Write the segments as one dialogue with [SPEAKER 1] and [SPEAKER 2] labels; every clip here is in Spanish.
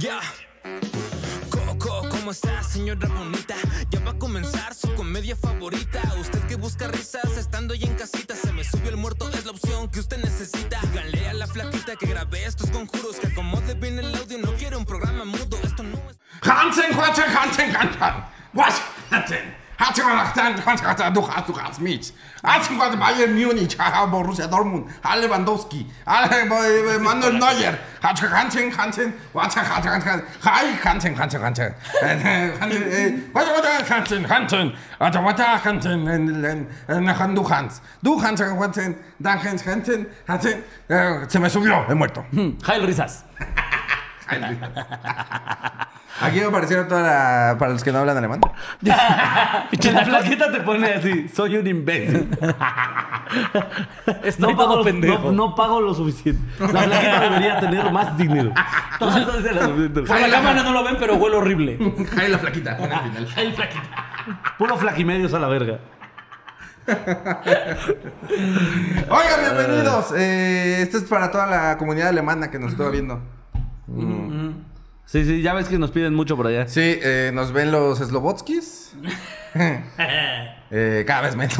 [SPEAKER 1] Ya. Coco, ¿cómo está, señora bonita? Ya va a comenzar su comedia favorita. Usted que busca risas estando ya en casita. Se me subió el muerto, es la opción que usted necesita. Díganle a la flaquita que grabé estos conjuros. Que acomode bien el audio, no quiero un programa mudo. Esto no es.
[SPEAKER 2] Hansen, Hansen, Hansen, Hansen. Was? Hansen. Hansen, Hansen, Hansen, Hansen. Du hast, du hast mich. Hansen, Hansen, Bayern Munich, haha, Borussia Dortmund, Al Lewandowski, Al eh, eh, Manuel Neuer. Hansen, Hansen, Hansen, Hansen, Hansen, Hansen. Hi, Hansen, Hansen, Hansen. Eh, eh, Hansen, eh, warte, warte, Hansen, Hansen. Warte, warte, Hansen, eh, eh, eh, Hansen, du Hans. Du, Hansen, Hansen, dann Hans, Hansen, Hansen. Eh, se me subió, he muerto.
[SPEAKER 3] Jairo Risas.
[SPEAKER 4] Aquí aparecieron toda la- para los que no hablan alemán.
[SPEAKER 3] Que la flaquita te pone así, soy un imbécil. no, pago,
[SPEAKER 5] todo
[SPEAKER 3] lo-
[SPEAKER 5] pendejo.
[SPEAKER 3] No, no pago lo suficiente. La flaquita debería tener más dinero. Todo eso es de la
[SPEAKER 5] A la cámara no lo ven, pero huele horrible.
[SPEAKER 2] Jai la flaquita, en el final.
[SPEAKER 3] Puro flajimedios a la verga.
[SPEAKER 4] Oigan, bienvenidos. Eh, esto es para toda la comunidad alemana que nos estuvo viendo.
[SPEAKER 3] Sí, sí, ya ves que nos piden mucho por allá.
[SPEAKER 4] Sí, eh, nos ven los Slobotskis. Eh, cada vez menos.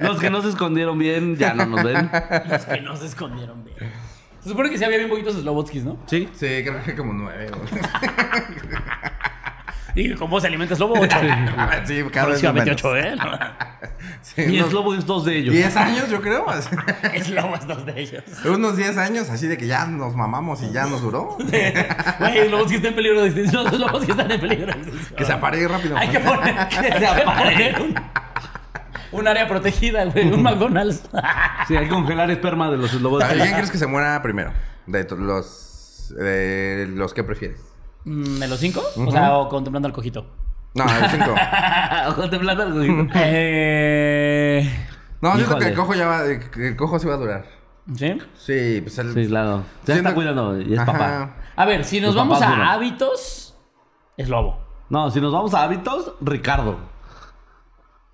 [SPEAKER 3] Los que no se escondieron bien ya no nos ven.
[SPEAKER 5] Los que no se escondieron bien. Se supone que sí había bien poquitos Slobotskis, ¿no?
[SPEAKER 3] Sí.
[SPEAKER 4] Sí, creo que como nueve. güey.
[SPEAKER 5] Y cómo se alimenta Slobo 8.
[SPEAKER 4] Sí, cada vez
[SPEAKER 5] Próximamente
[SPEAKER 4] menos.
[SPEAKER 5] 8, ¿eh?
[SPEAKER 4] Sí,
[SPEAKER 3] Y
[SPEAKER 4] unos
[SPEAKER 3] es lobo es dos de ellos.
[SPEAKER 4] 10 años, yo creo. así.
[SPEAKER 5] Slobo es dos de ellos.
[SPEAKER 4] Unos 10 años, así de que ya nos mamamos y ya nos duró.
[SPEAKER 5] Güey, Slobotski está en peligro de extinción. Los Slobotski están en peligro de extinción.
[SPEAKER 4] Que se apague rápido.
[SPEAKER 5] Hay que poner que se apare un, un área protegida, güey. Un McDonald's.
[SPEAKER 3] Sí, hay que congelar esperma de los lobos.
[SPEAKER 4] ¿A ¿Quién crees que se muera primero? De to- los, de los que prefieres.
[SPEAKER 5] Mm, ¿De los cinco? O sea, o contemplando al cojito.
[SPEAKER 4] No, el 5.
[SPEAKER 3] Contemplando algo. güey.
[SPEAKER 5] Eh,
[SPEAKER 4] No, yo creo que
[SPEAKER 3] Híjole.
[SPEAKER 4] el cojo ya va, que el cojo sí va a durar.
[SPEAKER 5] ¿Sí?
[SPEAKER 4] Sí, pues el...
[SPEAKER 3] Sí, claro. Se
[SPEAKER 4] Siento-
[SPEAKER 3] está cuidando y es
[SPEAKER 4] Ajá.
[SPEAKER 3] papá.
[SPEAKER 5] A ver, si nos
[SPEAKER 3] Los
[SPEAKER 5] vamos
[SPEAKER 3] papás duran.
[SPEAKER 5] a hábitos, es lobo.
[SPEAKER 3] No, si nos vamos a hábitos, Ricardo.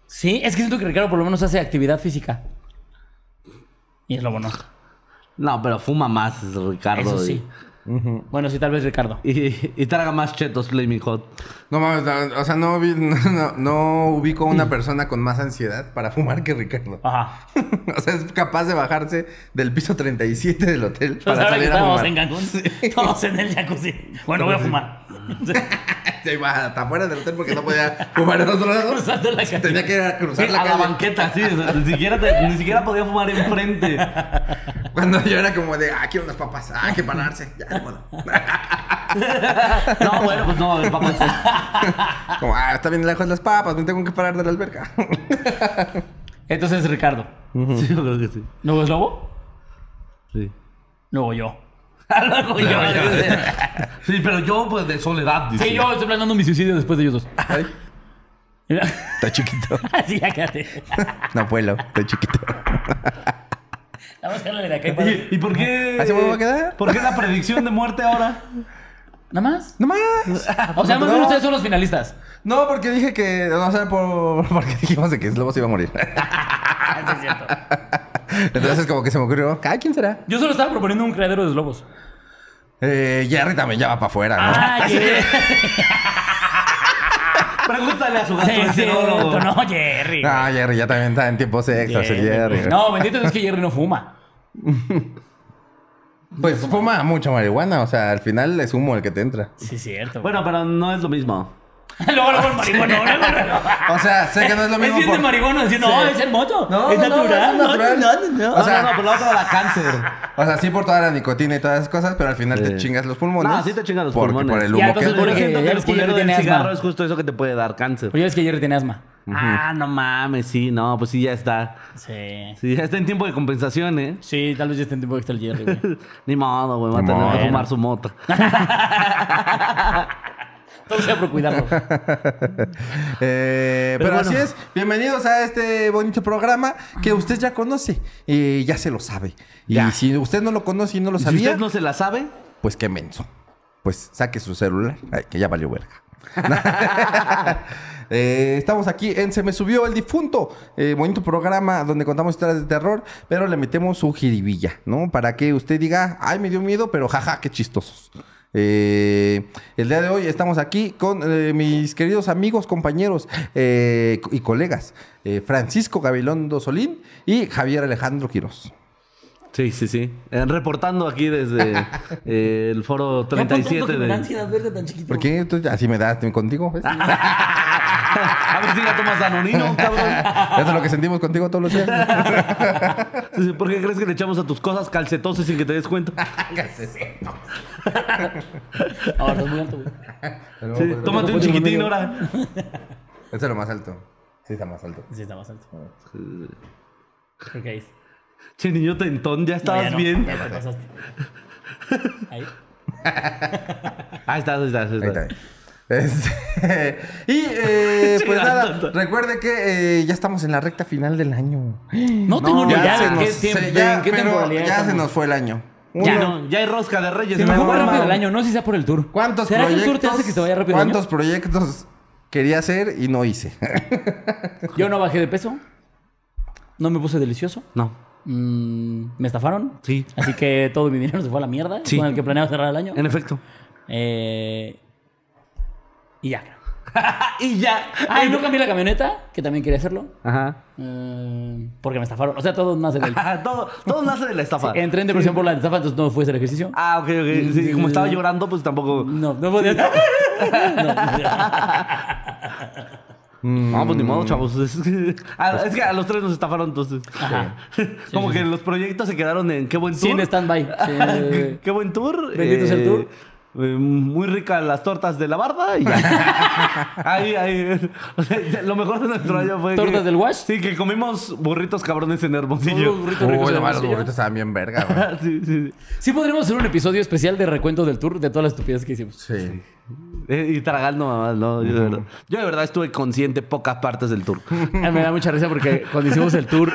[SPEAKER 5] Sí, es que siento que Ricardo por lo menos hace actividad física. Y es lobo, no.
[SPEAKER 3] No, pero fuma más Ricardo.
[SPEAKER 5] Eso
[SPEAKER 3] y-
[SPEAKER 5] sí. Bueno, sí, tal vez Ricardo.
[SPEAKER 3] Y, y traga más chetos Flaming Hot.
[SPEAKER 4] No mames, no, o sea, no, vi- no, no- no ubico a una persona con más ansiedad para fumar que Ricardo.
[SPEAKER 5] Ajá.
[SPEAKER 4] o sea, es capaz de bajarse del piso 37 del hotel
[SPEAKER 5] Pues
[SPEAKER 4] para
[SPEAKER 5] ahora que
[SPEAKER 4] salir a
[SPEAKER 5] estábamos
[SPEAKER 4] fumar.
[SPEAKER 5] en Cancún, todos en el jacuzzi. Bueno, voy a fumar.
[SPEAKER 4] Se iba hasta afuera del hotel porque no podía fumar en otro lado.
[SPEAKER 5] Cruzando la calle.
[SPEAKER 4] Tenía que ir a cruzar
[SPEAKER 3] Sí,
[SPEAKER 4] la
[SPEAKER 3] a la
[SPEAKER 4] calle.
[SPEAKER 3] banqueta, sí. o sea, ni, siquiera te- ni siquiera podía fumar enfrente.
[SPEAKER 4] Cuando yo era como de, ah, quiero unas papas, ah, hay que pararse. Ya, ni modo.
[SPEAKER 3] No, bueno, pues no, el papá sí.
[SPEAKER 4] Como, ah, está bien lejos las papas, me tengo que parar de la alberca.
[SPEAKER 5] Entonces, Ricardo.
[SPEAKER 3] Sí, yo creo que sí.
[SPEAKER 5] ¿Luego es lobo?
[SPEAKER 3] Sí.
[SPEAKER 5] Luego yo. Luego yo.
[SPEAKER 3] Sí, pero yo, pues, de soledad. dice.
[SPEAKER 5] Sí, yo estoy planeando mi suicidio después de ellos dos.
[SPEAKER 4] Ay, está chiquito.
[SPEAKER 5] Así, ya quédate.
[SPEAKER 4] No, abuelo, está chiquito.
[SPEAKER 5] Vamos a dejarle de acá y para...
[SPEAKER 3] ¿Y, y por qué?
[SPEAKER 4] ¿Así me voy a quedar?
[SPEAKER 3] ¿Por qué la predicción de muerte ahora?
[SPEAKER 5] ¿Nada más?
[SPEAKER 4] No más.
[SPEAKER 5] O sea, más bien ustedes son los finalistas.
[SPEAKER 4] No, porque dije que. No, o sea, por, porque dijimos de que Slobo se iba a morir.
[SPEAKER 5] Ah, es cierto.
[SPEAKER 4] Entonces, como que se me ocurrió. Ay, ¿quién será?
[SPEAKER 5] Yo solo estaba proponiendo un criadero de lobos.
[SPEAKER 4] Eh, Jerry también ya va para afuera, ¿no?
[SPEAKER 5] Ah, Jerry.
[SPEAKER 3] Pregúntale a su
[SPEAKER 5] Sí, sí,
[SPEAKER 3] gastroenterólogo.
[SPEAKER 5] no, Jerry.
[SPEAKER 4] Ah, Jerry ya también está en tiempos extras, el Jerry.
[SPEAKER 5] No, bendito es que Jerry no fuma.
[SPEAKER 4] Pues fuma mucha marihuana, o sea, al final es humo el que te entra.
[SPEAKER 5] Sí, es cierto.
[SPEAKER 3] Bueno, pero no es lo mismo.
[SPEAKER 5] luego, luego el marihuano. luego, luego.
[SPEAKER 4] O sea, sé que no es lo
[SPEAKER 5] Es
[SPEAKER 4] mismo.
[SPEAKER 5] bien de
[SPEAKER 4] por-
[SPEAKER 5] marihuana diciendo, no, es hermoso.
[SPEAKER 4] No,
[SPEAKER 5] es
[SPEAKER 4] no, no,
[SPEAKER 5] natural.
[SPEAKER 4] es natural.
[SPEAKER 3] No,
[SPEAKER 4] O sea,
[SPEAKER 3] no, no, pero la otra da cáncer.
[SPEAKER 4] O sea, sí por toda la nicotina y todas esas cosas, pero al final te
[SPEAKER 3] Sí.
[SPEAKER 4] chingas los pulmones.
[SPEAKER 3] No, sí te chingas los
[SPEAKER 4] porque
[SPEAKER 3] pulmones.
[SPEAKER 4] Por el
[SPEAKER 3] Ya,
[SPEAKER 4] humo
[SPEAKER 5] entonces,
[SPEAKER 4] que
[SPEAKER 5] por
[SPEAKER 3] Yo
[SPEAKER 4] entra.
[SPEAKER 5] ejemplo-
[SPEAKER 3] siento que
[SPEAKER 5] ya
[SPEAKER 3] el
[SPEAKER 5] ves que ya
[SPEAKER 3] culero
[SPEAKER 5] no
[SPEAKER 3] del
[SPEAKER 5] tiene
[SPEAKER 3] cigarro
[SPEAKER 5] asma.
[SPEAKER 3] es justo eso que te puede dar cáncer.
[SPEAKER 5] Pero ya ves que Jerry tiene asma.
[SPEAKER 3] Ah, no mames, sí, no, pues sí, ya está.
[SPEAKER 5] Sí.
[SPEAKER 3] Sí, ya está en tiempo de compensación, ¿eh?
[SPEAKER 5] Sí, tal vez ya esté en tiempo extra el Jerry, güey.
[SPEAKER 3] Ni modo, güey, va a
[SPEAKER 4] Ni
[SPEAKER 3] tener que
[SPEAKER 4] modo.
[SPEAKER 3] fumar su moto.
[SPEAKER 5] Todo sea por cuidarlo.
[SPEAKER 4] Eh, pero
[SPEAKER 3] Pero
[SPEAKER 4] así
[SPEAKER 3] bueno.
[SPEAKER 4] es, bienvenidos a este bonito programa que usted ya conoce, eh, ya se lo sabe. Y
[SPEAKER 3] Ya.
[SPEAKER 4] si usted no lo conoce y no lo
[SPEAKER 3] Si
[SPEAKER 4] sabía,
[SPEAKER 3] usted no se la sabe,
[SPEAKER 4] pues qué menso. Pues saque su celular, Ay, que ya valió verga. Eh, estamos aquí en Se me subió el difunto, eh, bonito programa donde contamos historias de terror, pero le metemos su jiribilla, ¿no? Para que usted diga, ay, me dio miedo, pero jaja, qué chistosos. Eh, el día de hoy estamos aquí con eh, mis queridos amigos, compañeros eh, y colegas, eh, Francisco Gabilondo Solín y Javier Alejandro Quirós.
[SPEAKER 3] Sí, sí, sí. Eh, reportando aquí desde eh, el foro 37
[SPEAKER 5] de...
[SPEAKER 3] de...
[SPEAKER 5] ansiedad verte tan chiquito.
[SPEAKER 4] ¿Por qué tú- así me das contigo? ¿ves?
[SPEAKER 3] A ver si ya tomas danonino, cabrón.
[SPEAKER 4] Eso es lo que sentimos contigo todos los días.
[SPEAKER 3] Sí, sí, ¿Por qué crees que le echamos a tus cosas calcetoses sin que te des cuenta?
[SPEAKER 5] Ahora estás muy alto, güey.
[SPEAKER 3] Sí, tómate un chiquitín ahora.
[SPEAKER 4] Eso pues, es lo más alto. Sí, está más alto.
[SPEAKER 5] Sí, está más alto. Creo que ahí es.
[SPEAKER 3] Che, niño tentón, ya
[SPEAKER 5] No,
[SPEAKER 3] estabas
[SPEAKER 5] ya no,
[SPEAKER 3] bien.
[SPEAKER 5] Ya te pasaste. Ahí.
[SPEAKER 3] Ah, estás, estás,
[SPEAKER 4] Ahí
[SPEAKER 3] estás.
[SPEAKER 4] está. Este, y eh, pues
[SPEAKER 3] Chingado.
[SPEAKER 4] nada, recuerde que eh, ya estamos en la recta final del año.
[SPEAKER 5] No tengo ni
[SPEAKER 4] ya
[SPEAKER 5] idea
[SPEAKER 4] se
[SPEAKER 5] de
[SPEAKER 4] nos-
[SPEAKER 5] qué tiempo.
[SPEAKER 4] se- ya,
[SPEAKER 5] en qué
[SPEAKER 4] pero ya
[SPEAKER 5] temporalidad
[SPEAKER 4] se
[SPEAKER 5] estamos.
[SPEAKER 4] nos fue el año.
[SPEAKER 3] Ya
[SPEAKER 4] Uno,
[SPEAKER 3] no, ya hay rosca de reyes.
[SPEAKER 5] Se me
[SPEAKER 3] ¿no?
[SPEAKER 5] fue muy
[SPEAKER 4] No,
[SPEAKER 5] rápido
[SPEAKER 4] no.
[SPEAKER 5] el año, no sé si sea por el tour.
[SPEAKER 4] ¿Cuántos
[SPEAKER 5] ¿Será
[SPEAKER 4] proyectos,
[SPEAKER 5] que el tour te hace que se vaya rápido el año?
[SPEAKER 4] ¿Cuántos proyectos quería hacer y no hice?
[SPEAKER 5] Yo no bajé de peso. No me puse delicioso.
[SPEAKER 3] No,
[SPEAKER 5] Mm, me estafaron.
[SPEAKER 3] sí,
[SPEAKER 5] Así que todo mi dinero se fue a la mierda.
[SPEAKER 3] Sí.
[SPEAKER 5] Con el que planeaba cerrar el año.
[SPEAKER 3] en efecto.
[SPEAKER 5] Eh, y ya.
[SPEAKER 3] Y ya.
[SPEAKER 5] Ay, no cambié la camioneta, que también quería hacerlo.
[SPEAKER 3] Ajá.
[SPEAKER 5] eh, porque me estafaron. O sea, todo nace del.
[SPEAKER 3] Ajá, Ah, todo, todo nace de la estafa.
[SPEAKER 5] Entré en depresión por la estafa, entonces no fue a hacer ejercicio.
[SPEAKER 3] Ah, ok, ok. Sí, como estaba llorando, pues tampoco.
[SPEAKER 5] No, no podía.
[SPEAKER 4] Mm,
[SPEAKER 3] No, pues ni modo, chavos. Es que, a, es que a los tres nos estafaron, entonces. como que los proyectos se quedaron en qué buen tour.
[SPEAKER 5] Sí, en stand-by. Sí.
[SPEAKER 3] Qué buen tour.
[SPEAKER 5] Bendito sea el tour.
[SPEAKER 3] eh, Muy ricas las tortas de la barda y ya. Ahí, ahí, o sea, lo mejor de nuestro año fue.
[SPEAKER 5] ¿Tortas
[SPEAKER 3] que-
[SPEAKER 5] del Wash?
[SPEAKER 3] Sí, que comimos burritos cabrones en Hermosillo.
[SPEAKER 5] Unos burritos ricos
[SPEAKER 4] Uy, no, mames,
[SPEAKER 5] de
[SPEAKER 4] los
[SPEAKER 5] bolsillo.
[SPEAKER 4] burritos estaban bien verga, güey.
[SPEAKER 3] sí, sí.
[SPEAKER 5] Sí, podríamos hacer un episodio especial de recuento del tour de todas las estupideces que hicimos.
[SPEAKER 4] Sí.
[SPEAKER 3] Eh, y tragando mamás, no. Yo de, verdad, yo de verdad estuve consciente pocas partes del tour.
[SPEAKER 5] Ay, Ah, me da mucha risa porque cuando hicimos el tour,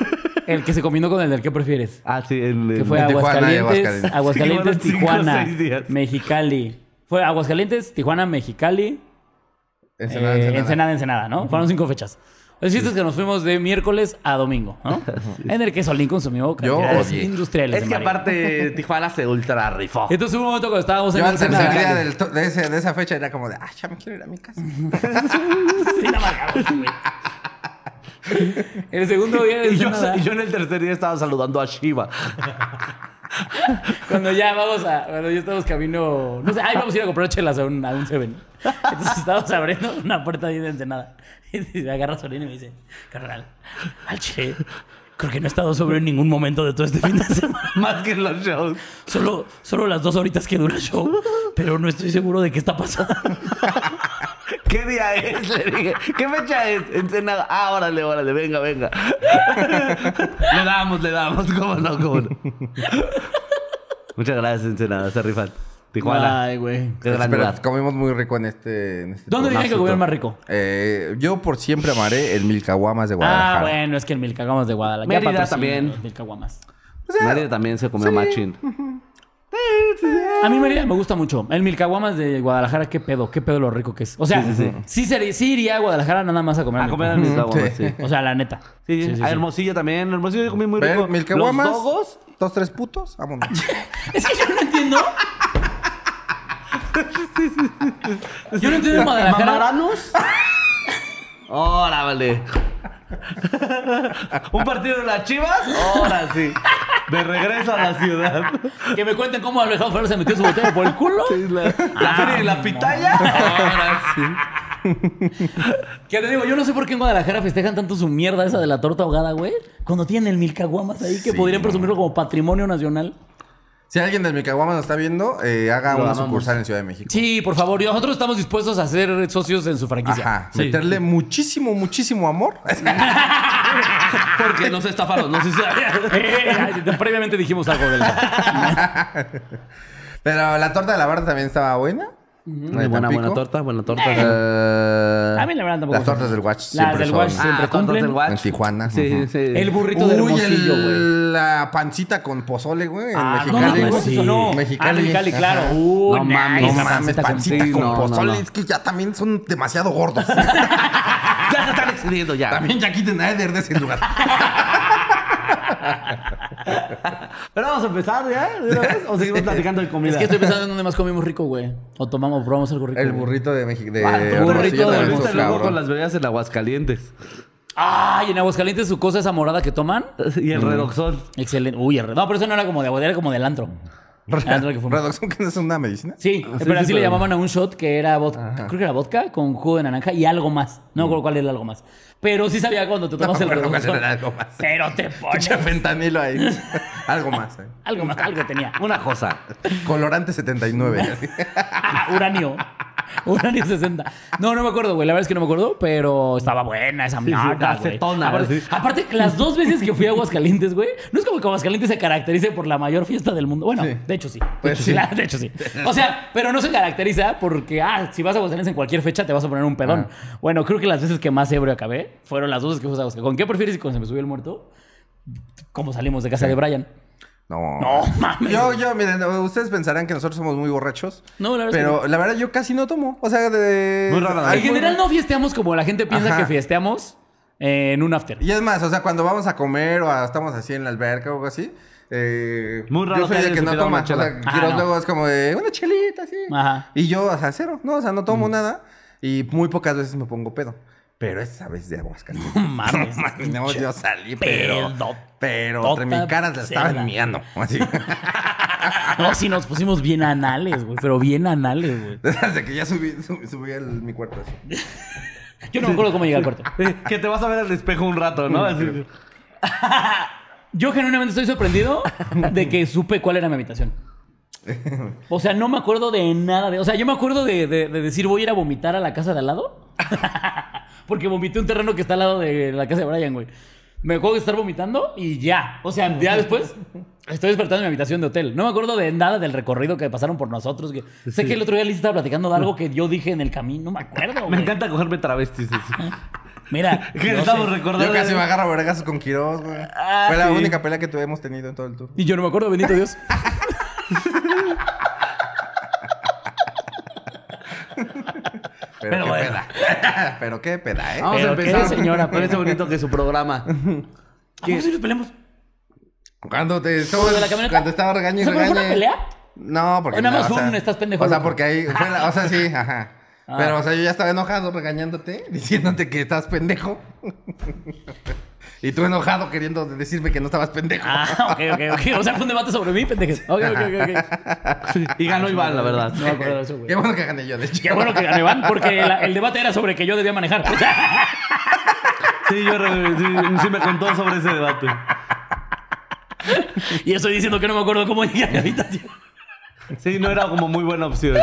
[SPEAKER 5] el que se combinó con el del que prefieres,
[SPEAKER 3] Ah, sí, el.
[SPEAKER 5] que fue
[SPEAKER 4] En Tijuana y
[SPEAKER 5] Aguascalientes,
[SPEAKER 4] Aguascalientes.
[SPEAKER 5] Aguascalientes,
[SPEAKER 3] Sí, que fueron cinco o
[SPEAKER 5] Tijuana,
[SPEAKER 3] seis días.
[SPEAKER 5] Mexicali. Fue Aguascalientes, Tijuana, Mexicali,
[SPEAKER 4] Ensenada,
[SPEAKER 5] eh,
[SPEAKER 4] Ensenada.
[SPEAKER 5] Ensenada, Ensenada, ¿no? Fueron cinco fechas. El chiste es que nos fuimos de miércoles a domingo, ¿no? En el que Solín consumió cantidades
[SPEAKER 4] odié.
[SPEAKER 5] industriales.
[SPEAKER 3] Es
[SPEAKER 5] de
[SPEAKER 3] que
[SPEAKER 5] marihuana.
[SPEAKER 3] aparte, Tijuana se ultra rifó.
[SPEAKER 5] Entonces hubo un momento cuando estábamos en
[SPEAKER 4] Yo al tercer
[SPEAKER 5] Ensenada.
[SPEAKER 4] día del to- de, ese- de esa fecha era como de, ah, ya me quiero ir a mi casa.
[SPEAKER 5] Sí, la marcamos, güey. El segundo día de
[SPEAKER 3] Y yo,
[SPEAKER 5] Ensenada,
[SPEAKER 3] y yo en el tercer día estaba saludando a Shiva.
[SPEAKER 5] Cuando ya vamos a. Cuando ya estamos camino. No sé, ay, vamos a ir a comprar chelas a un, a un Seven. Entonces estábamos abriendo una puerta ahí de Ensenada. Y me agarra Solín y me dice: Carnal, al che, creo que no he estado sobre en ningún momento de todo este fin de semana.
[SPEAKER 3] Más que en los shows.
[SPEAKER 5] Solo, solo las dos horitas que dura el show, pero no estoy seguro de qué está pasando.
[SPEAKER 3] ¿Qué día es? Le dije. ¿Qué fecha es? Ensenada. Ah, órale, órale. Venga, venga. le damos, le damos. ¿Cómo no? ¿Cómo no? Muchas gracias, Ensenada. Se rifan. Tijuana.
[SPEAKER 5] güey.
[SPEAKER 3] Qué gran
[SPEAKER 4] Pero
[SPEAKER 3] lugar.
[SPEAKER 4] comimos muy rico en este. en este
[SPEAKER 5] ¿Dónde
[SPEAKER 4] tour.
[SPEAKER 5] dirían que comer más rico?
[SPEAKER 4] Eh, yo por siempre amaré el Milcahuamas de Guadalajara.
[SPEAKER 5] Ah, bueno, es que el Milcaguamas de Guadalajara.
[SPEAKER 3] Mérida
[SPEAKER 5] patrocina
[SPEAKER 3] también.
[SPEAKER 5] los Milcaguamas.
[SPEAKER 3] María también se comió machín.
[SPEAKER 5] A mí Mérida me gusta mucho. El Milcaguamas de Guadalajara, qué pedo, qué pedo lo rico que es. O sea, sí,
[SPEAKER 3] Sí, sí, sí.
[SPEAKER 5] sería- sí iría a Guadalajara nada más a comer.
[SPEAKER 3] A comer al mismo
[SPEAKER 4] Sí.
[SPEAKER 3] sí. Sí,
[SPEAKER 5] O sea, la neta.
[SPEAKER 3] sí, a Hermosillo también. Hermosillo yo comí muy rico.
[SPEAKER 4] Ver, Milcahuamas.
[SPEAKER 3] Los dogos.
[SPEAKER 4] Dos, tres putos. Vámonos.
[SPEAKER 5] Es que yo no entiendo. Yo no entiendo en Guadalajara.
[SPEAKER 3] ¿Mamaranos? Ahora, vale. ¿Un partido de las chivas? Ahora sí. De regreso a la ciudad.
[SPEAKER 5] Que me cuenten cómo Alejandro Ferrer se metió su botella por el culo.
[SPEAKER 3] La, la feria de la pitaya. Ahora Ah, sí.
[SPEAKER 5] Que te digo, yo no sé por qué en Guadalajara festejan tanto su mierda esa de la torta ahogada, güey. Cuando tienen el Milcaguamas ahí, que
[SPEAKER 4] Sí,
[SPEAKER 5] podrían
[SPEAKER 4] no.
[SPEAKER 5] presumirlo como patrimonio nacional.
[SPEAKER 4] Si alguien del Milcahuamas nos está viendo, eh, haga
[SPEAKER 3] Lo
[SPEAKER 4] una
[SPEAKER 3] amamos.
[SPEAKER 4] sucursal en Ciudad de México.
[SPEAKER 5] Sí, por favor. y Nosotros estamos dispuestos a ser socios en su franquicia.
[SPEAKER 4] Ajá.
[SPEAKER 5] Sí.
[SPEAKER 4] Meterle muchísimo, muchísimo amor.
[SPEAKER 3] Porque nos estafaron. No sé si
[SPEAKER 5] Eh, Previamente dijimos algo de la...
[SPEAKER 4] Pero la torta de la barra también estaba buena. La de
[SPEAKER 3] Buena, buena
[SPEAKER 4] Tampico.
[SPEAKER 3] torta, buena torta.
[SPEAKER 4] Eh,
[SPEAKER 5] A mí la verdad tampoco.
[SPEAKER 4] Las tortas del Watch
[SPEAKER 5] Las
[SPEAKER 4] siempre
[SPEAKER 5] del
[SPEAKER 4] son
[SPEAKER 5] Watch siempre
[SPEAKER 3] Ah, tortas
[SPEAKER 5] cumplen.
[SPEAKER 3] del Watch.
[SPEAKER 4] en Tijuana.
[SPEAKER 3] Sí,
[SPEAKER 4] ujú.
[SPEAKER 3] sí.
[SPEAKER 5] El burrito de
[SPEAKER 2] Uy,
[SPEAKER 5] Hermosillo, güey.
[SPEAKER 2] el,
[SPEAKER 4] La pancita con pozole, güey, en
[SPEAKER 5] Ah, no
[SPEAKER 4] Mexicali.
[SPEAKER 5] mames,
[SPEAKER 4] güey.
[SPEAKER 5] sí. Ah,
[SPEAKER 4] Mexicali.
[SPEAKER 5] Mexicali,
[SPEAKER 4] Ajá.
[SPEAKER 5] claro.
[SPEAKER 3] Uh,
[SPEAKER 5] Uy,
[SPEAKER 4] no
[SPEAKER 5] nice,
[SPEAKER 4] mames,
[SPEAKER 5] la
[SPEAKER 4] no mames,
[SPEAKER 5] pancita con-
[SPEAKER 4] pancita
[SPEAKER 3] sí,
[SPEAKER 4] con
[SPEAKER 3] no, no,
[SPEAKER 4] pozole.
[SPEAKER 3] no.
[SPEAKER 4] Es que ya también son demasiado gordos.
[SPEAKER 3] Ya se están excediendo ya.
[SPEAKER 2] también ya quiten a Eder de ese lugar.
[SPEAKER 3] Pero vamos a empezar ya, de una vez, o seguimos platicando de comida.
[SPEAKER 5] Es que estoy pensando en dónde más comimos rico, güey. O tomamos, probamos algo rico.
[SPEAKER 4] el
[SPEAKER 5] güey.
[SPEAKER 4] burrito de México.
[SPEAKER 3] Ah,
[SPEAKER 4] De
[SPEAKER 3] tú
[SPEAKER 4] Hermosillo
[SPEAKER 3] burrito
[SPEAKER 4] también
[SPEAKER 3] de
[SPEAKER 4] estuvo
[SPEAKER 3] viste luego
[SPEAKER 4] cabrón.
[SPEAKER 3] con las bebidas en Aguascalientes.
[SPEAKER 5] Ay, en Aguascalientes su cosa esa morada que toman.
[SPEAKER 3] Y el redoxón.
[SPEAKER 5] Excelente. Uy, el re- no, pero eso no era como de agua, era como del antro. El
[SPEAKER 3] Ah,
[SPEAKER 5] antro que fuimos.
[SPEAKER 4] Redoxón, que no es una medicina.
[SPEAKER 3] sí,
[SPEAKER 5] Sí, pero así
[SPEAKER 3] sí,
[SPEAKER 5] le
[SPEAKER 3] pero-
[SPEAKER 5] llamaban a un shot que era vodka, creo que era vodka con jugo de naranja y algo más. No me acuerdo cuál era algo más. Pero sí sabía cuando te tomas el
[SPEAKER 4] me acuerdo cuál
[SPEAKER 5] redoxón.
[SPEAKER 4] era algo más.
[SPEAKER 5] Pero te pones
[SPEAKER 4] Pinche fentanilo ahí. Algo más. eh.
[SPEAKER 5] algo más, algo tenía.
[SPEAKER 3] Una cosa.
[SPEAKER 4] Colorante 79.
[SPEAKER 5] Uranio. Uranio 60. No, no me acuerdo, güey. La verdad es que no me acuerdo, pero estaba buena esa mierda, güey.
[SPEAKER 3] acetona,
[SPEAKER 5] aparte,
[SPEAKER 3] sí.
[SPEAKER 5] aparte, las dos veces que fui a Aguascalientes, güey, no es como que Aguascalientes se caracterice por la mayor fiesta del mundo. Bueno,
[SPEAKER 4] Sí.
[SPEAKER 5] de hecho sí.
[SPEAKER 4] Pues
[SPEAKER 5] de, hecho,
[SPEAKER 4] sí.
[SPEAKER 5] la- de hecho sí. O sea, pero no se caracteriza porque, ah, si vas a Aguascalientes en cualquier fecha te vas a poner un pedón.
[SPEAKER 4] Ah.
[SPEAKER 5] Bueno, creo que las veces que más ebrio acabé fueron las dos veces que fui a Aguascalientes. ¿Con qué prefieres y cuando se me subió el muerto? ¿Cómo salimos de casa de Brian?
[SPEAKER 4] No.
[SPEAKER 5] No mames.
[SPEAKER 4] Yo, yo, miren, ustedes pensarán que nosotros somos muy borrachos.
[SPEAKER 5] No, la verdad es que
[SPEAKER 4] Pero la verdad yo casi no tomo. O sea, de...
[SPEAKER 3] Muy rara la
[SPEAKER 4] Ay,
[SPEAKER 5] En general no fiesteamos como la gente piensa
[SPEAKER 4] Ajá.
[SPEAKER 5] que fiesteamos en un after.
[SPEAKER 4] Y es más, o sea, cuando vamos a comer o a- estamos así en la alberca o algo así, eh,
[SPEAKER 3] Muy raro
[SPEAKER 4] yo soy
[SPEAKER 3] que
[SPEAKER 4] el
[SPEAKER 3] alguien
[SPEAKER 4] que
[SPEAKER 3] se
[SPEAKER 4] no
[SPEAKER 3] pida
[SPEAKER 4] toma.
[SPEAKER 3] una
[SPEAKER 4] O sea,
[SPEAKER 3] chela.
[SPEAKER 5] Ah,
[SPEAKER 4] Quiroz
[SPEAKER 5] no.
[SPEAKER 4] luego es como de una chelita así.
[SPEAKER 5] Ajá. Mm.
[SPEAKER 4] Y yo, o sea, cero, ¿no? O sea, no tomo nada y muy pocas veces me pongo pedo. Pero esa vez de Aguascalientes.
[SPEAKER 5] Mames.
[SPEAKER 4] No, yo salí, pero.
[SPEAKER 5] pedo-
[SPEAKER 4] Pero
[SPEAKER 5] tota
[SPEAKER 4] entre mis caras la estaba
[SPEAKER 5] cerda.
[SPEAKER 4] en mi ano. Así.
[SPEAKER 5] No, sí nos pusimos bien anales, güey. Pero bien anales, güey.
[SPEAKER 4] Desde que ya subí, subí, subí al- mi cuarto. así.
[SPEAKER 5] Yo no me acuerdo cómo llegué al cuarto.
[SPEAKER 3] Eh, Que te vas a ver al espejo un rato, ¿no? Así-
[SPEAKER 5] Yo genuinamente estoy sorprendido de que supe cuál era mi habitación. O sea, no me acuerdo de nada de. O sea, yo me acuerdo de, de- de decir voy a ir a vomitar a la casa de al lado. Porque vomité un terreno que está al lado de la casa de Brian, güey. Me acuerdo de estar vomitando y ya. O sea, ya después estoy despertando en mi habitación de hotel. No me acuerdo de nada del recorrido que pasaron por nosotros. que- Sé que el otro día Liz estaba platicando de algo que yo dije en el camino. No me acuerdo.
[SPEAKER 3] Me
[SPEAKER 5] güey.
[SPEAKER 3] encanta cogerme travestis. así.
[SPEAKER 5] Mira,
[SPEAKER 3] Que
[SPEAKER 5] yo
[SPEAKER 3] estamos
[SPEAKER 5] sé.
[SPEAKER 3] recordando.
[SPEAKER 4] Yo casi me agarro a vergazos con Quiroz, güey.
[SPEAKER 3] Ah,
[SPEAKER 4] Fue la
[SPEAKER 3] sí.
[SPEAKER 4] única pelea que tuvimos tenido en todo el tour.
[SPEAKER 5] Y yo no me acuerdo, bendito Dios.
[SPEAKER 4] Pero,
[SPEAKER 5] Pero
[SPEAKER 4] qué
[SPEAKER 5] bueno.
[SPEAKER 4] peda. pero qué peda, ¿eh?
[SPEAKER 3] Vamos
[SPEAKER 5] Pero
[SPEAKER 3] a empezar,
[SPEAKER 5] qué señora,
[SPEAKER 3] señora, por ese bonito que es su programa.
[SPEAKER 5] ¿A poco sí nos peleamos?
[SPEAKER 4] Cuando te
[SPEAKER 5] ¿Por lo de
[SPEAKER 4] estabas,
[SPEAKER 5] la camioneta?
[SPEAKER 4] cuando estaba regañando y
[SPEAKER 5] O sea, ¿pero fue
[SPEAKER 4] regañe.
[SPEAKER 5] una pelea?
[SPEAKER 4] No, porque
[SPEAKER 5] O nada más
[SPEAKER 4] no,
[SPEAKER 5] un, estás pendejo, Ah.
[SPEAKER 4] O sea,
[SPEAKER 5] loco.
[SPEAKER 4] porque ahí fue la, o sea, sí, ajá. Pero, o sea, yo ya estaba enojado regañándote, diciéndote que estás pendejo. y tú enojado queriendo decirme que no estabas pendejo.
[SPEAKER 5] Ah, ok, ok, ok. O sea, fue un debate sobre mí, pendejes. Ok, ok, ok, ok.
[SPEAKER 3] Y ganó Iván, la verdad.
[SPEAKER 5] No me acuerdo de eso, güey.
[SPEAKER 4] Qué bueno que gané yo, de hecho.
[SPEAKER 5] Qué bueno que gané, Van, porque la- el debate era sobre que yo debía manejar. O sea,
[SPEAKER 3] Sí, yo re- sí, sí me contó sobre ese debate.
[SPEAKER 5] y yo estoy diciendo que no me acuerdo cómo llegué a mi habitación.
[SPEAKER 3] Sí, no era como muy buena opción.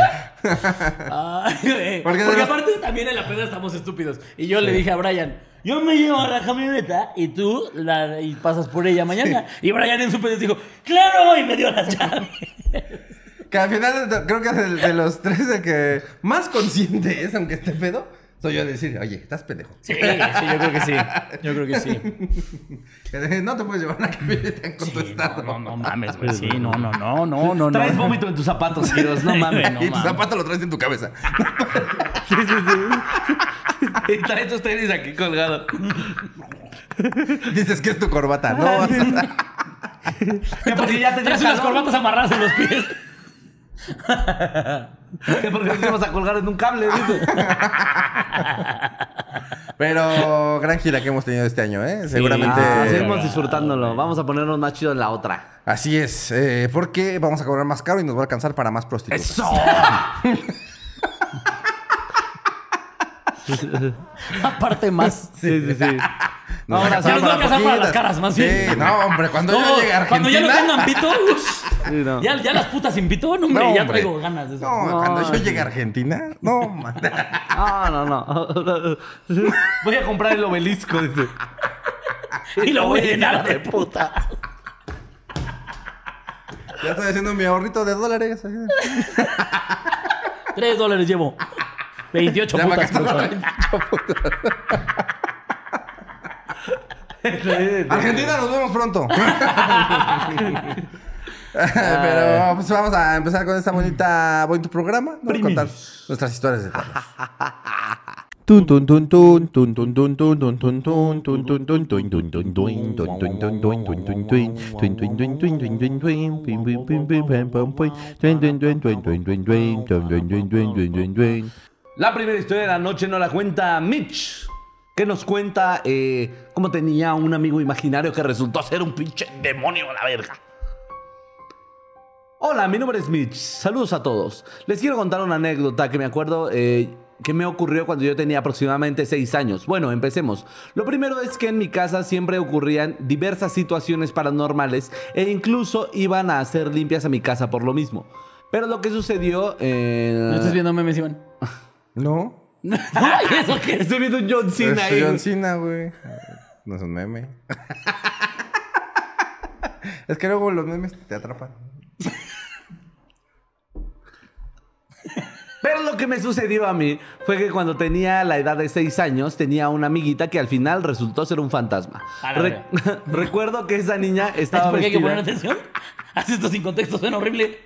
[SPEAKER 5] Ay, güey.
[SPEAKER 4] Porque
[SPEAKER 5] Porque,
[SPEAKER 4] de los-
[SPEAKER 5] aparte también en la peda estamos estúpidos. Y yo le dije a Brian, yo me llevo a la camioneta y tú la, y pasas por ella mañana. Y Brian en su pedo dijo, claro, y me dio las llaves.
[SPEAKER 4] Que al final de- creo que es el- de los tres el que más consciente es, aunque esté pedo, soy yo de decir, oye, estás pendejo.
[SPEAKER 5] Sí, sí, yo creo que sí. Yo creo que sí.
[SPEAKER 4] No te puedes llevar una camioneta en
[SPEAKER 5] Sí,
[SPEAKER 4] contestado.
[SPEAKER 5] No, no, no mames,
[SPEAKER 4] Pues
[SPEAKER 5] güey. Sí, no, no, no, no, no.
[SPEAKER 3] Traes
[SPEAKER 5] no.
[SPEAKER 3] vómito en tus zapatos, Giros, no mames.
[SPEAKER 5] no
[SPEAKER 4] y tu
[SPEAKER 5] mames.
[SPEAKER 4] zapato lo traes en tu cabeza.
[SPEAKER 3] Y traes tus tenis aquí colgados.
[SPEAKER 4] Dices que es tu corbata, ¿no? O sea,
[SPEAKER 3] Que porque ya tenía
[SPEAKER 5] Traes unas
[SPEAKER 3] calor.
[SPEAKER 5] corbatas amarradas en los pies.
[SPEAKER 3] Que porque nos íbamos a colgar en un cable, ¿viste?
[SPEAKER 4] Pero gran gira que hemos tenido este año, ¿eh? Seguramente.
[SPEAKER 3] Ah, seguimos disfrutándolo. Vamos a ponernos más chido en la otra.
[SPEAKER 4] Así es, eh, porque vamos a cobrar más caro y nos va a alcanzar para más prostitutas.
[SPEAKER 5] Aparte más.
[SPEAKER 3] Sí, sí, sí.
[SPEAKER 4] Nos
[SPEAKER 3] Ahora,
[SPEAKER 4] alcanzar
[SPEAKER 5] se nos va a alcanzar para
[SPEAKER 4] poquitas.
[SPEAKER 5] las caras, más
[SPEAKER 4] Sí,
[SPEAKER 5] bien.
[SPEAKER 4] no, hombre, cuando
[SPEAKER 5] No,
[SPEAKER 4] yo llegue a Argentina.
[SPEAKER 5] cuando ya lo tengan pito, ush.
[SPEAKER 3] Sí, no.
[SPEAKER 5] ya, ya las putas sin pito, no, hombre,
[SPEAKER 4] No,
[SPEAKER 5] ya
[SPEAKER 4] hombre.
[SPEAKER 5] traigo ganas de eso.
[SPEAKER 4] No,
[SPEAKER 3] No,
[SPEAKER 4] cuando yo
[SPEAKER 3] sí.
[SPEAKER 4] llegue a Argentina. No, man.
[SPEAKER 3] Ah, no, no. Voy a comprar el obelisco. dice.
[SPEAKER 5] Y lo voy a llenar de puta.
[SPEAKER 4] Ya ¿eh? estoy haciendo mi ahorrito de dólares.
[SPEAKER 5] Tres dólares llevo. 28
[SPEAKER 2] Ya me
[SPEAKER 5] putas.
[SPEAKER 2] gastaron
[SPEAKER 5] puto.
[SPEAKER 2] 28 putas.
[SPEAKER 3] Entonces,
[SPEAKER 2] Argentina, nos vemos pronto.
[SPEAKER 4] Pero pues vamos a empezar con esta bonita, bonito programa. ¿no? Contar nuestras historias de terror. Tun, tun, tun, tun, tun, tun, tun, tun, tun, tun, tun, tun, tun, tun, tun, tun, tun, tun, tun, tun, tun, tun, tun, tun, tun, tun, tun, tun, tun, tun, tun, tun, pim, pim, pim, pim, pam, pam, pum, tun, tun, tun, tun, tun, tun, tun, tun, tun, tun, tun, tun, tun, tun.
[SPEAKER 3] La primera historia de la noche nos la cuenta Mitch, que nos cuenta eh, cómo tenía un amigo imaginario que resultó ser un pinche demonio a la verga. Hola, mi nombre es Mitch. Saludos a todos. Les quiero contar una anécdota que me acuerdo eh, que me ocurrió cuando yo tenía aproximadamente 6 años. Bueno, empecemos. Lo primero es que en mi casa siempre ocurrían diversas situaciones paranormales e incluso iban a hacer limpias a mi casa por lo mismo. Pero lo que sucedió... eh,
[SPEAKER 5] ¿No estás viendo memes, Iván?
[SPEAKER 4] No,
[SPEAKER 5] Ay, ¿Eso qué es?
[SPEAKER 3] Estoy viendo un John Cena ahí.
[SPEAKER 4] es John Cena, güey. Ah, No es un meme. Es que luego los memes te atrapan.
[SPEAKER 3] Pero lo que me sucedió a mí fue que cuando tenía la edad de 6 años, tenía una amiguita que al final resultó ser un fantasma.
[SPEAKER 5] A la
[SPEAKER 3] Re- Recuerdo que esa niña
[SPEAKER 5] ¿Sabes
[SPEAKER 3] estaba
[SPEAKER 5] por qué hay que poner
[SPEAKER 3] vestida...
[SPEAKER 5] atención? Haz esto sin contexto, suena horrible.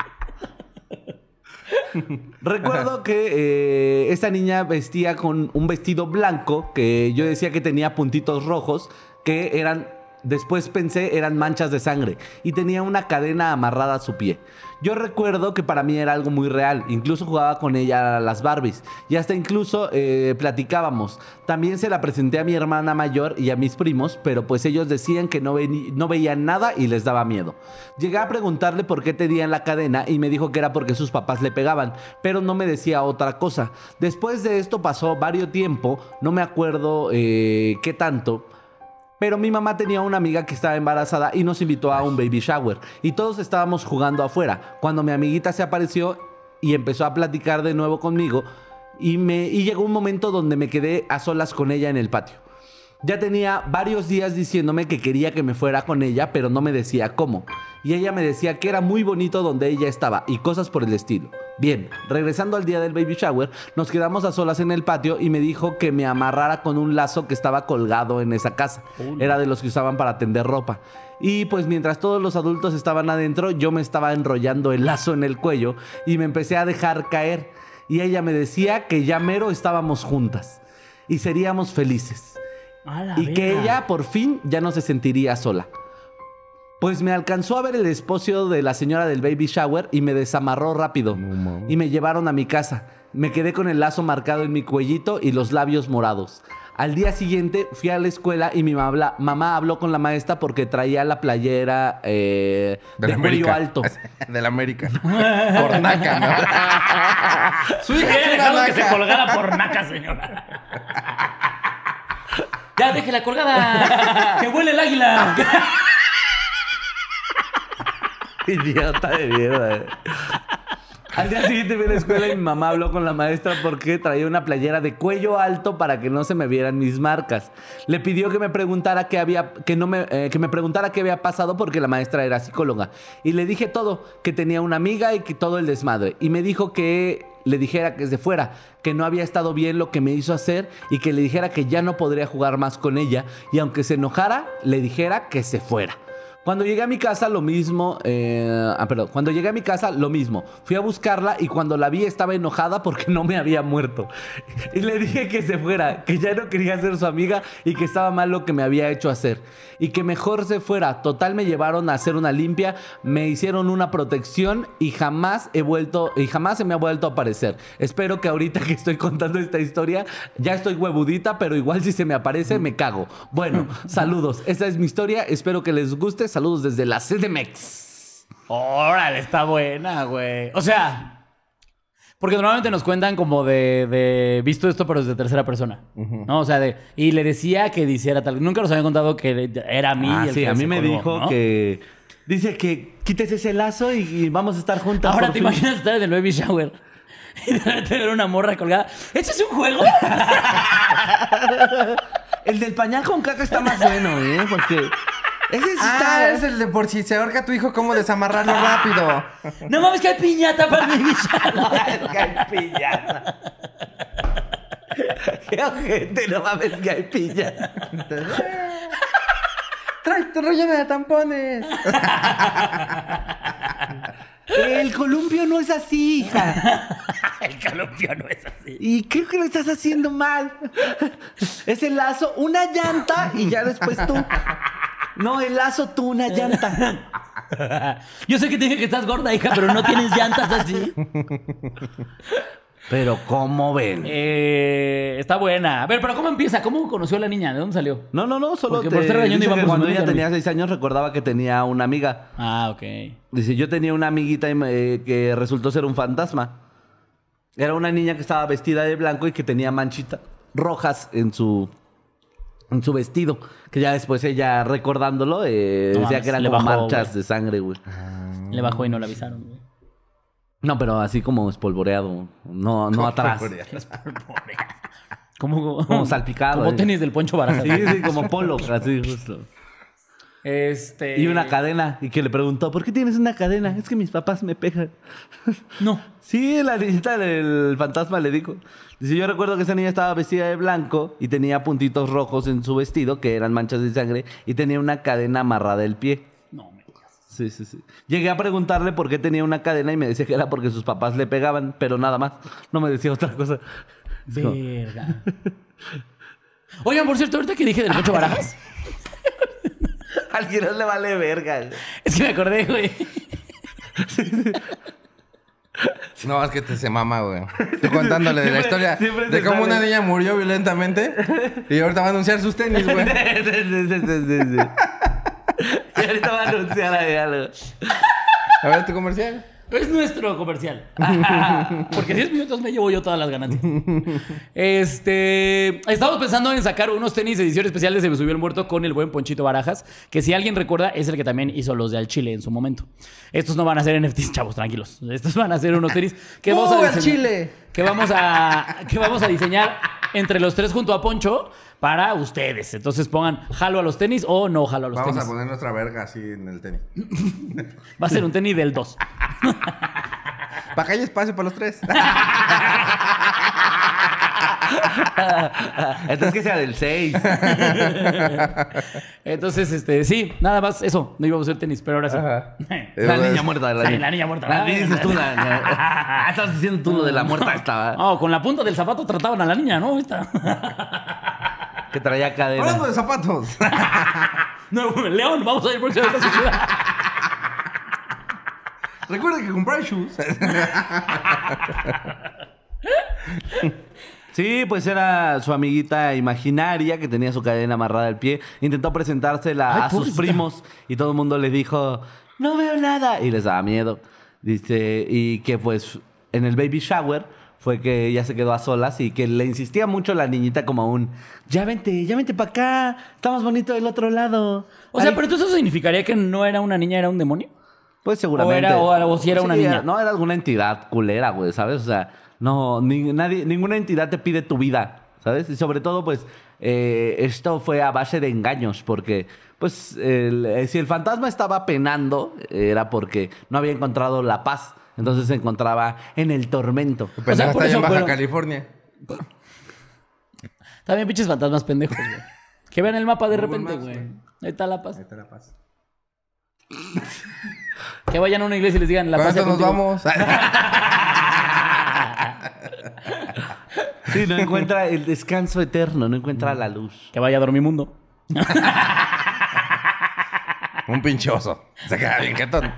[SPEAKER 3] Recuerdo que eh, esa niña vestía con un vestido blanco que yo decía que tenía puntitos rojos que eran, después pensé, eran manchas de sangre y tenía una cadena amarrada a su pie. Yo recuerdo que para mí era algo muy real, incluso jugaba con ella a las Barbies y hasta incluso eh, platicábamos. También se la presenté a mi hermana mayor y a mis primos, pero pues ellos decían que no, veni- no veían nada y les daba miedo. Llegué a preguntarle por qué tenían la cadena y me dijo que era porque sus papás le pegaban, pero no me decía otra cosa. Después de esto pasó varios tiempo, no me acuerdo eh, qué tanto. Pero mi mamá tenía una amiga que estaba embarazada y nos invitó a un baby shower. Y todos estábamos jugando afuera. Cuando mi amiguita se apareció y empezó a platicar de nuevo conmigo. Y, me, y llegó un momento donde me quedé a solas con ella en el patio. Ya tenía varios días diciéndome que quería que me fuera con ella, pero no me decía cómo. Y ella me decía que era muy bonito donde ella estaba y cosas por el estilo. Bien, regresando al día del baby shower, nos quedamos a solas en el patio y me dijo que me amarrara con un lazo que estaba colgado en esa casa. Era de los que usaban para tender ropa. Y pues mientras todos los adultos estaban adentro, yo me estaba enrollando el lazo en el cuello y me empecé a dejar caer. Y ella me decía que ya mero estábamos juntas y seríamos felices
[SPEAKER 5] A la
[SPEAKER 3] y que
[SPEAKER 5] verga.
[SPEAKER 3] ella por fin ya no se sentiría sola. Pues me alcanzó a ver el esposo de la señora del baby shower y me desamarró rápido. y me llevaron a mi casa. Me quedé con el lazo marcado en mi cuellito y los labios morados. Al día siguiente fui a la escuela y mi mamá, mamá habló con la maestra porque traía la playera eh, de, cuello alto.
[SPEAKER 4] Del América. Por naca, ¿no? Su hija
[SPEAKER 5] Hubiera
[SPEAKER 4] es una
[SPEAKER 5] dejado que se
[SPEAKER 4] naca.
[SPEAKER 5] colgara por naca, señora. Ya, déjela colgada. Que huele el águila.
[SPEAKER 3] Idiota de mierda. eh. Al día siguiente fui a la escuela y mi mamá habló con la maestra porque traía una playera de cuello alto para que no se me vieran mis marcas. Le pidió que me preguntara qué había, que no me, eh, que me preguntara qué había pasado porque la maestra era psicóloga. Y le dije todo, que tenía una amiga y que todo el desmadre. Y me dijo que le dijera que se fuera, que no había estado bien lo que me hizo hacer y que le dijera que ya no podría jugar más con ella y aunque se enojara, le dijera que se fuera. Cuando llegué a mi casa, lo mismo. eh, ah, perdón. Cuando llegué a mi casa, lo mismo. Fui a buscarla y cuando la vi estaba enojada porque no me había muerto. Y le dije que se fuera, que ya no quería ser su amiga y que estaba mal lo que me había hecho hacer. Y que mejor se fuera. Total, me llevaron a hacer una limpia, me hicieron una protección y jamás he vuelto, y jamás se me ha vuelto a aparecer. Espero que ahorita que estoy contando esta historia, ya estoy huevudita, pero igual si se me aparece, me cago. Bueno, saludos. Esa es mi historia. Espero que les guste. Saludos desde la CDMX.
[SPEAKER 5] Órale, está buena, güey. O sea, porque normalmente nos cuentan como de, de visto esto, pero desde tercera persona. ¿No? O sea, de. Y le decía que hiciera tal. Nunca nos habían contado que era a mí.
[SPEAKER 3] Ah,
[SPEAKER 5] el
[SPEAKER 3] sí,
[SPEAKER 5] que
[SPEAKER 3] a mí
[SPEAKER 5] se
[SPEAKER 3] me
[SPEAKER 5] colgó,
[SPEAKER 3] dijo
[SPEAKER 5] ¿no?
[SPEAKER 3] que. Dice que quites ese lazo y, y vamos a estar juntas.
[SPEAKER 5] Ahora
[SPEAKER 3] por
[SPEAKER 5] te
[SPEAKER 3] fin.
[SPEAKER 5] imaginas estar en el baby shower y de repente ver una morra colgada. ¿Eso es un juego?
[SPEAKER 3] El del pañal con caca está más bueno, ¿eh? Porque. Ese sí está.
[SPEAKER 4] Ah,
[SPEAKER 3] ¿eh?
[SPEAKER 4] es el de por si se ahorca tu hijo, cómo desamarrarlo rápido.
[SPEAKER 5] No mames, que hay piñata para el baby shower.
[SPEAKER 3] Caipillata. Qué ojete, no mames que hay piña.
[SPEAKER 4] Trae tu rellena de tampones.
[SPEAKER 3] El columpio no es así, hija.
[SPEAKER 5] El columpio no es así.
[SPEAKER 3] Y creo que lo estás haciendo mal. Es el lazo, una llanta y ya después tú. No, el lazo tú, una llanta.
[SPEAKER 5] Yo sé que te dije que estás gorda, hija, pero no tienes llantas así.
[SPEAKER 3] Pero ¿cómo ven?
[SPEAKER 5] Eh, está buena. A ver, pero ¿cómo empieza? ¿Cómo conoció a la niña? ¿De dónde salió?
[SPEAKER 3] No, no, no, solo
[SPEAKER 5] Porque
[SPEAKER 3] te
[SPEAKER 5] por ser regañón
[SPEAKER 3] dice
[SPEAKER 5] íbamos
[SPEAKER 3] que cuando
[SPEAKER 5] menos
[SPEAKER 3] ella
[SPEAKER 5] a mí.
[SPEAKER 3] tenía seis años recordaba que tenía una amiga.
[SPEAKER 5] Ah, ok.
[SPEAKER 3] Dice, yo tenía una amiguita y me- eh, que resultó ser un fantasma. Era una niña que estaba vestida de blanco y que tenía manchitas rojas en su en su vestido. Que ya después ella, recordándolo, eh,
[SPEAKER 5] No
[SPEAKER 3] decía
[SPEAKER 5] mames,
[SPEAKER 3] que eran
[SPEAKER 5] le
[SPEAKER 3] como
[SPEAKER 5] bajó,
[SPEAKER 3] manchas
[SPEAKER 5] güey.
[SPEAKER 3] de sangre, güey.
[SPEAKER 5] Le bajó y
[SPEAKER 3] Mm,
[SPEAKER 5] no la avisaron. güey.
[SPEAKER 3] No, pero así como espolvoreado. No, no atrás.
[SPEAKER 5] Como,
[SPEAKER 3] Como salpicado,
[SPEAKER 5] Como
[SPEAKER 3] eh.
[SPEAKER 5] tenis del Poncho Barajas.
[SPEAKER 3] Sí, sí, como polo, así justo.
[SPEAKER 5] Este...
[SPEAKER 3] Y una cadena. Y que le preguntó, ¿por qué tienes una cadena? Es que mis papás me pegan.
[SPEAKER 5] No.
[SPEAKER 3] Sí, la niñita del fantasma le dijo. Dice, yo recuerdo que esa niña estaba vestida de blanco y tenía puntitos rojos en su vestido, que eran manchas de sangre, y tenía una cadena amarrada del pie.
[SPEAKER 5] No, me digas.
[SPEAKER 3] Sí, sí, sí. Llegué a preguntarle por qué tenía una cadena y me decía que era porque sus papás le pegaban, pero nada más. No me decía otra cosa. Es como,
[SPEAKER 5] Verga. Oigan, por cierto, ahorita que dije del Poncho Barajas,
[SPEAKER 3] Al que no le vale verga.
[SPEAKER 5] es que me acordé, güey.
[SPEAKER 4] No, es que te se mama, güey. Estoy contándole de la
[SPEAKER 3] Siempre-
[SPEAKER 4] historia
[SPEAKER 3] siempre
[SPEAKER 4] de
[SPEAKER 3] te
[SPEAKER 4] cómo
[SPEAKER 3] sale.
[SPEAKER 4] una niña murió violentamente y ahorita va a anunciar sus tenis, güey.
[SPEAKER 3] Sí, sí, sí, sí, sí. Y ahorita va a anunciar ahí algo.
[SPEAKER 4] A ver tu comercial.
[SPEAKER 5] Es nuestro comercial. Porque 10 minutos me llevo yo todas las ganancias. Este. Estamos pensando en sacar unos tenis edición especial de Se me subió el muerto con el buen Ponchito Barajas. Que si alguien recuerda, es el que también hizo los de Al Chile en su momento. Estos no van a ser NFTs, chavos, tranquilos. Estos van a ser unos tenis que vamos a.
[SPEAKER 4] ¡Uh, Al
[SPEAKER 5] diseñar-
[SPEAKER 4] Chile!
[SPEAKER 5] Que vamos a. Que vamos a diseñar entre los tres junto a Poncho para ustedes. Entonces pongan jalo a los tenis o no jalo a los
[SPEAKER 4] Vamos
[SPEAKER 5] tenis.
[SPEAKER 4] a poner nuestra verga así en el tenis.
[SPEAKER 5] Va a ser un tenis del 2.
[SPEAKER 4] Para que haya espacio para los tres.
[SPEAKER 3] Entonces que sea del 6.
[SPEAKER 5] Entonces, este, sí, nada más eso. No íbamos a hacer tenis, pero ahora sí.
[SPEAKER 3] La niña muerta.
[SPEAKER 5] Sí, la niña muerta.
[SPEAKER 3] La niña dices tú. la- la- ah, estabas diciendo tú lo de la muerta estaba.
[SPEAKER 5] Oh, con la punta del zapato trataban a la niña, ¿no? Esta.
[SPEAKER 3] Que traía
[SPEAKER 4] Hablando
[SPEAKER 3] cadena.
[SPEAKER 4] de zapatos.
[SPEAKER 5] No, León, vamos a ir próximamente a su ciudad.
[SPEAKER 4] Recuerda que comprar shoes.
[SPEAKER 3] Sí, pues era su amiguita imaginaria que tenía su cadena amarrada al pie. Intentó presentársela
[SPEAKER 5] Ay,
[SPEAKER 3] a sus
[SPEAKER 5] pobrecita.
[SPEAKER 3] primos y todo el mundo le dijo, no veo nada. Y les daba miedo. Dice, y que pues en el baby shower fue que ella se quedó a solas y que le insistía mucho la niñita como un, ya vente, ya vente para acá, estamos bonito del otro lado.
[SPEAKER 5] O sea,
[SPEAKER 3] Ay,
[SPEAKER 5] pero entonces eso significaría que no era una niña, era un demonio.
[SPEAKER 3] Pues seguramente.
[SPEAKER 5] O era- o algo, o si era una niña.
[SPEAKER 3] No, era alguna entidad culera, güey, ¿sabes? O sea, no, ni- nadie, ninguna entidad te pide tu vida, ¿sabes? Y sobre todo, pues, eh, esto fue a base de engaños, porque, pues, el- eh, si el fantasma estaba penando, era porque no había encontrado la paz. Entonces se encontraba en el tormento.
[SPEAKER 5] O sea,
[SPEAKER 4] Pendejo está
[SPEAKER 5] por
[SPEAKER 4] allá
[SPEAKER 5] eso,
[SPEAKER 4] en Baja
[SPEAKER 5] pero-
[SPEAKER 4] California.
[SPEAKER 5] También pinches fantasmas pendejos, güey. Que vean el mapa de
[SPEAKER 4] Google
[SPEAKER 5] repente,
[SPEAKER 4] Maps,
[SPEAKER 5] güey.
[SPEAKER 4] güey.
[SPEAKER 5] Ahí está La Paz.
[SPEAKER 4] está la paz.
[SPEAKER 5] Que vayan a una iglesia y les digan La
[SPEAKER 4] Con
[SPEAKER 5] Paz.
[SPEAKER 4] esto
[SPEAKER 5] sea
[SPEAKER 4] nos
[SPEAKER 5] contigo.
[SPEAKER 4] vamos.
[SPEAKER 3] Sí, no encuentra el descanso eterno, no encuentra la luz.
[SPEAKER 5] Que vaya a Dormimundo.
[SPEAKER 4] Un pinche oso. Se queda bien quietón.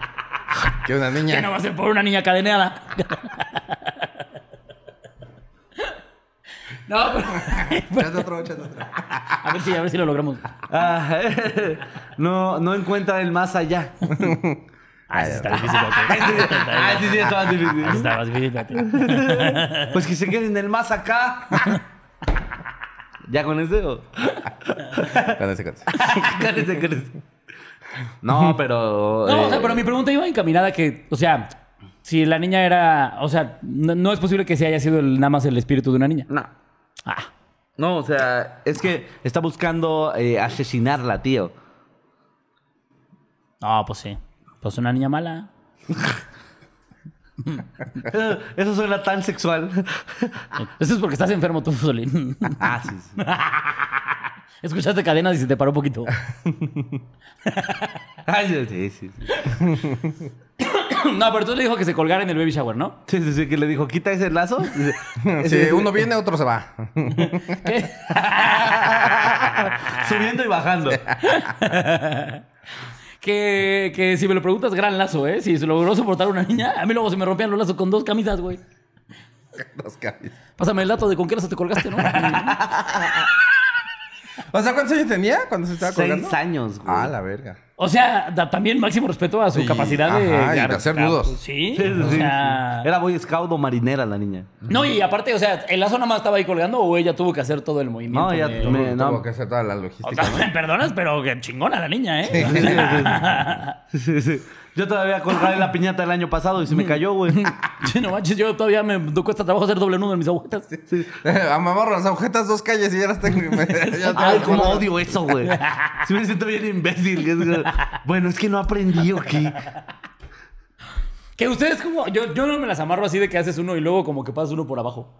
[SPEAKER 4] Que una
[SPEAKER 5] Que no va
[SPEAKER 4] niña.
[SPEAKER 5] a ser por una niña cadeneada. No, pero...
[SPEAKER 4] Échate otro, échate otro.
[SPEAKER 5] A ver si, a ver si lo logramos.
[SPEAKER 3] Ah, no, no encuentra el más allá.
[SPEAKER 5] Ah, sí está difícil. ok.
[SPEAKER 3] Ah, sí, sí, estaba difícil.
[SPEAKER 5] Ah, sí Está más difícil. espérate.
[SPEAKER 3] Pues que se queden en el más acá. ¿Ya con eso?
[SPEAKER 4] Con ese coche.
[SPEAKER 3] Cállense, cállense. No, pero.
[SPEAKER 5] No, o sea,
[SPEAKER 3] eh,
[SPEAKER 5] pero mi pregunta iba encaminada que, o sea, si la niña era, o sea, no, no es posible que se haya sido el- nada más el espíritu de una niña.
[SPEAKER 3] No.
[SPEAKER 5] Ah,
[SPEAKER 3] No, o sea, es que está buscando eh, asesinarla, tío.
[SPEAKER 5] no, pues sí. Pues una niña mala.
[SPEAKER 3] Eso suena tan sexual.
[SPEAKER 5] Eso es porque estás enfermo tú, Solín.
[SPEAKER 3] Ah, sí, sí.
[SPEAKER 5] Escuchaste cadenas y se te paró un poquito.
[SPEAKER 3] Ay, sí, sí, sí.
[SPEAKER 5] No, pero tú le dijo que se colgara en el baby shower, ¿no?
[SPEAKER 3] Sí, sí, sí, que le dijo, quita ese lazo. Dice,
[SPEAKER 4] Si uno viene, otro se va.
[SPEAKER 5] ¿Qué?
[SPEAKER 3] Subiendo y bajando.
[SPEAKER 5] Que, que si me lo preguntas, gran lazo, ¿eh? Si se logró soportar una niña, a mí luego se me rompían los lazos con dos camisas, güey.
[SPEAKER 4] Los cambios.
[SPEAKER 5] Pásame el dato de con qué lazo te colgaste, ¿no?
[SPEAKER 4] o sea, ¿cuántos años tenía cuando se estaba colgando?
[SPEAKER 3] Seis años, güey.
[SPEAKER 4] Ah, la verga.
[SPEAKER 5] O sea, da- también máximo respeto a su
[SPEAKER 4] Y-
[SPEAKER 5] capacidad de,
[SPEAKER 4] ajá, y de
[SPEAKER 5] gar-
[SPEAKER 4] hacer
[SPEAKER 5] gar-
[SPEAKER 4] nudos.
[SPEAKER 5] Sí,
[SPEAKER 3] Sí, sí,
[SPEAKER 5] o
[SPEAKER 3] sí.
[SPEAKER 5] sea,
[SPEAKER 3] Era boy scout o marinera la niña.
[SPEAKER 5] No, y aparte, o sea, ¿el lazo nada más estaba ahí colgando o ella tuvo que hacer todo el movimiento?
[SPEAKER 3] No, ella
[SPEAKER 5] de-
[SPEAKER 3] me-
[SPEAKER 4] No.
[SPEAKER 3] Eh, no.
[SPEAKER 4] Tuvo que hacer toda la
[SPEAKER 5] O
[SPEAKER 4] logística.
[SPEAKER 5] sea, me perdonas, pero que chingona la niña, ¿eh?
[SPEAKER 3] Sí, sí, sí. Sí, sí, sí. Yo todavía colgué la piñata el año pasado y se me cayó, güey.
[SPEAKER 5] Sí, no manches, yo todavía me cuesta trabajo hacer doble nudo en mis agujetas.
[SPEAKER 4] Amamarro las agujetas dos calles y ya las tengo. ya tengo
[SPEAKER 3] Ay, cómo
[SPEAKER 4] colgadas.
[SPEAKER 3] odio eso, güey. Sí me siento bien imbécil. que es como, Bueno, es que no aprendí, ¿o qué?
[SPEAKER 5] Que ustedes como... Yo, yo no me las amarro así de que haces uno y luego como que pasas uno por abajo.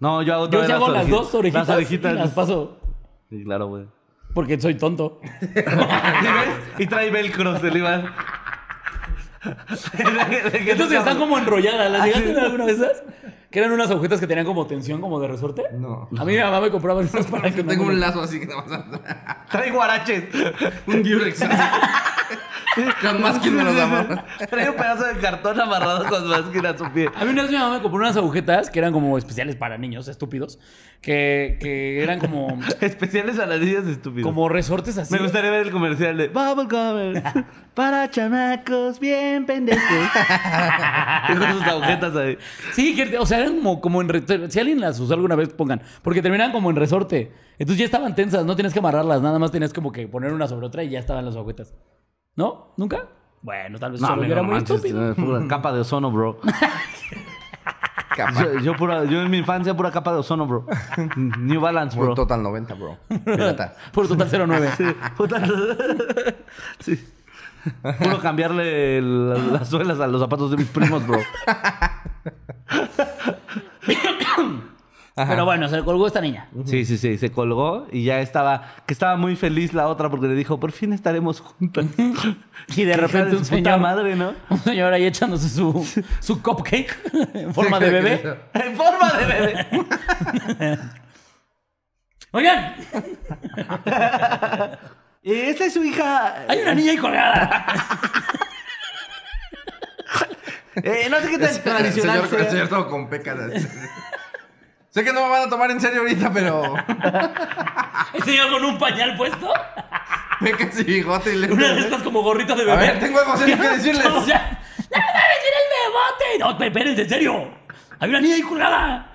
[SPEAKER 3] No, yo hago
[SPEAKER 5] Yo
[SPEAKER 3] todavía
[SPEAKER 5] sí hago las
[SPEAKER 3] oreji-
[SPEAKER 5] dos orejitas,
[SPEAKER 3] Las
[SPEAKER 5] y las
[SPEAKER 3] orejitas.
[SPEAKER 5] paso
[SPEAKER 3] Sí, claro, güey.
[SPEAKER 5] porque soy tonto.
[SPEAKER 3] ¿Sí ves? Y trae velcro, se le va.
[SPEAKER 5] Entonces están como enrolladas. ¿Las
[SPEAKER 3] Ah, sí.
[SPEAKER 5] llegaste a ver alguna de esas? Que eran unas agujetas que tenían como tensión, como de resorte.
[SPEAKER 4] No.
[SPEAKER 5] A mí mi mamá me compraba esas para que
[SPEAKER 4] Tengo
[SPEAKER 5] no-
[SPEAKER 4] un lazo así que nada más.
[SPEAKER 3] Trae guaraches.
[SPEAKER 4] Un Durex así. Con más que me los amarra.
[SPEAKER 3] Trae un pedazo de cartón amarrado con máscara a su pie.
[SPEAKER 5] A mí una vez mi mamá me compró unas agujetas que eran como especiales para niños estúpidos, que, que eran como,
[SPEAKER 3] Especiales a las niñas estúpidas.
[SPEAKER 5] como resortes así.
[SPEAKER 3] Me gustaría ver el comercial de Bubblegum para chamacos bien pendejos. Y con sus agujetas ahí.
[SPEAKER 5] Sí, que, o sea, eran como, como en... re- Si alguien las usó alguna vez, pongan. Porque terminaban como en resorte. Entonces ya estaban tensas, no tenías que amarrarlas, nada más tenías como que poner una sobre otra y ya estaban las agujetas. ¿No? ¿Nunca? Bueno, tal vez solo yo era muy estúpido.
[SPEAKER 3] Eh, Pura capa de ozono, bro.
[SPEAKER 4] Capaz.
[SPEAKER 3] Yo, yo pura- yo en mi infancia pura capa de ozono, bro. New Balance,
[SPEAKER 4] Por
[SPEAKER 3] bro.
[SPEAKER 4] total 90, bro. Pirata.
[SPEAKER 5] Por total 09.
[SPEAKER 3] Sí, puta. Sí. Puro cambiarle el- las suelas a los zapatos de mis primos, bro.
[SPEAKER 5] Pero bueno, se le colgó esta niña.
[SPEAKER 3] Sí, sí, sí, se colgó y ya estaba, que estaba muy feliz la otra porque le dijo, por fin estaremos juntas.
[SPEAKER 5] Y de
[SPEAKER 3] Hija
[SPEAKER 5] repente
[SPEAKER 3] su
[SPEAKER 5] un
[SPEAKER 3] puta
[SPEAKER 5] señor...
[SPEAKER 3] madre, ¿no?
[SPEAKER 5] Un señor ahí echándose su, su cupcake en forma de bebé.
[SPEAKER 3] En forma de bebé.
[SPEAKER 5] Oigan,
[SPEAKER 3] Eh, Esa es su hija.
[SPEAKER 5] hay una niña ahí colgada.
[SPEAKER 3] Eh, no sé qué tan
[SPEAKER 4] El
[SPEAKER 3] tradicional
[SPEAKER 4] señor,
[SPEAKER 3] sea.
[SPEAKER 4] el señor todo con pecas. sé que no me van a tomar en serio ahorita, pero
[SPEAKER 5] El señor con un pañal puesto.
[SPEAKER 4] pecas y bigote y le...
[SPEAKER 5] Una de estas como gorritas de
[SPEAKER 4] A
[SPEAKER 5] bebé.
[SPEAKER 4] ver, tengo algo serio que
[SPEAKER 5] O
[SPEAKER 4] decirles.
[SPEAKER 5] sea, ¡No me va a decir el bebote! No, pe- espérense, en serio. Hay una niña ahí colgada.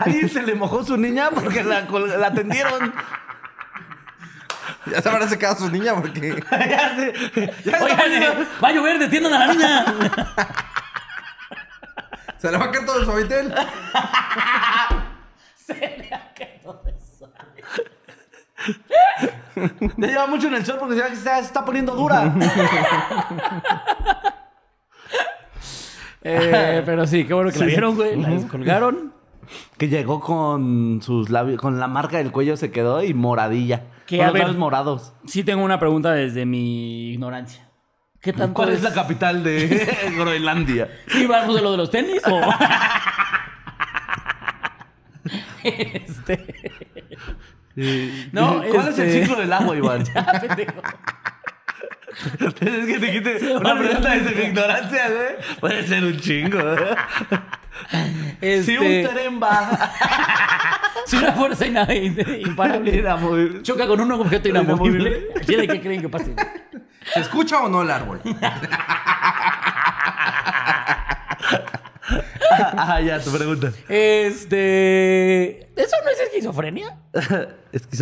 [SPEAKER 3] Alguien se le mojó su niña porque la, col- la atendieron.
[SPEAKER 4] Ya se habrá secado su niña porque...
[SPEAKER 3] ya sé. Ya
[SPEAKER 5] Oigan, eh,
[SPEAKER 3] estaba-
[SPEAKER 5] va a llover, destiendan a la niña.
[SPEAKER 4] Se le va a caer todo el suavitel.
[SPEAKER 5] Se le ha quedado eso.
[SPEAKER 3] ya lleva mucho en el sol porque se ve que se está poniendo dura.
[SPEAKER 5] Eh, pero sí, qué bueno que la vieron, güey. La descolgaron.
[SPEAKER 3] que llegó con sus labios, con la marca del cuello se quedó y moradilla.
[SPEAKER 5] Que,
[SPEAKER 3] con
[SPEAKER 5] a
[SPEAKER 3] los
[SPEAKER 5] ver.
[SPEAKER 3] labios morados.
[SPEAKER 5] Sí tengo una pregunta desde mi ignorancia. ¿Qué tanto
[SPEAKER 3] ¿Cuál es la capital de Groenlandia?
[SPEAKER 5] ¿Y vamos a lo de los tenis o...? este... No,
[SPEAKER 3] ¿Cuál es
[SPEAKER 5] este-
[SPEAKER 3] el ciclo del agua, Iván?
[SPEAKER 5] Ah, pendejo.
[SPEAKER 3] es que te quite
[SPEAKER 5] me
[SPEAKER 3] una
[SPEAKER 5] olvidó.
[SPEAKER 3] pregunta desde mi ignorancia, güey. Puede ser un chingo, ¿eh? Si un
[SPEAKER 5] Este,
[SPEAKER 3] tren va
[SPEAKER 5] si una fuerza ina- in- imparable
[SPEAKER 3] a mover...
[SPEAKER 5] choca con un objeto inamovible,
[SPEAKER 3] Inamovible.
[SPEAKER 5] ¿quiere que creen que pase?
[SPEAKER 4] ¿Se escucha o no el árbol?
[SPEAKER 3] Ah, ya, tu pregunta.
[SPEAKER 5] Este... ¿Eso no es esquizofrenia?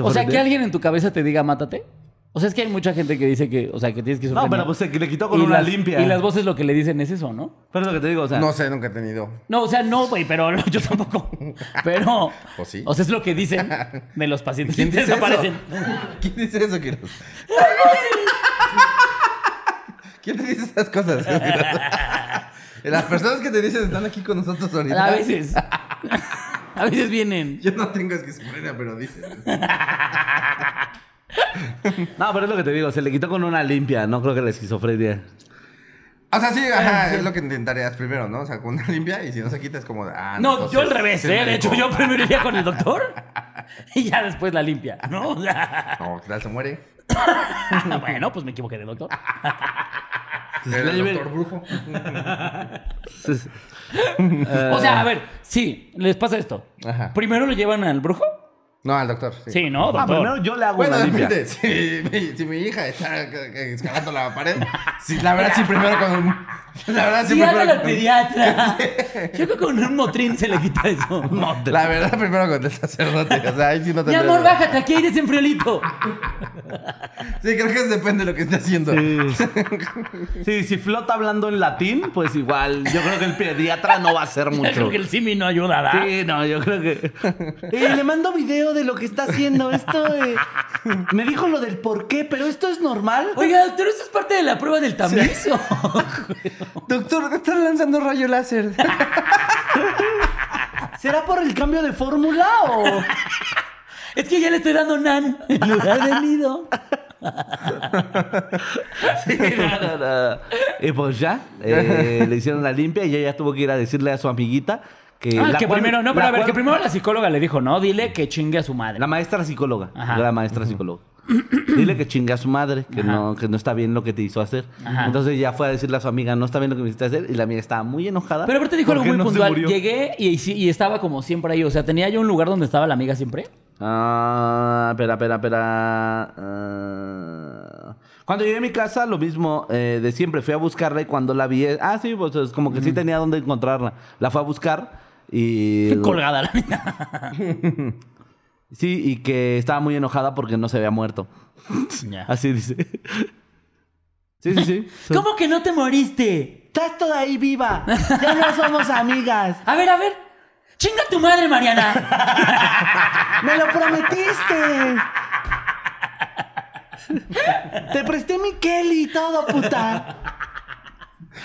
[SPEAKER 5] O sea, que
[SPEAKER 3] alguien...
[SPEAKER 5] alguien en tu cabeza te diga, mátate. O sea, es que hay mucha gente que dice que... O sea, que tienes esquizofrenia.
[SPEAKER 3] No, pero pues se le quitó con
[SPEAKER 5] Y
[SPEAKER 3] una
[SPEAKER 5] las-
[SPEAKER 3] limpia.
[SPEAKER 5] Y las voces lo que le dicen es eso, ¿no?
[SPEAKER 3] Pero es lo que te digo, o sea...
[SPEAKER 4] No sé, nunca he tenido.
[SPEAKER 5] No, o sea, no, güey, pero no, yo tampoco. Pero.
[SPEAKER 4] ¿O sí?
[SPEAKER 5] O sea, es lo que dicen de los pacientes
[SPEAKER 4] ¿Quién
[SPEAKER 5] que
[SPEAKER 4] dice eso?
[SPEAKER 5] desaparecen.
[SPEAKER 4] ¿Quién dice eso, Kiros? ¿Quién te dice esas cosas? Las personas que te dicen están aquí con nosotros ahorita.
[SPEAKER 5] A veces. A veces vienen.
[SPEAKER 4] Yo no tengo esquizofrenia, pero dicen.
[SPEAKER 3] No, pero es lo que te digo, se le quitó con una limpia, no creo que la esquizofrenia.
[SPEAKER 4] O sea, sí, ajá, es lo que intentarías primero, ¿no? O sea, con una limpia y si no se quita es como de, ah,
[SPEAKER 5] No, yo al
[SPEAKER 4] entonces,
[SPEAKER 5] revés,
[SPEAKER 4] se
[SPEAKER 5] ¿eh? De
[SPEAKER 4] medicó.
[SPEAKER 5] hecho, yo primero iría con el doctor y ya después la limpia, ¿no? O sea,
[SPEAKER 4] No, ¿qué tal se muere?
[SPEAKER 5] bueno, pues me equivoqué de doctor. Pues
[SPEAKER 4] Era el
[SPEAKER 3] Slaver.
[SPEAKER 4] doctor brujo.
[SPEAKER 5] O sea, a ver, sí, les pasa esto.
[SPEAKER 4] Ajá.
[SPEAKER 5] Primero lo llevan al brujo.
[SPEAKER 4] No, al doctor.
[SPEAKER 5] Sí, ¿no?
[SPEAKER 3] Ah,
[SPEAKER 5] Doctor.
[SPEAKER 3] primero yo le hago
[SPEAKER 4] Bueno,
[SPEAKER 3] una limpia.
[SPEAKER 4] depende. Si mi, si mi hija está eh, excavando la pared, sí, la verdad sí primero con... La verdad sí,
[SPEAKER 5] Sí, háblale
[SPEAKER 4] primero
[SPEAKER 5] al pediatra. Yo creo que con un motrín se le quita eso.
[SPEAKER 4] La verdad primero con el sacerdote. O sea, ahí sí no
[SPEAKER 5] Mi
[SPEAKER 4] tendría-
[SPEAKER 5] amor, bájate, aquí hay desenfriolito.
[SPEAKER 4] Sí, creo que depende de lo que esté haciendo.
[SPEAKER 3] Sí, si flota hablando en latín, pues igual, yo creo que el pediatra no va a hacer
[SPEAKER 5] Yo
[SPEAKER 3] mucho.
[SPEAKER 5] creo que el simi no ayuda, ¿verdad?
[SPEAKER 3] Sí, no, yo creo que. Eh, le mando video de lo que está haciendo. Esto eh, me dijo lo del por qué, pero esto es normal.
[SPEAKER 5] Oiga, doctor, ¿esto es parte de la prueba del tamiz?
[SPEAKER 4] Doctor, te están lanzando rayo láser.
[SPEAKER 3] ¿Será por el cambio de fórmula o.?
[SPEAKER 5] es que ya le estoy dando nan en lugar de nido.
[SPEAKER 3] Sí, no, no, no. Y pues ya, eh, le hicieron la limpia y ella ya tuvo que ir a decirle a su amiguita que.
[SPEAKER 5] Ah,
[SPEAKER 3] la
[SPEAKER 5] que
[SPEAKER 3] cual-
[SPEAKER 5] primero, no, pero
[SPEAKER 3] la
[SPEAKER 5] a ver,
[SPEAKER 3] cual-
[SPEAKER 5] que primero la psicóloga le dijo, no, dile que chingue a su madre.
[SPEAKER 3] La maestra psicóloga.
[SPEAKER 5] Ajá.
[SPEAKER 3] La maestra psicóloga. Dile que chingue a su madre, que no, que no está bien lo que te hizo hacer.
[SPEAKER 5] Ajá.
[SPEAKER 3] Entonces ya fue a decirle a su amiga, no está bien lo que me hiciste hacer. Y la amiga estaba muy enojada.
[SPEAKER 5] Pero aparte dijo algo
[SPEAKER 3] porque
[SPEAKER 5] muy
[SPEAKER 3] no se
[SPEAKER 5] puntual.
[SPEAKER 3] murió.
[SPEAKER 5] Llegué y, y, y estaba como siempre ahí. O sea, tenía yo un lugar donde estaba la amiga siempre.
[SPEAKER 3] Ah, espera, espera, espera. Ah. Cuando llegué a mi casa, lo mismo eh, de siempre. Fui a buscarla y cuando la vi... Ah, sí, pues es como que sí tenía dónde encontrarla. La fue a buscar y...
[SPEAKER 5] Colgada la niña.
[SPEAKER 3] Sí, y que estaba muy enojada porque no se había muerto. Así dice. Sí, sí, sí.
[SPEAKER 5] ¿Cómo que no te moriste?
[SPEAKER 3] Estás toda ahí viva. Ya no somos amigas.
[SPEAKER 5] A ver, a ver. Chinga tu madre, Mariana.
[SPEAKER 3] Me lo prometiste. Te presté mi Kelly y todo, puta.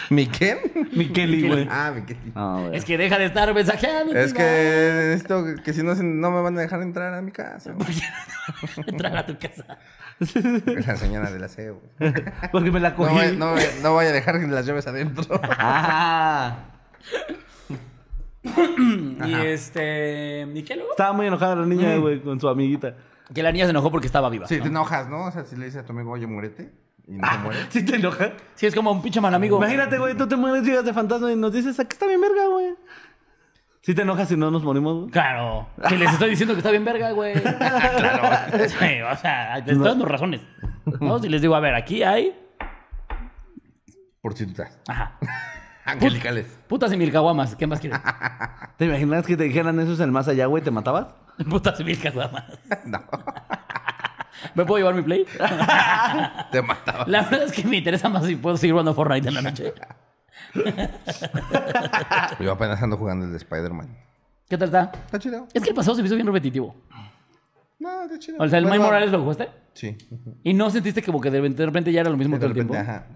[SPEAKER 4] ¿Mi Ken?
[SPEAKER 3] Mi Kelly, güey.
[SPEAKER 4] Ah, mi Ken.
[SPEAKER 5] es que deja de estar mensajeando.
[SPEAKER 4] Es que esto, que si no, se- no me van a dejar entrar a mi casa.
[SPEAKER 5] Entrar a tu casa.
[SPEAKER 4] La señora del aseo.
[SPEAKER 3] Porque me la
[SPEAKER 4] No
[SPEAKER 3] cogí.
[SPEAKER 4] vaya, no, vaya- no vaya a dejar que las llaves adentro.
[SPEAKER 3] Ah,
[SPEAKER 5] Y este. ¿Y qué luego?
[SPEAKER 3] estaba muy enojada la niña, güey, con su amiguita.
[SPEAKER 5] Que la niña se enojó porque estaba viva.
[SPEAKER 4] Si
[SPEAKER 5] Sí,
[SPEAKER 4] te enojas, ¿no? O sea, si le dices a tu amigo, oye, muérete. Y no te mueres.
[SPEAKER 3] ¿Sí te enoja?
[SPEAKER 5] es como un pinche mal amigo.
[SPEAKER 3] Imagínate, güey, tú te mueves, llegas de fantasma y nos dices, aquí está mi verga, güey. Si te enojas si no nos morimos, güey.
[SPEAKER 5] Claro. Que les estoy diciendo que está bien verga, güey. claro. Sí, o sea, les estoy dando razones. ¿No? Si les digo, a ver, aquí hay.
[SPEAKER 4] Prostitutas.
[SPEAKER 5] Ajá.
[SPEAKER 4] Angelicales.
[SPEAKER 5] Putas y mil caguamas. ¿Qué más quieres?
[SPEAKER 3] ¿Te imaginas que te dijeran eso es el más allá, güey? ¿Te matabas?
[SPEAKER 5] Putas y mil caguamas.
[SPEAKER 4] No,
[SPEAKER 5] ¿Me puedo llevar mi play?
[SPEAKER 4] te mataba.
[SPEAKER 5] La verdad es que me interesa más si puedo seguir jugando Fortnite en la noche.
[SPEAKER 4] Yo apenas ando jugando el de Spider-Man.
[SPEAKER 5] ¿Qué tal está?
[SPEAKER 4] Está chido.
[SPEAKER 5] Es que el pasado se me hizo bien repetitivo.
[SPEAKER 4] No, está chido.
[SPEAKER 5] O sea, el Miles
[SPEAKER 4] Bueno,
[SPEAKER 5] Morales lo jugaste
[SPEAKER 4] Sí.
[SPEAKER 5] y no sentiste como que de repente de repente ya era lo mismo
[SPEAKER 4] de
[SPEAKER 5] todo el tiempo.
[SPEAKER 4] repente, ajá.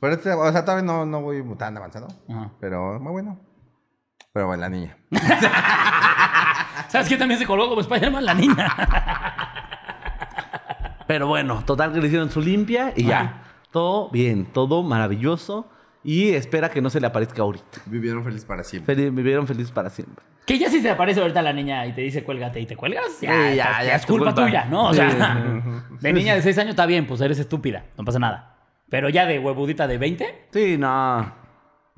[SPEAKER 4] Pero este, o sea, todavía no, no voy tan avanzado.
[SPEAKER 5] Ajá.
[SPEAKER 4] Pero muy bueno. Pero bueno, la niña.
[SPEAKER 5] ¿Sabes qué? También pues, se colgó como Spider-Man la niña.
[SPEAKER 3] Pero bueno, total que le hicieron su limpia y ya. Todo bien, todo maravilloso. Y espera que no se le aparezca ahorita.
[SPEAKER 4] Vivieron feliz para siempre.
[SPEAKER 3] Feliz, vivieron felices para siempre.
[SPEAKER 5] Que ya si se aparece ahorita la niña y te dice cuélgate y te cuelgas,
[SPEAKER 3] Sí,
[SPEAKER 5] ya,
[SPEAKER 3] ya,
[SPEAKER 5] estás-
[SPEAKER 3] ya
[SPEAKER 5] ya
[SPEAKER 3] es
[SPEAKER 5] es
[SPEAKER 3] tu
[SPEAKER 5] culpa
[SPEAKER 3] culpa.
[SPEAKER 5] tuya, ¿no? O
[SPEAKER 3] Sí.
[SPEAKER 5] sea, de niña de 6 años está bien, pues eres estúpida, no pasa nada. Pero ya de huevudita de 20,
[SPEAKER 3] Sí, no.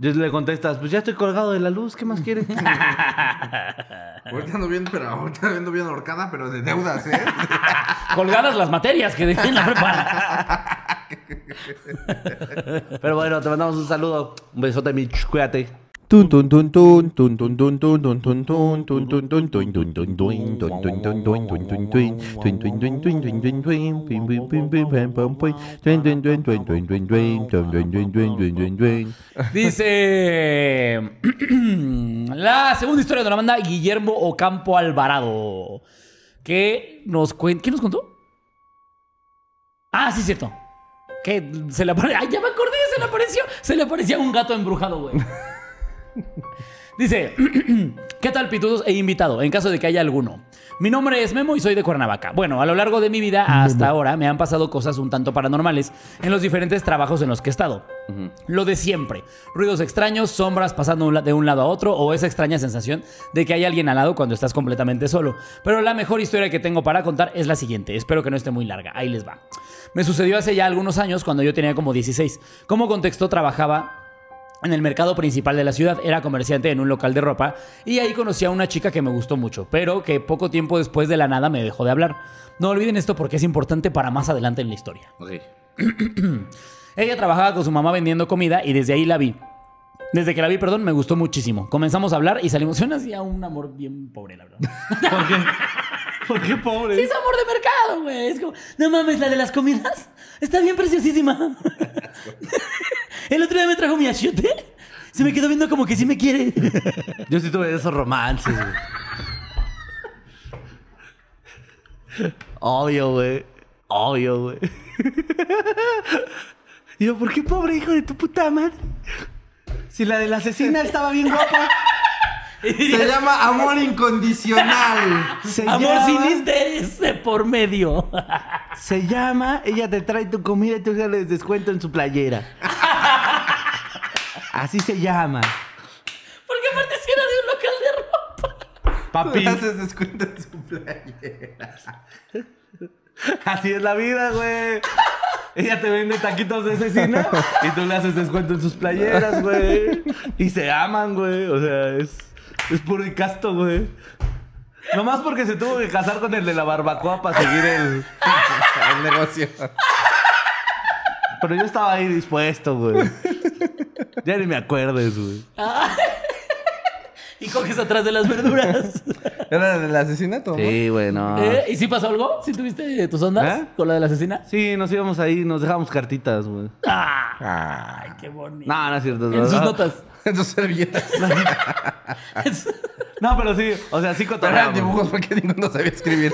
[SPEAKER 3] Y le contestas, pues ya estoy colgado de la luz, ¿qué más quieres?
[SPEAKER 4] Ahorita ando bien, pero ahorita ando bien ahorcada, pero de deudas, ¿eh?
[SPEAKER 5] colgadas las materias que dejé en la prepa.
[SPEAKER 3] Pero bueno, te mandamos un saludo. Un besote, Mitch. Cuídate.
[SPEAKER 6] Tun tun tun tun tun tun tun tun tun tun tun tun tun tun tun tun tun tun tun tun tun tun tun tun tun. Tun tun tun tun tun tun tun. Pim, pim, pim, pim, pam, pam, pum. Tun, tun, tun, tun, tun, tun, tun. Tun, tun, tun, tun, tun, tun, tun.
[SPEAKER 5] Dice la segunda historia de la manda Guillermo Ocampo Alvarado. Que nos cuen- ¿Qué nos contó? Ah, sí, cierto. Que se le apareció. ¡Ay, ya me acordé! Se le apareció. Se le aparecía un gato embrujado, güey. Dice, ¿qué tal pitudos e invitado? En caso de que haya alguno. Mi nombre es Memo y soy de Cuernavaca. Bueno, a lo largo de mi vida hasta ahora me han pasado cosas un tanto paranormales en los diferentes trabajos en los que he estado. Lo de siempre. Ruidos extraños, sombras pasando un la- de un lado a otro o esa extraña sensación de que hay alguien al lado cuando estás completamente solo. Pero la mejor historia que tengo para contar es la siguiente. Espero que no esté muy larga. Ahí les va. Me sucedió hace ya algunos años cuando yo tenía como 16. Como contexto trabajaba en el mercado principal de la ciudad. Era comerciante en un local de ropa y ahí conocí a una chica que me gustó mucho, pero que poco tiempo después de la nada me dejó de hablar. No olviden esto porque es importante para más adelante en la historia. Ella trabajaba con su mamá vendiendo comida y desde ahí la vi. Desde que la vi, perdón, me gustó muchísimo. Comenzamos a hablar y salimos. Suena así a un amor bien pobre, la verdad.
[SPEAKER 3] ¿Por qué? ¿Por qué pobre?
[SPEAKER 5] Sí, es amor de mercado, güey. Es como, no mames, la de las comidas está bien preciosísima. El otro día me trajo mi achiote. Se me quedó viendo como que sí me quiere.
[SPEAKER 3] Yo sí tuve esos romances, güey. Obvio, güey. Obvio, güey. Y Yo, ¿por qué pobre hijo de tu puta madre? Si la de la asesina estaba bien guapa.
[SPEAKER 2] Se llama amor incondicional.
[SPEAKER 3] Se
[SPEAKER 5] Amor
[SPEAKER 3] llama,
[SPEAKER 5] sin interés de por medio.
[SPEAKER 3] Se llama, ella te trae tu comida y tú ya les descuento en su playera. Así se llama.
[SPEAKER 5] Porque aparte si era de un local de ropa.
[SPEAKER 3] Papi.
[SPEAKER 2] Le haces descuento en su playera.
[SPEAKER 3] Así es la vida, güey. Ella te vende taquitos de asesina y tú le haces descuento en sus playeras, güey. Y se aman, güey. O sea, es, es puro y casto, güey. Nomás porque se tuvo que casar con el de la barbacoa para seguir el...
[SPEAKER 2] El negocio.
[SPEAKER 3] Pero yo estaba ahí dispuesto, güey. Ya ni me acuerdes, güey.
[SPEAKER 5] Y coges atrás de las verduras.
[SPEAKER 4] Era del asesinato. ¿no?
[SPEAKER 3] Sí, güey, no.
[SPEAKER 5] ¿Eh? ¿Y si pasó algo? ¿Sí tuviste tus ondas
[SPEAKER 3] Ah. ¿Eh?
[SPEAKER 5] con la de la asesina?
[SPEAKER 3] Sí, nos íbamos ahí, nos dejábamos cartitas, güey.
[SPEAKER 5] Ah,
[SPEAKER 4] Ah,
[SPEAKER 5] ay, qué bonito.
[SPEAKER 3] No, no es cierto.
[SPEAKER 5] en sus
[SPEAKER 3] no.
[SPEAKER 5] notas.
[SPEAKER 4] en sus servilletas.
[SPEAKER 3] Ah. No, pero sí, o sea, sí
[SPEAKER 4] Pero eran
[SPEAKER 3] cotorreamos.
[SPEAKER 4] dibujos porque ninguno sabía escribir.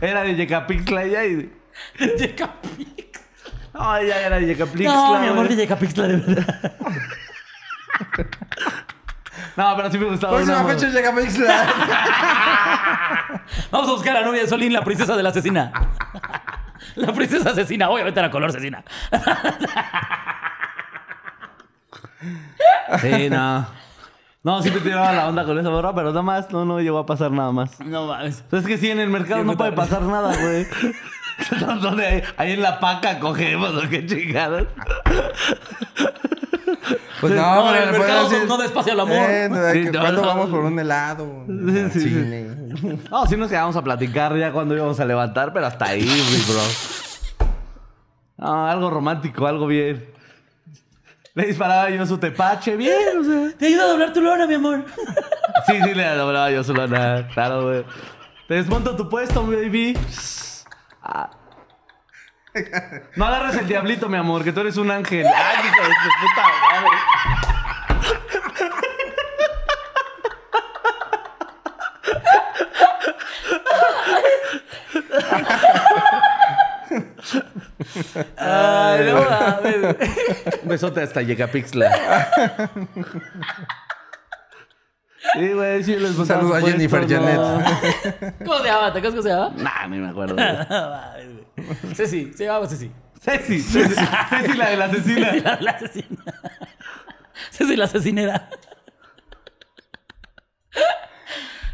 [SPEAKER 3] Era de Yecapixla ella y...
[SPEAKER 5] Yecapix.
[SPEAKER 3] Ay, ya era de Yecapixla,
[SPEAKER 5] No, mi amor
[SPEAKER 3] güey.
[SPEAKER 5] de Yecapix, la de verdad.
[SPEAKER 3] No, pero sí me gustaba.
[SPEAKER 4] Próxima
[SPEAKER 3] una,
[SPEAKER 4] fecha llega Mixla.
[SPEAKER 5] Vamos a buscar a novia de Solín, la princesa de la asesina. La princesa asesina, obviamente era color asesina.
[SPEAKER 3] güey. Sí, no. No, sí me tiraba la onda con esa morra, pero nada más, no, no llegó a pasar nada más.
[SPEAKER 5] No mames.
[SPEAKER 3] Pero es que sí, en el mercado
[SPEAKER 5] Sí,
[SPEAKER 3] no
[SPEAKER 5] fue
[SPEAKER 3] puede
[SPEAKER 5] tarde.
[SPEAKER 3] pasar nada, güey. No, no, de ahí, ahí en la paca cogemos, o qué chingados.
[SPEAKER 4] Pues
[SPEAKER 5] No,
[SPEAKER 4] no,
[SPEAKER 5] en
[SPEAKER 4] pero
[SPEAKER 5] el
[SPEAKER 4] le podía
[SPEAKER 5] mercado
[SPEAKER 4] decir.
[SPEAKER 5] no despacio al amor.
[SPEAKER 4] Eh, no,
[SPEAKER 3] Sí, no,
[SPEAKER 4] ¿Cuándo
[SPEAKER 3] no.
[SPEAKER 4] vamos por un helado? Al
[SPEAKER 3] sí, sí.
[SPEAKER 4] cine.
[SPEAKER 3] No, sí nos quedamos a platicar ya cuando íbamos a levantar, pero hasta ahí, güey, bro. No, algo romántico, algo bien. Le disparaba yo su tepache, bien, o sea.
[SPEAKER 5] Te ayuda a doblar tu lona, mi amor.
[SPEAKER 3] Sí, sí, le doblaba yo su lana. Claro, güey. Te desmonto tu puesto, baby. Ah. No agarres el diablito, mi amor, que tú eres un ángel. Ay, hijo de tu puta madre.
[SPEAKER 5] Ay, no mames.
[SPEAKER 3] Un besote hasta Yecapixla. Sí, güey, sí, les montaba
[SPEAKER 4] Saludos
[SPEAKER 3] su
[SPEAKER 4] a Jennifer
[SPEAKER 3] puesto, Pues no.
[SPEAKER 4] Janet.
[SPEAKER 5] ¿Cómo se llama? ¿Te acuerdas cómo se llama?
[SPEAKER 3] Nah, ni me acuerdo. güey.
[SPEAKER 5] No mames, güey. Ceci, se llamaba Ceci.
[SPEAKER 3] Ceci, Ceci, Ceci, la de la asesina.
[SPEAKER 5] Ceci la, la asesina. Ceci la asesinera.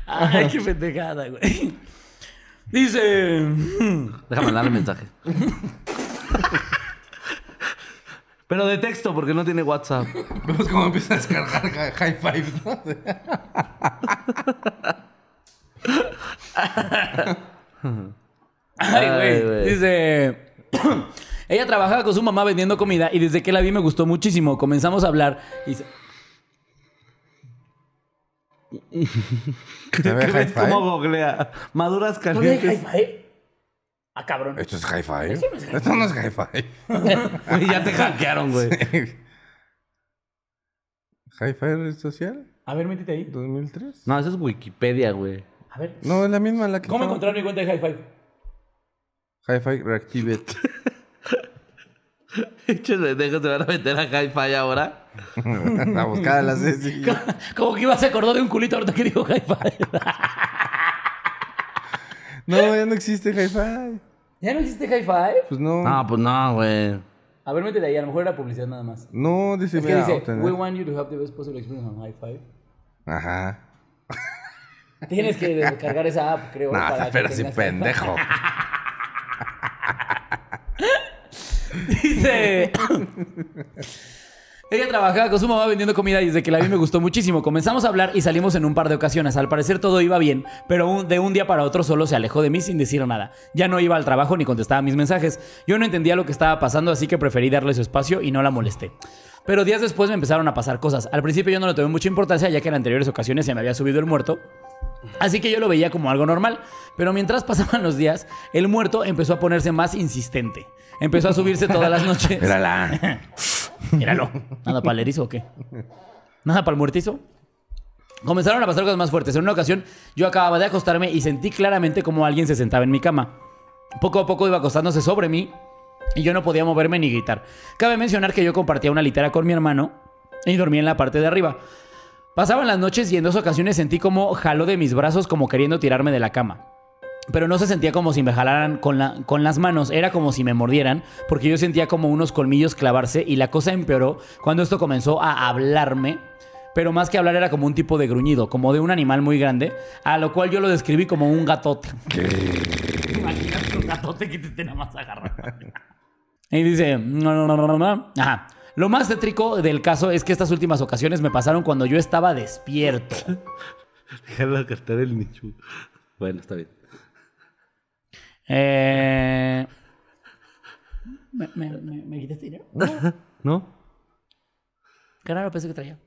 [SPEAKER 5] Ay, qué pendejada, güey. Dice.
[SPEAKER 3] Déjame mandarle mensaje. Pero de texto, porque no tiene WhatsApp.
[SPEAKER 4] Vemos cómo empieza a descargar hi- high five. ¿no?
[SPEAKER 5] Ay,
[SPEAKER 3] Ay,
[SPEAKER 5] güey.
[SPEAKER 3] güey.
[SPEAKER 5] Dice. Ella trabajaba con su mamá vendiendo comida y desde que la vi me gustó muchísimo. Comenzamos a hablar y se-
[SPEAKER 4] ¿Se ve
[SPEAKER 3] ¿Qué
[SPEAKER 4] high
[SPEAKER 3] ves cómo
[SPEAKER 4] five?
[SPEAKER 3] googlea? Maduras
[SPEAKER 5] ¿No le dije
[SPEAKER 3] calientes.
[SPEAKER 5] hi-fi? Ah, cabrón.
[SPEAKER 4] Esto es high five. Esto no es high five.
[SPEAKER 3] Güey, ya te hackearon, güey.
[SPEAKER 4] ¿High five red social?
[SPEAKER 5] A ver, métete ahí.
[SPEAKER 4] ¿2003?
[SPEAKER 3] No, eso es Wikipedia, güey.
[SPEAKER 5] A ver.
[SPEAKER 4] No, es la misma la que.
[SPEAKER 5] ¿Cómo
[SPEAKER 4] estaba.
[SPEAKER 5] encontrar mi cuenta de hi-fi?
[SPEAKER 4] Hi-Fi Reactivate.
[SPEAKER 3] Muchos pendejos se van a meter a Hi-Fi ahora.
[SPEAKER 4] a buscar a la Ceci.
[SPEAKER 5] Como que iba se acordó de un culito ahorita que dijo Hi-Fi.
[SPEAKER 4] No, ya no existe Hi-Fi.
[SPEAKER 5] ¿Ya no hiciste Hi-Fi?
[SPEAKER 4] Pues no. No,
[SPEAKER 3] No, pues no, güey.
[SPEAKER 5] A ver, métete ahí. A lo mejor era publicidad nada más.
[SPEAKER 4] dice,
[SPEAKER 5] Es que
[SPEAKER 4] mira,
[SPEAKER 5] dice,
[SPEAKER 4] obtener.
[SPEAKER 5] we want you to have the best possible experience on Hi-Fi.
[SPEAKER 4] Ajá.
[SPEAKER 5] Tienes que descargar esa app, creo.
[SPEAKER 4] No,
[SPEAKER 5] para que
[SPEAKER 4] pero sin
[SPEAKER 5] tengas Hi-Fi.
[SPEAKER 4] pendejo.
[SPEAKER 5] Dice. Ella trabajaba con su mamá vendiendo comida y desde que la vi me gustó muchísimo. Comenzamos a hablar y salimos en un par de ocasiones. Al parecer todo iba bien, pero un- de un día para otro solo se alejó de mí sin decir nada. Ya no iba al trabajo ni contestaba mis mensajes. Yo no entendía lo que estaba pasando, así que preferí darle su espacio y no la molesté. Pero días después me empezaron a pasar cosas. Al principio yo no le tomé mucha importancia, ya que en anteriores ocasiones se me había subido el muerto. Así que yo lo veía como algo normal, pero mientras pasaban los días, el muerto empezó a ponerse más insistente. Empezó a subirse todas las noches.
[SPEAKER 4] Mírala.
[SPEAKER 5] Míralo. ¿Nada para el erizo o qué? ¿Nada para el muertizo? Comenzaron a pasar cosas más fuertes. En una ocasión, yo acababa de acostarme y sentí claramente como alguien se sentaba en mi cama. Poco a poco iba acostándose sobre mí y yo no podía moverme ni gritar. Cabe mencionar que yo compartía una litera con mi hermano y dormía en la parte de arriba. Pasaban las noches y en dos ocasiones sentí como jaló de mis brazos como queriendo tirarme de la cama. Pero no se sentía como si me jalaran con, la- con las manos, era como si me mordieran, porque yo sentía como unos colmillos clavarse y la cosa empeoró cuando esto comenzó a hablarme. Pero más que hablar era como un tipo de gruñido, como de un animal muy grande, a lo cual yo lo describí como un gatote. Imagínate un gatote que te esté nada más agarrando. Y dice, "No, no, no, no, no, no". Ajá. Lo más tétrico del caso es que estas últimas ocasiones me pasaron cuando yo estaba despierto.
[SPEAKER 3] Déjalo cantar el nicho. Bueno, está bien.
[SPEAKER 5] Eh... ¿Me, me, me, me quitaste dinero?
[SPEAKER 3] ¿No?
[SPEAKER 5] Qué raro pensé que traía.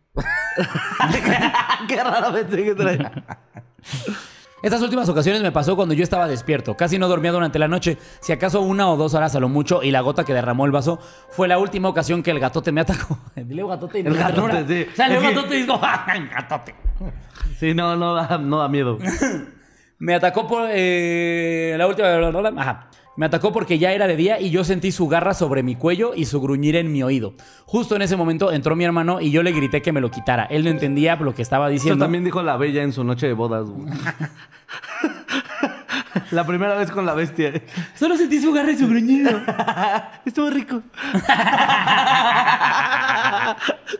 [SPEAKER 3] Ah, Qué raro pensé que traía.
[SPEAKER 5] Estas últimas ocasiones me pasó cuando yo estaba despierto. Casi no dormía durante la noche, si acaso una o dos horas a lo mucho, y la gota que derramó el vaso fue la última ocasión que el gatote me atacó. Dile gatote y no
[SPEAKER 3] El
[SPEAKER 5] me
[SPEAKER 3] gatote,
[SPEAKER 5] ternura.
[SPEAKER 3] sí.
[SPEAKER 5] Sale un
[SPEAKER 3] Es que-
[SPEAKER 5] gatote y digo, "Ah, gatote!
[SPEAKER 3] Sí, no, no da, no da miedo.
[SPEAKER 5] Me atacó por. eh, la última. Ajá. Me atacó porque ya era de día y yo sentí su garra sobre mi cuello y su gruñir en mi oído. Justo en ese momento entró mi hermano y yo le grité que me lo quitara. Él no entendía lo que estaba
[SPEAKER 3] Eso
[SPEAKER 5] diciendo.
[SPEAKER 3] también dijo la bella en su noche de bodas, güey. La primera vez con la bestia.
[SPEAKER 5] Solo sentí su garra y su gruñido.
[SPEAKER 3] Estuvo rico.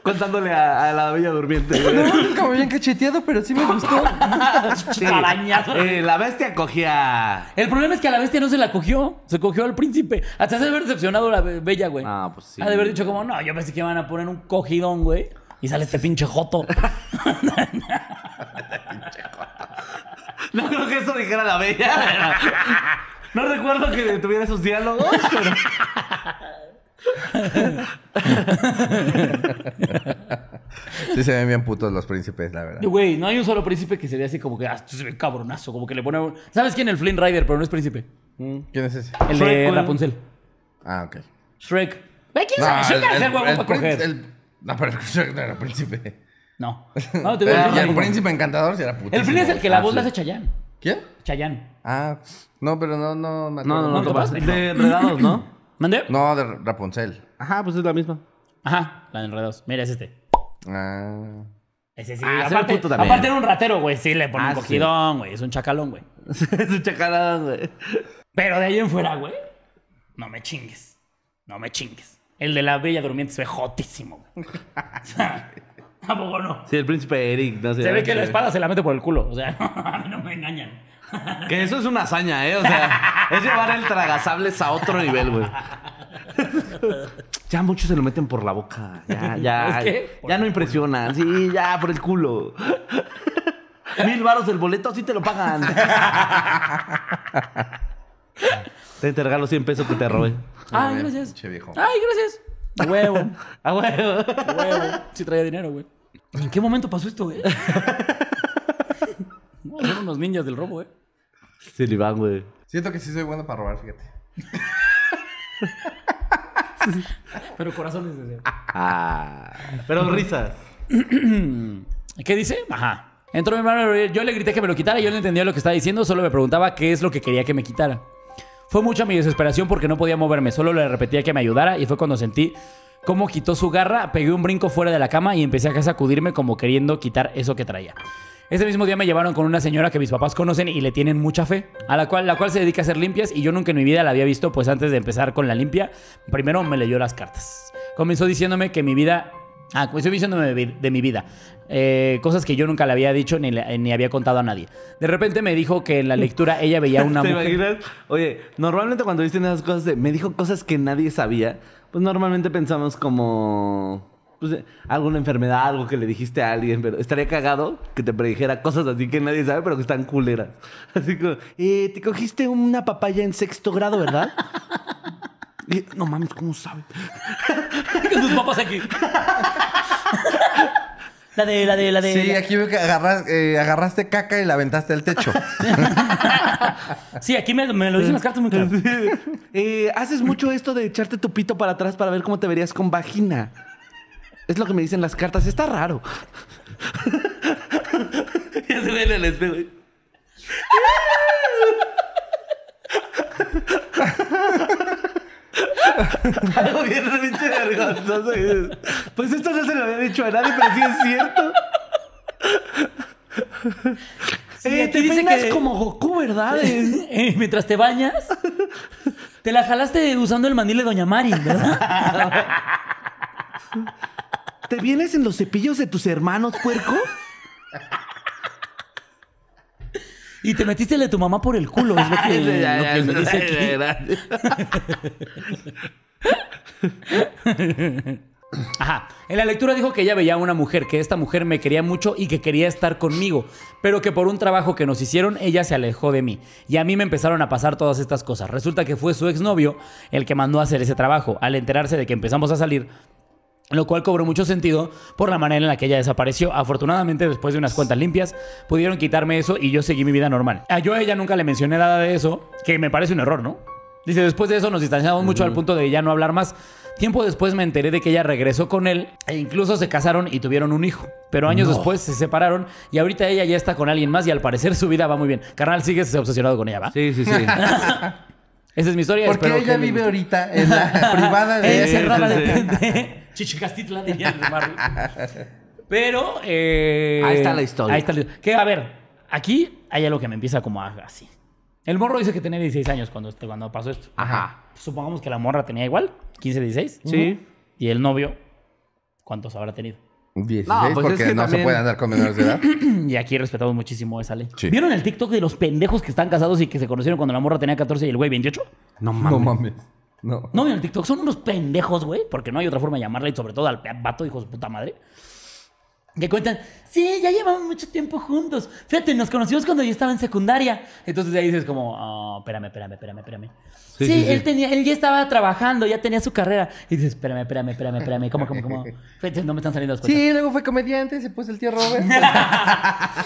[SPEAKER 3] Contándole a, a la bella durmiente. güey.
[SPEAKER 4] Nunca me habían cacheteado, pero sí me gustó.
[SPEAKER 3] Sí.
[SPEAKER 5] Arañazo.
[SPEAKER 3] Eh, la bestia cogía.
[SPEAKER 5] El problema es que a la bestia no se la cogió. Se cogió al príncipe. Hasta se ha de haber decepcionado la be- bella, güey.
[SPEAKER 3] Ah, pues sí.
[SPEAKER 5] Ha de haber dicho como, no, yo pensé que iban a poner un cogidón, güey. Y sale este pinche joto.
[SPEAKER 3] No creo que eso dijera la bella. No recuerdo que tuviera esos diálogos, pero.
[SPEAKER 4] Sí, se ven bien putos los príncipes, la verdad.
[SPEAKER 5] Güey, no hay un solo príncipe que se vea así como que, ah, esto se ve cabronazo, como que le pone... un- ¿Sabes quién? El Flynn Rider, pero no es príncipe.
[SPEAKER 4] ¿Quién es ese?
[SPEAKER 5] El de
[SPEAKER 3] Shrek, güey.
[SPEAKER 5] Rapunzel.
[SPEAKER 4] Ah, ok.
[SPEAKER 5] Shrek. Güey, ¿quién
[SPEAKER 4] No,
[SPEAKER 5] sabe? Shrek ha de ser
[SPEAKER 4] el,
[SPEAKER 5] huevón
[SPEAKER 4] el
[SPEAKER 5] para
[SPEAKER 4] prín-
[SPEAKER 5] coger.
[SPEAKER 4] el- no, pero Shrek no era príncipe.
[SPEAKER 5] No. No, te
[SPEAKER 4] Y
[SPEAKER 5] digo, no,
[SPEAKER 4] el
[SPEAKER 5] no.
[SPEAKER 4] príncipe encantador sí era putísimo.
[SPEAKER 5] El Flynn es el que la
[SPEAKER 4] Ah,
[SPEAKER 5] voz
[SPEAKER 4] sí.
[SPEAKER 5] la hace Chayán.
[SPEAKER 4] ¿Quién?
[SPEAKER 5] Chayán.
[SPEAKER 4] Ah, no, pero no, no me
[SPEAKER 3] No,
[SPEAKER 4] acuerdo.
[SPEAKER 3] no, no,
[SPEAKER 5] No,
[SPEAKER 3] Tomás.
[SPEAKER 5] Tomás,
[SPEAKER 3] De enredados, ¿no?
[SPEAKER 5] ¿Mande?
[SPEAKER 4] No, de Rapunzel.
[SPEAKER 3] Ajá, pues es la misma.
[SPEAKER 5] Ajá, la de enredados. Mira, es este.
[SPEAKER 4] Ah.
[SPEAKER 5] Ese sí.
[SPEAKER 3] Ah, se ve
[SPEAKER 5] aparte,
[SPEAKER 3] puto también.
[SPEAKER 5] aparte era un ratero, güey. Sí, le pone
[SPEAKER 3] Ah,
[SPEAKER 5] un
[SPEAKER 3] sí.
[SPEAKER 5] cogidón, güey. Es un chacalón, güey.
[SPEAKER 3] Su chacalada, güey.
[SPEAKER 5] Pero de ahí en fuera, güey. No me chingues. No me chingues. El de la Bella Durmiente se ve jotísimo, güey. O sea, ¿A poco no?
[SPEAKER 3] Sí, el príncipe Eric. No sé,
[SPEAKER 5] Se ve que la
[SPEAKER 3] Sí.
[SPEAKER 5] espada se la mete por el culo. O sea, a mí no me engañan.
[SPEAKER 3] Que eso es una hazaña, ¿eh? O sea, es llevar el tragasables a otro nivel, güey. Ya muchos se lo meten por la boca. Ya, ya.
[SPEAKER 5] ¿Es que?
[SPEAKER 3] Ya no impresiona. Sí, ya, por el culo. Mil varos el boleto, sí te lo pagan. Te te regalo 100 pesos que te robé.
[SPEAKER 5] Ay, Ah, gracias.
[SPEAKER 4] Che viejo.
[SPEAKER 5] Ay, gracias. Huevo.
[SPEAKER 3] Ah, huevo.
[SPEAKER 5] Huevo. Sí traía dinero, güey. ¿En qué momento pasó esto, güey? No, son unos ninjas del robo, eh. güey.
[SPEAKER 3] Sí, le van, güey.
[SPEAKER 4] Siento que sí soy bueno para robar, fíjate.
[SPEAKER 5] Pero corazones. o sea.
[SPEAKER 3] Ah. Pero risas.
[SPEAKER 5] ¿Qué dice? Ajá. Entró mi hermano, yo le grité que me lo quitara, yo no entendía lo que estaba diciendo, solo me preguntaba qué es lo que quería que me quitara. Fue mucha mi desesperación porque no podía moverme, solo le repetía que me ayudara y fue cuando sentí cómo quitó su garra, pegué un brinco fuera de la cama y empecé a sacudirme como queriendo quitar eso que traía. Ese mismo día me llevaron con una señora que mis papás conocen y le tienen mucha fe, a la cual, la cual se dedica a hacer limpias y yo nunca en mi vida la había visto, pues antes de empezar con la limpia, primero me leyó las cartas. Comenzó diciéndome que mi vida... Ah, comenzó diciéndome de mi- de mi vida. eh, cosas que yo nunca le había dicho ni, le- ni había contado a nadie. De repente me dijo que en la lectura ella veía una
[SPEAKER 3] ¿Te
[SPEAKER 5] mujer...
[SPEAKER 3] imaginas? Oye, normalmente cuando dicen esas cosas de me dijo cosas que nadie sabía, pues normalmente pensamos como pues, eh, alguna enfermedad, algo que le dijiste a alguien, pero estaría cagado que te predijera cosas así que nadie sabe, pero que están culeras. Así como, eh, te cogiste una papaya en sexto grado, ¿verdad? Y, no mames, ¿cómo sabe?
[SPEAKER 5] con tus papas aquí. La de, la de, la de.
[SPEAKER 4] Sí,
[SPEAKER 5] la-
[SPEAKER 4] aquí veo que agarras- eh, agarraste caca y la aventaste al techo.
[SPEAKER 5] Sí, aquí me, me lo dicen las cartas muy claro.
[SPEAKER 3] Eh, Haces mucho esto de echarte tu pito para atrás para ver cómo te verías con vagina. Es lo que me dicen las cartas. Está raro. ya se ve en el espejo. Algo bien realmente vergonzoso. y dices, Pues esto no se lo había dicho a nadie, pero sí es cierto. eh, te
[SPEAKER 5] dice
[SPEAKER 3] peinas
[SPEAKER 5] que-
[SPEAKER 3] como Goku, ¿verdad? Eh,
[SPEAKER 5] Eh, mientras te bañas, te la jalaste usando el mandil de Doña Mari, ¿verdad?
[SPEAKER 3] ¿Te vienes en los cepillos de tus hermanos, puerco?
[SPEAKER 5] Y te metiste el de tu mamá por el culo, es lo que,
[SPEAKER 3] Ay, ya,
[SPEAKER 5] lo
[SPEAKER 3] ya,
[SPEAKER 5] que
[SPEAKER 3] ya,
[SPEAKER 5] me dice
[SPEAKER 3] ya,
[SPEAKER 5] aquí.
[SPEAKER 3] ya, ya.
[SPEAKER 5] Ajá. En la lectura dijo que ella veía a una mujer, que esta mujer me quería mucho y que quería estar conmigo, pero que por un trabajo que nos hicieron ella se alejó de mí. Y a mí me empezaron a pasar todas estas cosas. Resulta que fue su exnovio el que mandó a hacer ese trabajo. Al enterarse de que empezamos a salir, lo cual cobró mucho sentido por la manera en la que ella desapareció. Afortunadamente, después de unas cuantas limpias, pudieron quitarme eso y yo seguí mi vida normal. A yo a ella nunca le mencioné nada de eso, que me parece un error, ¿no? Dice, después de eso nos distanciamos mucho al punto de ya no hablar más. Tiempo después me enteré de que ella regresó con él e incluso se casaron y tuvieron un hijo. Pero años después se separaron y ahorita ella ya está con alguien más y al parecer su vida va muy bien. Carnal, sigues obsesionado con ella, ¿va?
[SPEAKER 3] Sí, sí, sí.
[SPEAKER 5] Esa es mi historia.
[SPEAKER 4] Porque
[SPEAKER 5] espero
[SPEAKER 4] ella
[SPEAKER 5] que les
[SPEAKER 4] vive
[SPEAKER 5] guste.
[SPEAKER 4] ahorita en la privada de...
[SPEAKER 5] Encerrada
[SPEAKER 3] sí, sí.
[SPEAKER 5] de Eh, Chichicastitla diría el barrio. Pero eh,
[SPEAKER 3] Ahí está la historia.
[SPEAKER 5] Ahí está la- que a ver, aquí hay algo que me empieza como a, así. El morro dice que tenía 16 años cuando, este- cuando pasó esto.
[SPEAKER 3] Ajá.
[SPEAKER 5] Supongamos que la morra tenía igual, 15, 16.
[SPEAKER 3] Sí.
[SPEAKER 5] Y el novio, ¿cuántos habrá tenido?
[SPEAKER 4] 16,
[SPEAKER 3] No, pues
[SPEAKER 4] porque
[SPEAKER 3] es que
[SPEAKER 4] no se
[SPEAKER 3] también-
[SPEAKER 4] puede andar con menores de edad.
[SPEAKER 5] Y aquí respetamos muchísimo esa ley.
[SPEAKER 4] Sí.
[SPEAKER 5] ¿Vieron el TikTok de los pendejos que están casados y que se conocieron cuando la morra tenía 14 y el güey 28?
[SPEAKER 3] No mames.
[SPEAKER 4] No mames. No.
[SPEAKER 5] No, en el TikTok son unos pendejos, güey, porque no hay otra forma de llamarla y sobre todo al pe- vato, hijo de su puta madre. Que cuentan, sí, ya llevamos mucho tiempo juntos. Fíjate, nos conocimos cuando yo estaba en secundaria. Entonces ahí dices como, "Ah, espérame, espérame, espérame, espérame. Sí,
[SPEAKER 3] sí, sí.
[SPEAKER 5] él tenía, él ya estaba trabajando, ya tenía su carrera. Y dices, espérame, espérame, espérame, espérame. ¿Cómo, cómo, cómo? Fíjate, no me están saliendo las cuentas.
[SPEAKER 4] Sí, luego fue comediante, se puso el tío Robert.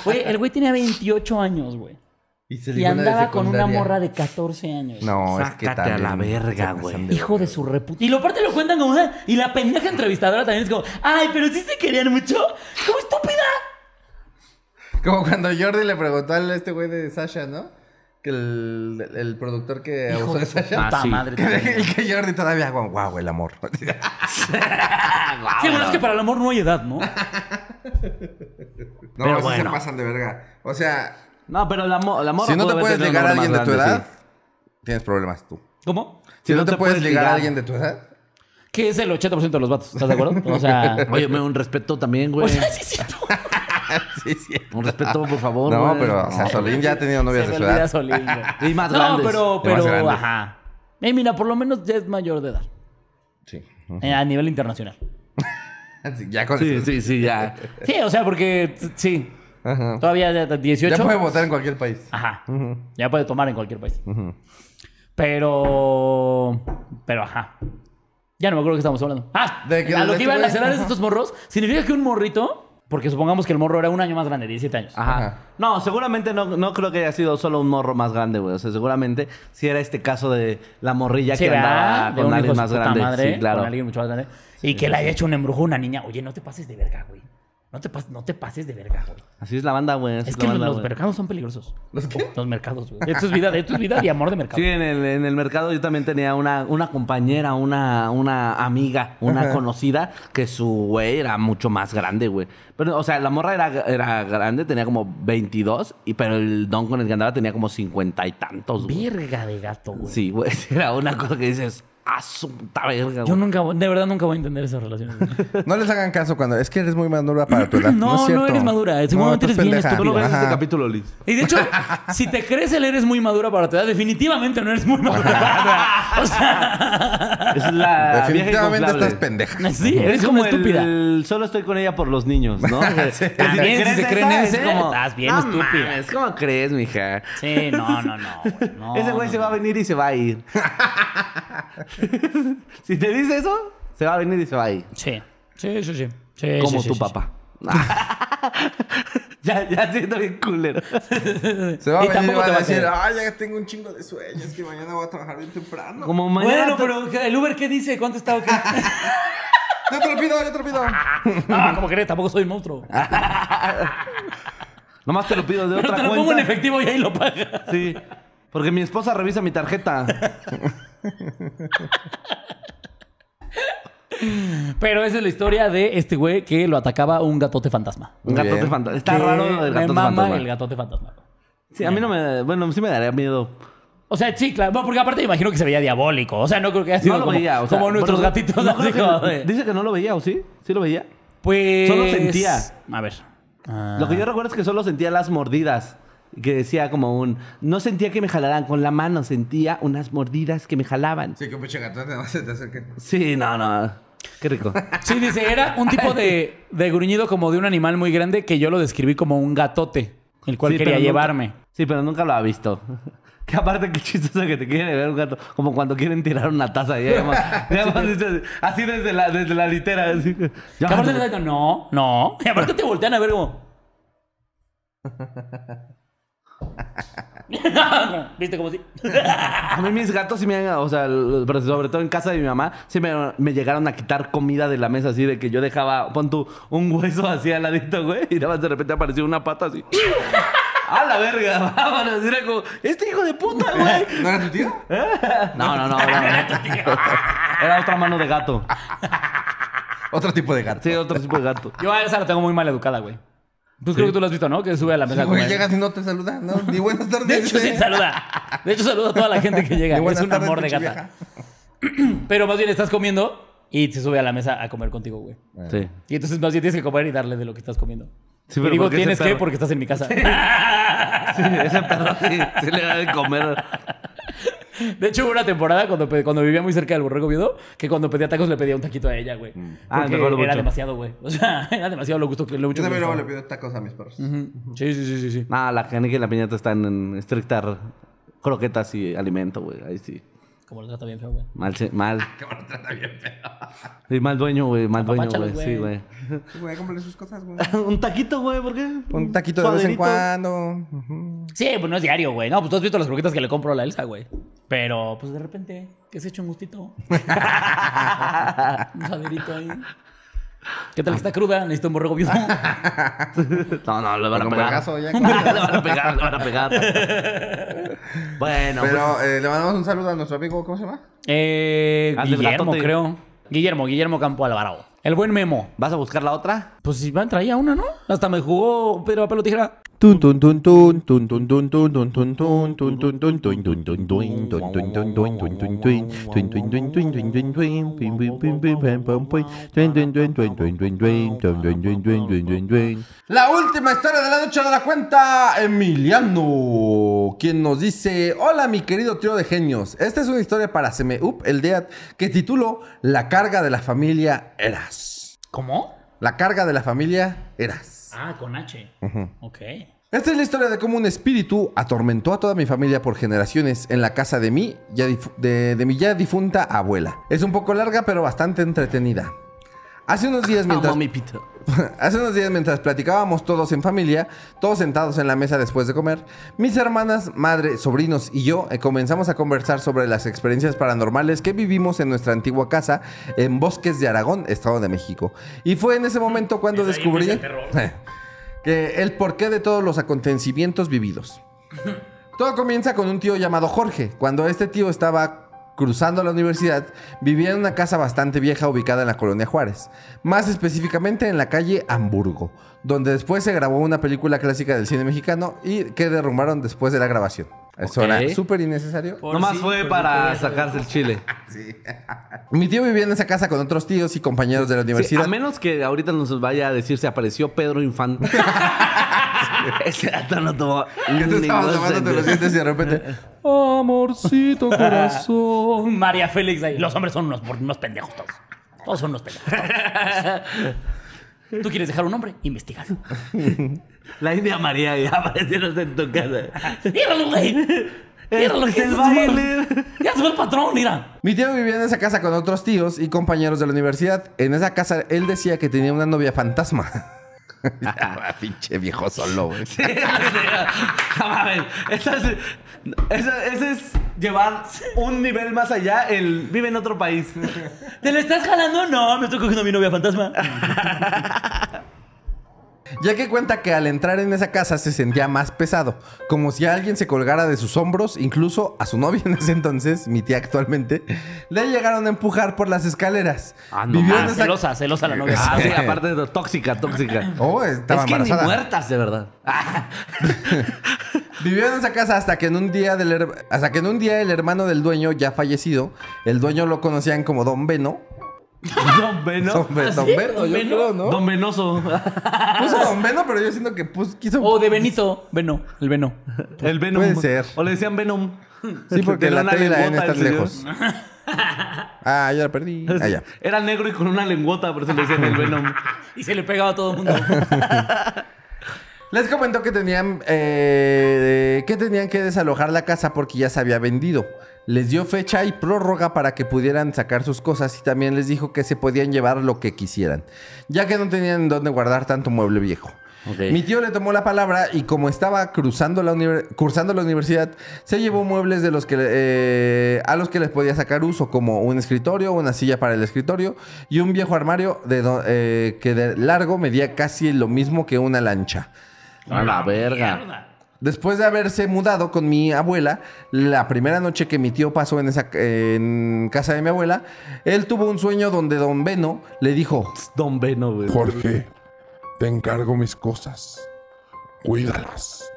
[SPEAKER 5] Güey, el güey tenía 28 años, güey.
[SPEAKER 4] y se
[SPEAKER 5] Y
[SPEAKER 4] ligó una de
[SPEAKER 5] andaba con una
[SPEAKER 4] secundaria.
[SPEAKER 5] morra de 14 años.
[SPEAKER 4] No, es que
[SPEAKER 3] Sácate a la
[SPEAKER 4] también
[SPEAKER 3] verga,
[SPEAKER 4] se pasan
[SPEAKER 3] güey.
[SPEAKER 4] de
[SPEAKER 5] Hijo de su reputa. Y lo aparte lo cuentan como. "Ah", Y la pendeja entrevistadora también es como. Ay, pero sí se querían mucho. ¡Como estúpida!
[SPEAKER 4] Como cuando Jordi le preguntó a este güey de Sasha, ¿no? Que el, el productor que
[SPEAKER 5] Hijo
[SPEAKER 4] abusó
[SPEAKER 5] de
[SPEAKER 4] de
[SPEAKER 5] su
[SPEAKER 4] Sasha.
[SPEAKER 5] puta
[SPEAKER 3] sí.
[SPEAKER 5] madre.
[SPEAKER 4] Y que Jordi todavía, guau, guau, el amor.
[SPEAKER 5] Sí, bueno, es que para el amor no hay edad, ¿no?
[SPEAKER 4] No,
[SPEAKER 3] Pero
[SPEAKER 4] sí
[SPEAKER 3] bueno.
[SPEAKER 4] se pasan de verga. O sea,
[SPEAKER 3] No, pero la, mo- la morra pues,
[SPEAKER 4] si no te
[SPEAKER 3] pudo haber
[SPEAKER 4] puedes
[SPEAKER 3] tenido un
[SPEAKER 4] ligar a
[SPEAKER 3] hombre
[SPEAKER 4] alguien de
[SPEAKER 3] más
[SPEAKER 4] tu
[SPEAKER 3] grande,
[SPEAKER 4] edad, tienes problemas tú.
[SPEAKER 5] ¿Cómo?
[SPEAKER 4] Si, no, te, puedes, ligar a alguien de tu edad,
[SPEAKER 5] Que es el 80% de los vatos, ¿estás de acuerdo? O sea.
[SPEAKER 3] sí. Oye, me un respeto también,
[SPEAKER 5] O
[SPEAKER 3] güey.
[SPEAKER 5] sea, Pues, sí, sí, tú.
[SPEAKER 4] sí, sí.
[SPEAKER 3] Un respeto, por favor.
[SPEAKER 4] No,
[SPEAKER 3] güey.
[SPEAKER 4] pero, o sea, Solín ya ha tenido novias
[SPEAKER 5] Se
[SPEAKER 4] de su
[SPEAKER 5] me olvida
[SPEAKER 4] edad.
[SPEAKER 5] Solín, güey.
[SPEAKER 3] Y más
[SPEAKER 5] No,
[SPEAKER 3] grandes.
[SPEAKER 5] pero,
[SPEAKER 4] Y más
[SPEAKER 5] pero,
[SPEAKER 4] grandes.
[SPEAKER 5] ajá. Eh, mira, por lo menos ya es mayor de edad.
[SPEAKER 4] Sí.
[SPEAKER 5] eh, a nivel internacional.
[SPEAKER 4] Sí, Ya con
[SPEAKER 3] Sí, sí, sí, ya.
[SPEAKER 5] Sí, o sea, porque t- sí.
[SPEAKER 4] Ajá.
[SPEAKER 5] Todavía de- de 18.
[SPEAKER 4] Ya puede votar en cualquier país.
[SPEAKER 5] Ajá. Ya puede tomar en cualquier país. Pero. Pero ajá. Ya no me acuerdo de qué estamos hablando. Ah,
[SPEAKER 4] De que-
[SPEAKER 5] a lo
[SPEAKER 4] de
[SPEAKER 5] que
[SPEAKER 4] este
[SPEAKER 5] iban las
[SPEAKER 4] güey.
[SPEAKER 5] edades de estos morros, significa que un morrito, porque supongamos que el morro era un año más grande, 17 años.
[SPEAKER 3] Ajá.
[SPEAKER 4] Ajá.
[SPEAKER 3] No, seguramente no, no creo que haya sido solo un morro más grande, güey. O sea, seguramente si era este caso de la morrilla
[SPEAKER 5] Sí,
[SPEAKER 3] que
[SPEAKER 5] ¿verdad?
[SPEAKER 3] andaba
[SPEAKER 5] ah, De
[SPEAKER 3] con
[SPEAKER 5] un hijo
[SPEAKER 3] alguien
[SPEAKER 5] de su
[SPEAKER 3] más
[SPEAKER 5] puta
[SPEAKER 3] grande.
[SPEAKER 5] madre,
[SPEAKER 3] sí, claro.
[SPEAKER 5] Con alguien mucho más grande. y que le haya hecho un embrujo a una niña. Oye, no te pases de verga, güey. No No te, pas- no te pases de verga, güey.
[SPEAKER 3] Así es la banda, güey. así
[SPEAKER 5] Es
[SPEAKER 3] es
[SPEAKER 5] que
[SPEAKER 3] la
[SPEAKER 5] los,
[SPEAKER 3] banda,
[SPEAKER 5] los
[SPEAKER 3] güey.
[SPEAKER 5] mercados son peligrosos. ¿Los mercados, güey. Esto es vida, esto es vida y amor de mercado.
[SPEAKER 3] Sí, en el, en el mercado yo también tenía una, una compañera, una, una amiga, una conocida, que su güey era mucho más grande, güey. Pero, o sea, la morra era, era grande, tenía como 22, y, pero el don con el que andaba tenía como 50 y tantos, güey.
[SPEAKER 5] Verga de gato, güey.
[SPEAKER 3] Sí, güey, era una cosa que dices, asunta verga,
[SPEAKER 5] Yo
[SPEAKER 3] güey.
[SPEAKER 5] nunca, voy- de verdad nunca voy a entender esas relaciones. güey.
[SPEAKER 4] No les hagan caso cuando. Es que eres muy madura para tu edad. No,
[SPEAKER 5] No,
[SPEAKER 4] es
[SPEAKER 5] no
[SPEAKER 4] cierto.
[SPEAKER 5] eres madura, seguramente
[SPEAKER 4] tú
[SPEAKER 5] eres bien
[SPEAKER 4] pendeja.
[SPEAKER 5] estúpida.
[SPEAKER 3] Tú no ves
[SPEAKER 4] Ajá.
[SPEAKER 3] este capítulo, Liz.
[SPEAKER 5] Y de hecho, si te crees el eres muy madura para tu edad, definitivamente no eres muy madura para tu edad. O sea,
[SPEAKER 3] Es la
[SPEAKER 4] Definitivamente
[SPEAKER 3] vieja
[SPEAKER 4] estás
[SPEAKER 3] inconflable.
[SPEAKER 4] pendeja.
[SPEAKER 5] sí, eres
[SPEAKER 3] Es
[SPEAKER 5] como
[SPEAKER 3] como
[SPEAKER 5] una estúpida.
[SPEAKER 3] el solo estoy con ella por los niños, ¿no? Que-
[SPEAKER 4] Sí.
[SPEAKER 3] que te
[SPEAKER 5] También, si
[SPEAKER 3] crees
[SPEAKER 5] se
[SPEAKER 3] esa,
[SPEAKER 5] creen
[SPEAKER 3] es
[SPEAKER 5] esa,
[SPEAKER 3] como,
[SPEAKER 5] estás bien
[SPEAKER 3] "No
[SPEAKER 5] estúpida".
[SPEAKER 3] mames, ¿Cómo crees, mija?
[SPEAKER 5] Sí, no, no, no. güey, no,
[SPEAKER 3] Ese güey
[SPEAKER 5] no,
[SPEAKER 3] se va a
[SPEAKER 5] no.
[SPEAKER 3] venir y se va a ir. si te dice eso, se va a venir y se va a ir.
[SPEAKER 5] Sí, sí, sí, sí. Sí,
[SPEAKER 3] Como
[SPEAKER 5] sí, sí,
[SPEAKER 3] tu
[SPEAKER 5] sí,
[SPEAKER 3] papá. ya, ya siento bien culero.
[SPEAKER 4] Se va a
[SPEAKER 5] Y
[SPEAKER 4] venir y
[SPEAKER 5] tampoco
[SPEAKER 4] va
[SPEAKER 5] te
[SPEAKER 4] a
[SPEAKER 5] va a
[SPEAKER 4] decir,
[SPEAKER 5] hacer.
[SPEAKER 4] ah, ya tengo un chingo de sueños, que mañana voy a trabajar bien temprano.
[SPEAKER 3] Como
[SPEAKER 5] sí.
[SPEAKER 3] mañana.
[SPEAKER 5] Bueno, pero ¿el Uber qué dice? ¿Cuánto está o qué?
[SPEAKER 4] Yo te lo pido, yo te lo pido.
[SPEAKER 5] Ah, como crees, tampoco soy monstruo.
[SPEAKER 3] Ah, Nomás te lo pido de
[SPEAKER 5] Pero
[SPEAKER 3] otra
[SPEAKER 5] te lo
[SPEAKER 3] cuenta.
[SPEAKER 5] pongo en efectivo y ahí lo pagas.
[SPEAKER 3] Sí. Porque mi esposa revisa mi tarjeta.
[SPEAKER 5] Pero esa es la historia de este güey que lo atacaba un gatote fantasma.
[SPEAKER 3] Un
[SPEAKER 4] Muy
[SPEAKER 3] gatote
[SPEAKER 4] bien.
[SPEAKER 3] fantasma. Está
[SPEAKER 5] Que
[SPEAKER 3] raro el
[SPEAKER 5] me
[SPEAKER 3] gatote
[SPEAKER 5] mama
[SPEAKER 3] fantasma.
[SPEAKER 5] el gatote fantasma.
[SPEAKER 3] Sí, a mí no me. Bueno, sí me daría miedo.
[SPEAKER 5] O sea, sí, claro. Bueno, porque aparte me imagino que se veía diabólico. O sea, no creo que haya sido
[SPEAKER 3] No lo
[SPEAKER 5] como,
[SPEAKER 3] veía. O sea,
[SPEAKER 5] como nuestros
[SPEAKER 3] bueno,
[SPEAKER 5] gatitos.
[SPEAKER 3] no
[SPEAKER 5] así
[SPEAKER 3] creo
[SPEAKER 5] como
[SPEAKER 3] que-
[SPEAKER 5] de-
[SPEAKER 3] dice que no lo veía, ¿o sí? ¿Sí lo veía?
[SPEAKER 5] Pues.
[SPEAKER 3] Solo sentía.
[SPEAKER 5] A ver. Ah.
[SPEAKER 3] Lo que yo recuerdo es que solo sentía las mordidas. Que decía como un... No sentía que me jalaran con la mano, sentía unas mordidas que me jalaban.
[SPEAKER 2] Sí, que un pinche gato no se te acerque.
[SPEAKER 3] Sí, no, no. Qué rico.
[SPEAKER 5] Sí, dice, era un tipo de, de gruñido como de un animal muy grande que yo lo describí como un gatote, el cual
[SPEAKER 3] Sí,
[SPEAKER 5] quería
[SPEAKER 3] pero nunca-
[SPEAKER 5] llevarme.
[SPEAKER 3] Sí, pero nunca lo ha visto. Que aparte, qué chistoso que te quiere ver un gato. Como cuando quieren tirar una taza. Ya hemos- ya hemos dicho así, así desde la, desde la litera. así.
[SPEAKER 5] Que
[SPEAKER 3] Ya,
[SPEAKER 5] aparte le digo, no, no. Y aparte te voltean a ver como. ¿Viste como si?
[SPEAKER 3] A mí mis gatos sí me han, o sea, l- pero sobre todo en casa de mi mamá, sí me, me llegaron a quitar comida de la mesa así de que yo dejaba, pon tú, un hueso así al ladito, güey, y nada más de repente apareció una pata así. ¡A la verga! Vámonos, era como, este hijo de puta, güey.
[SPEAKER 2] ¿No era tu tío?
[SPEAKER 3] No, no, no, no, no. Era otra mano de gato.
[SPEAKER 4] Otro tipo de gato.
[SPEAKER 3] Sí, otro tipo de gato.
[SPEAKER 5] Yo a esa la tengo muy mal educada, güey. Pues creo que tú lo has visto, ¿no? Que sube a la mesa. a
[SPEAKER 4] Güey,
[SPEAKER 5] comer.
[SPEAKER 4] llegas y no te saluda, ¿no? Ni buenas tardes.
[SPEAKER 5] De hecho, sí,
[SPEAKER 4] dice.
[SPEAKER 5] saluda. De hecho, saluda a toda la gente que llega.
[SPEAKER 4] Ni
[SPEAKER 5] Es
[SPEAKER 4] buenas
[SPEAKER 5] un
[SPEAKER 4] tardes,
[SPEAKER 5] amor de
[SPEAKER 4] pinche
[SPEAKER 5] gata.
[SPEAKER 4] vieja.
[SPEAKER 5] Pero más bien estás comiendo y se sube a la mesa a comer contigo, güey.
[SPEAKER 3] Sí.
[SPEAKER 5] Y entonces más bien tienes que comer y darle de lo que estás comiendo.
[SPEAKER 3] Sí,
[SPEAKER 5] Y
[SPEAKER 3] pero
[SPEAKER 5] digo,
[SPEAKER 3] ¿por qué ese
[SPEAKER 5] tienes que
[SPEAKER 3] perro?
[SPEAKER 5] porque estás en mi casa.
[SPEAKER 3] Sí, ese perro sí, sí le da de comer.
[SPEAKER 5] De hecho, hubo una temporada cuando, pe- cuando vivía muy cerca del borrego viudo que cuando pedía tacos le pedía un taquito a ella, güey.
[SPEAKER 3] Ah,
[SPEAKER 5] Porque
[SPEAKER 3] me acuerdo
[SPEAKER 5] era
[SPEAKER 3] mucho.
[SPEAKER 5] demasiado, güey. O sea, era demasiado lo gusto que lo
[SPEAKER 4] Yo
[SPEAKER 5] mucho que
[SPEAKER 4] también
[SPEAKER 5] le
[SPEAKER 4] luego le
[SPEAKER 5] gustaba.
[SPEAKER 4] pido tacos a mis perros.
[SPEAKER 5] Ujú. Sí, sí, sí, sí, sí.
[SPEAKER 3] No, la canica y la piñata están en estricta croquetas y alimento, güey. Ahí sí.
[SPEAKER 5] Como lo trata bien feo, güey.
[SPEAKER 3] Mal, se- mal.
[SPEAKER 2] Que me lo trata bien feo.
[SPEAKER 3] Sí, mal dueño, güey. Mal dueño,
[SPEAKER 5] Apapáchalos,
[SPEAKER 3] güey. Sí,
[SPEAKER 5] güey.
[SPEAKER 3] güey.
[SPEAKER 4] Sí, Güey, cómprale sus cosas, güey.
[SPEAKER 3] Un taquito, güey, ¿por qué?
[SPEAKER 4] Un taquito de vez en
[SPEAKER 3] suaderito.
[SPEAKER 4] cuando.
[SPEAKER 5] Sí, pues no es diario, güey. No, pues tú has visto las croquetas que le compro a la Elsa, güey. Pero, pues de repente, que se echa un gustito. un salerito ahí. ¿Qué tal que está cruda? Necesito un borrego viudo.
[SPEAKER 3] No, no, le van a
[SPEAKER 4] Con
[SPEAKER 3] pegar.
[SPEAKER 4] vergazo ya,
[SPEAKER 3] le van a pegar, le van a pegar. bueno, pues,
[SPEAKER 4] Pero eh, le mandamos un saludo a nuestro amigo, ¿cómo se llama?
[SPEAKER 5] Eh,
[SPEAKER 3] Al del
[SPEAKER 5] Guillermo,
[SPEAKER 3] gatote.
[SPEAKER 5] creo. Guillermo, Guillermo Campo Alvarado. El buen Memo.
[SPEAKER 3] ¿vas a buscar la otra?
[SPEAKER 5] Pues si van, traía una, ¿no? Hasta me jugó Pedro Papel o Tijera.
[SPEAKER 6] Tun tun tun tun tun tun tun tun tun tun tun tun tun tun tun tun tun tun tun tun tun tun tun tun tun. Tun tun tun tun tun tun tun. Pim, pim, pim, pim, pam, pam, pum. Tun, tun, tun, tun, tun, tun, tun. Tun, tun, tun, tun, tun, tun, tun.
[SPEAKER 4] La última historia de la noche de la cuenta, Emiliano, quien nos dice, hola mi querido tío de genios, esta es una historia para Seme Up el día que titulo La carga de la familia Eras.
[SPEAKER 5] ¿Cómo?
[SPEAKER 4] La carga de la familia Eras.
[SPEAKER 5] Ah, con H. Ok.
[SPEAKER 4] Esta es la historia de cómo un espíritu atormentó a toda mi familia por generaciones en la casa de mí, ya difu- de, de mi ya difunta abuela. Es un poco larga pero bastante entretenida. Hace unos días
[SPEAKER 3] No,
[SPEAKER 4] mientras...
[SPEAKER 3] mami, pita.
[SPEAKER 4] Hace unos días, mientras platicábamos todos en familia, todos sentados en la mesa después de comer, mis hermanas, madre, sobrinos y yo eh, comenzamos a conversar sobre las experiencias paranormales que vivimos en nuestra antigua casa en Bosques de Aragón, Estado de México. Y fue en ese momento cuando
[SPEAKER 5] Desde ahí
[SPEAKER 4] descubrí
[SPEAKER 5] empieza el
[SPEAKER 4] que el porqué de todos los acontecimientos vividos. Todo comienza con un tío llamado Jorge. Cuando este tío estaba cruzando la universidad, vivía en una casa bastante vieja ubicada en la colonia Juárez, más específicamente en la calle Hamburgo, donde después se grabó una película clásica del cine mexicano y que derrumbaron después de la grabación. Eso
[SPEAKER 3] Ok.
[SPEAKER 4] era súper innecesario.
[SPEAKER 5] Por
[SPEAKER 3] Nomás
[SPEAKER 5] sí,
[SPEAKER 3] fue
[SPEAKER 5] por
[SPEAKER 3] para
[SPEAKER 5] sí, por
[SPEAKER 3] sacarse el chile.
[SPEAKER 4] Mi tío vivía en esa casa con otros tíos y compañeros de la
[SPEAKER 3] Sí,
[SPEAKER 4] universidad.
[SPEAKER 3] a menos que ahorita nos vaya a decir se apareció Pedro Infante. Ese dato no tomó.
[SPEAKER 4] que tú estabas
[SPEAKER 3] ningún
[SPEAKER 4] lavándote los
[SPEAKER 3] sentido.
[SPEAKER 4] dientes y de repente...
[SPEAKER 6] Amorcito corazón.
[SPEAKER 5] Ah, María Félix ahí. Los hombres son unos, unos pendejos todos. Todos son unos pendejos. todos. Tú quieres dejar un hombre, investigalo.
[SPEAKER 3] La India María ya aparecieron en tu casa.
[SPEAKER 5] ¡Míralo, güey! ¡Míralo!
[SPEAKER 3] Este
[SPEAKER 5] que
[SPEAKER 3] es
[SPEAKER 5] se fue el-
[SPEAKER 3] baile.
[SPEAKER 5] ¡Ya se fue el patrón, mira!
[SPEAKER 4] Mi tío vivía en esa casa con otros tíos y compañeros de la universidad. En esa casa él decía que tenía una novia fantasma.
[SPEAKER 3] Ah,
[SPEAKER 4] Pinche viejo solo, güey.
[SPEAKER 3] Sí, no mames. Eso es, eso- eso es llevar un nivel más allá. El vive en otro país.
[SPEAKER 5] ¿Te la estás jalando? No, me estoy cogiendo a mi novia fantasma.
[SPEAKER 4] Ya que cuenta que al entrar en esa casa se sentía más pesado, como si alguien se colgara de sus hombros, incluso a su novia en ese entonces, mi tía actualmente, le llegaron a empujar por las escaleras.
[SPEAKER 3] Ah, no
[SPEAKER 4] Vivió en
[SPEAKER 5] Ah,
[SPEAKER 4] esa-
[SPEAKER 5] celosa, celosa la novia.
[SPEAKER 3] Ah, sí, aparte de todo, tóxica, tóxica.
[SPEAKER 4] Oh, estaba
[SPEAKER 3] es que
[SPEAKER 4] embarazada.
[SPEAKER 3] ni muertas, de verdad.
[SPEAKER 4] Vivió en esa casa hasta que en un día del her- hasta que en un día el hermano del dueño ya fallecido, el dueño lo conocían como Don Beno.
[SPEAKER 3] Don Beno.
[SPEAKER 4] Don, Be- Don
[SPEAKER 5] ¿Ah, sí?
[SPEAKER 4] Beno,
[SPEAKER 5] ¿Don
[SPEAKER 4] yo
[SPEAKER 5] Beno?
[SPEAKER 4] creo, ¿no?
[SPEAKER 3] Don Venoso.
[SPEAKER 4] Puso Don Beno, pero yo siento que pus- quiso.
[SPEAKER 5] O Oh, de Benito. Veno, el Veno.
[SPEAKER 3] El Venom.
[SPEAKER 4] Puede ser.
[SPEAKER 3] O le decían Venom.
[SPEAKER 4] Sí, porque
[SPEAKER 3] Tenía
[SPEAKER 4] la
[SPEAKER 3] una
[SPEAKER 4] T y la N
[SPEAKER 3] lengüota,
[SPEAKER 4] están
[SPEAKER 3] el señor.
[SPEAKER 4] lejos. Ah, ya la perdí. Ah, ya.
[SPEAKER 3] Era negro y con una lengüota, por eso le decían el Venom.
[SPEAKER 5] Y se le pegaba a todo el mundo.
[SPEAKER 4] Les comentó que tenían eh, que tenían que desalojar la casa porque ya se había vendido. Les dio fecha y prórroga para que pudieran sacar sus cosas y también les dijo que se podían llevar lo que quisieran, ya que no tenían dónde guardar tanto mueble viejo. Mi tío le tomó la palabra y como estaba cruzando la univer- cursando la universidad, se llevó muebles de los que, eh, a los que les podía sacar uso, como un escritorio, una silla para el escritorio y un viejo armario de do- eh, que de largo medía casi lo mismo que una lancha.
[SPEAKER 3] A la verga.
[SPEAKER 4] Después de haberse mudado con mi abuela, la primera noche que mi tío pasó en esa en casa de mi abuela, él tuvo un sueño donde don Beno le dijo,
[SPEAKER 3] Don Venom, güey.
[SPEAKER 7] Jorge, te encargo mis cosas. Cuídalas.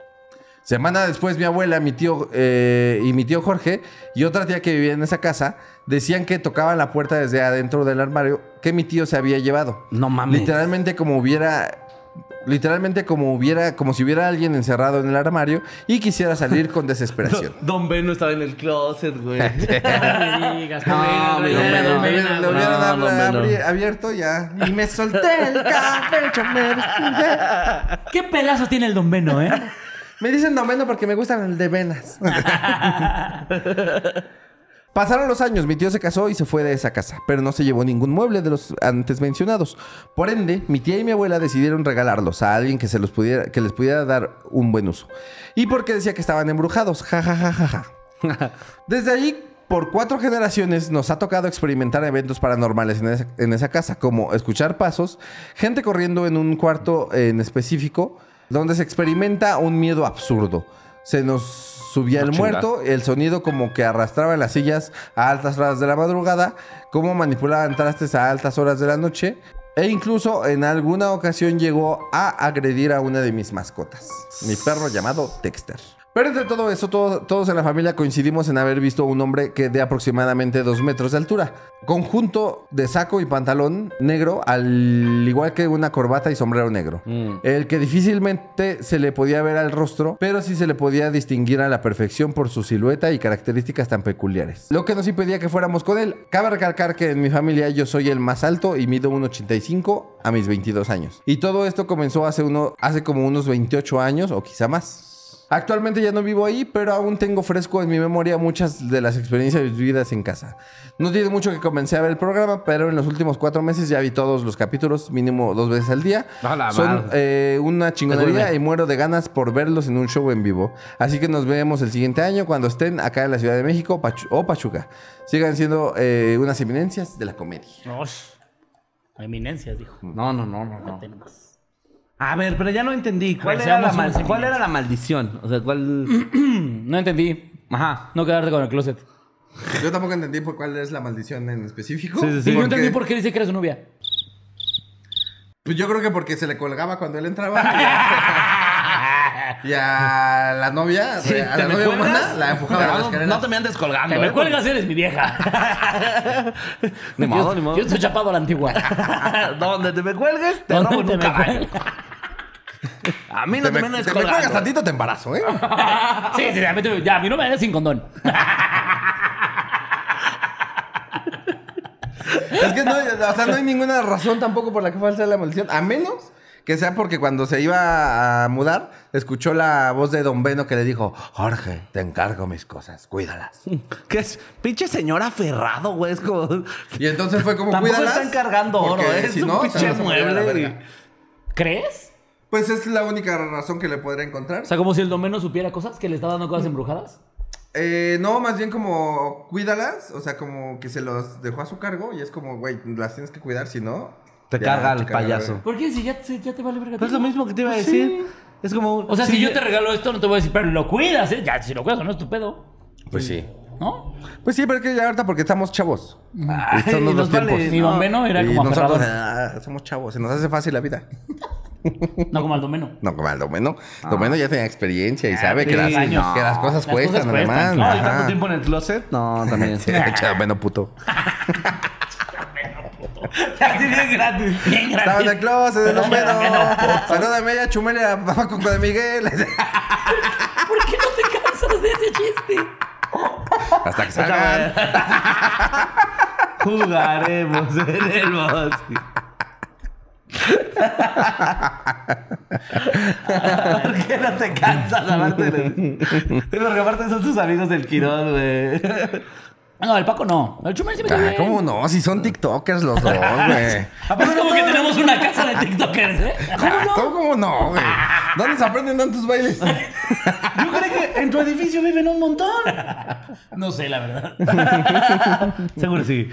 [SPEAKER 4] Semana después, mi abuela, mi tío eh, y mi tío Jorge y otra tía que vivía en esa casa decían que tocaban la puerta desde adentro del armario que mi tío se había llevado.
[SPEAKER 3] No mames.
[SPEAKER 4] Literalmente como hubiera. Literalmente como hubiera. Como si hubiera alguien encerrado en el armario y quisiera salir con desesperación.
[SPEAKER 3] Don Venom estaba en el closet, güey.
[SPEAKER 5] No me digas,
[SPEAKER 3] No, mi
[SPEAKER 5] güey, no,
[SPEAKER 3] Don
[SPEAKER 5] no,
[SPEAKER 4] Me
[SPEAKER 5] no,
[SPEAKER 4] hubieran- Lo
[SPEAKER 5] no, no.
[SPEAKER 4] hubieran
[SPEAKER 3] no,
[SPEAKER 4] abri-
[SPEAKER 3] no, no.
[SPEAKER 4] abierto ya. Y me solté el cabello. Me,
[SPEAKER 5] ¿Qué pelazo tiene el don Beno, eh?
[SPEAKER 4] me dicen domeno porque me gustan el de venas. Pasaron los años, mi tío se casó y se fue de esa casa, pero no se llevó ningún mueble de los antes mencionados. Por ende, mi tía y mi abuela decidieron regalarlos a alguien que, se los pudiera, que les pudiera dar un buen uso. Y porque decía que estaban embrujados, ja, ja, ja, ja, ja. Desde allí, por cuatro generaciones, nos ha tocado experimentar eventos paranormales en esa, en esa casa, como escuchar pasos, gente corriendo en un cuarto en específico, donde se experimenta un miedo absurdo. Se nos subía el muerto, el sonido como que arrastraba las sillas a altas horas de la madrugada, cómo manipulaban trastes a altas horas de la noche, e incluso en alguna ocasión llegó a agredir a una de mis mascotas, mi perro llamado Dexter. Pero entre todo eso, todo- todos en la familia coincidimos en haber visto un hombre que de aproximadamente dos metros de altura, conjunto de saco y pantalón negro, al igual que una corbata y sombrero negro,
[SPEAKER 3] Mm.
[SPEAKER 4] el que difícilmente se le podía ver al rostro, pero sí se le podía distinguir a la perfección por su silueta y características tan peculiares, lo que nos impedía que fuéramos con él. Cabe recalcar que en mi familia yo soy el más alto y mido 1,85 a mis 22 años. Y todo esto comenzó hace, uno, hace como unos 28 años o quizá más. Actualmente ya no vivo ahí, pero aún tengo fresco en mi memoria muchas de las experiencias vividas en casa. No tiene mucho que comencé a ver el programa, pero en los últimos cuatro meses ya vi todos los capítulos, mínimo dos veces al día.
[SPEAKER 3] A la
[SPEAKER 4] Son
[SPEAKER 3] madre.
[SPEAKER 4] eh, una chingonería
[SPEAKER 3] duele.
[SPEAKER 4] y muero de ganas por verlos en un show en vivo. Así que nos vemos el siguiente año cuando estén acá en la Ciudad de México Pachu- o Pachuca. Sigan siendo eh, unas eminencias de la comedia.
[SPEAKER 5] Osh. Eminencias, dijo.
[SPEAKER 3] No, no, no, no. no.
[SPEAKER 5] Tenemos.
[SPEAKER 3] A ver, pero ya no entendí. ¿Cuál, era la,
[SPEAKER 5] Seamos
[SPEAKER 3] mal-
[SPEAKER 5] unos
[SPEAKER 3] cuál era la maldición? O sea, ¿cuál...?
[SPEAKER 5] No entendí.
[SPEAKER 3] Ajá.
[SPEAKER 5] No quedarte con el closet.
[SPEAKER 4] Yo tampoco entendí por cuál es la maldición en específico.
[SPEAKER 3] Sí, sí, sí.
[SPEAKER 5] Y no
[SPEAKER 4] Porque-
[SPEAKER 5] entendí por qué dice que era su novia.
[SPEAKER 4] Pues yo creo que porque se le colgaba cuando él entraba. y a la novia,
[SPEAKER 3] Sí,
[SPEAKER 4] a
[SPEAKER 3] ¿te
[SPEAKER 4] la
[SPEAKER 3] me
[SPEAKER 4] novia
[SPEAKER 3] cuelgas?
[SPEAKER 4] humana, la empujaba a la
[SPEAKER 3] No,
[SPEAKER 4] escalera.
[SPEAKER 3] no te me andes colgando.
[SPEAKER 5] Te
[SPEAKER 3] ¿eh?
[SPEAKER 5] me cuelgas, eres mi vieja.
[SPEAKER 3] Ni modo, ni
[SPEAKER 5] Yo,
[SPEAKER 3] modo.
[SPEAKER 5] yo estoy chapado a la antigua.
[SPEAKER 3] Donde te me cuelgues, te
[SPEAKER 5] ¿Dónde
[SPEAKER 3] robo en
[SPEAKER 5] te
[SPEAKER 3] un
[SPEAKER 5] me
[SPEAKER 3] caballo.
[SPEAKER 5] cuelgas?
[SPEAKER 3] A mí no
[SPEAKER 4] Te
[SPEAKER 3] te,
[SPEAKER 4] me,
[SPEAKER 3] me andes
[SPEAKER 4] te me
[SPEAKER 3] colgando.
[SPEAKER 4] cuelgas tantito, te embarazo, ¿eh?
[SPEAKER 5] Sí, sí, ya, vete- ya, a mí no me des sin condón.
[SPEAKER 4] Es que no, o sea, no hay ninguna razón tampoco por la que falsa la maldición, a menos que sea porque cuando se iba a mudar, escuchó la voz de Don Beno que le dijo, Jorge, te encargo mis cosas, cuídalas.
[SPEAKER 3] ¿Qué es? Pinche señora aferrado, güey. Es como...
[SPEAKER 4] Y entonces fue como,
[SPEAKER 3] Tampoco
[SPEAKER 4] cuídalas.
[SPEAKER 3] están cargando oro,
[SPEAKER 4] porque
[SPEAKER 3] ¿eh? Es
[SPEAKER 4] si
[SPEAKER 3] un
[SPEAKER 4] no, te
[SPEAKER 3] pinche
[SPEAKER 4] vas a morir a la
[SPEAKER 3] mueble.
[SPEAKER 4] verga".
[SPEAKER 5] ¿Crees?
[SPEAKER 4] Pues es la única razón que le podría encontrar.
[SPEAKER 5] O sea, como si el domeno supiera cosas que le está dando cosas embrujadas.
[SPEAKER 4] Eh, no, más bien como cuídalas, o sea, como que se los dejó a su cargo y es como, güey, las tienes que cuidar, si no...
[SPEAKER 3] Te
[SPEAKER 4] ya
[SPEAKER 3] carga el
[SPEAKER 4] te carga la
[SPEAKER 3] payaso.
[SPEAKER 4] verga.
[SPEAKER 5] ¿Por qué? Si ya, si ya te vale verga.
[SPEAKER 3] No es lo
[SPEAKER 5] todo.
[SPEAKER 3] mismo que te iba a
[SPEAKER 5] Pues
[SPEAKER 3] decir.
[SPEAKER 5] sí.
[SPEAKER 3] Es como...
[SPEAKER 5] O sea, si
[SPEAKER 3] sí,
[SPEAKER 5] yo te regalo esto, no te voy a decir, pero lo cuidas, ¿eh? Ya, si lo cuidas, no es tu pedo.
[SPEAKER 4] Pues sí.
[SPEAKER 5] ¿No?
[SPEAKER 4] Pues sí, pero es que ya ahorita porque estamos chavos.
[SPEAKER 3] Ay,
[SPEAKER 4] Estos son los
[SPEAKER 3] nos
[SPEAKER 4] tiempos.
[SPEAKER 3] vale.
[SPEAKER 5] Mi
[SPEAKER 3] No.
[SPEAKER 5] domeno era
[SPEAKER 4] Y
[SPEAKER 5] como aferrado.
[SPEAKER 4] nosotros ah, somos chavos, se nos hace fácil la vida.
[SPEAKER 5] No como al domeno.
[SPEAKER 4] No, como al Domeno. Domeno ya tiene experiencia y sabe que,
[SPEAKER 3] sí,
[SPEAKER 4] las,
[SPEAKER 3] no.
[SPEAKER 4] que las cosas
[SPEAKER 5] Las cosas
[SPEAKER 4] cuestan,
[SPEAKER 5] cuestan,
[SPEAKER 4] además.
[SPEAKER 5] claro.
[SPEAKER 3] Ah, ¿y tanto
[SPEAKER 4] Ajá.
[SPEAKER 3] tiempo en el closet? No, también.
[SPEAKER 4] Sí, che, Domeno puto.
[SPEAKER 3] Así bien gratis.
[SPEAKER 5] Bien,
[SPEAKER 4] Estaba en el
[SPEAKER 5] gracias.
[SPEAKER 4] closet, Domeno. Salúdame a Chumel y a Papá Coco de Miguel.
[SPEAKER 5] ¿Por qué no te cansas de ese chiste?
[SPEAKER 4] Hasta que salgan.
[SPEAKER 3] Jugaremos en el bosque. ¿Por qué no te cansas aparte de Porque aparte son tus amigos del Quirón, güey.
[SPEAKER 5] No, el Paco no. El Chumel sí me cae
[SPEAKER 4] Ah,
[SPEAKER 5] bien.
[SPEAKER 4] ¿Cómo no? Si son TikTokers los dos, güey.
[SPEAKER 5] ¿A poco Es como que tenemos una casa de TikTokers, ¿eh?
[SPEAKER 4] Ah, ¿Cómo, cómo no, güey? ¿Dónde se aprenden tantos bailes?
[SPEAKER 3] Yo creo que en tu edificio viven un montón.
[SPEAKER 5] No sé, la verdad.
[SPEAKER 3] Seguro sí.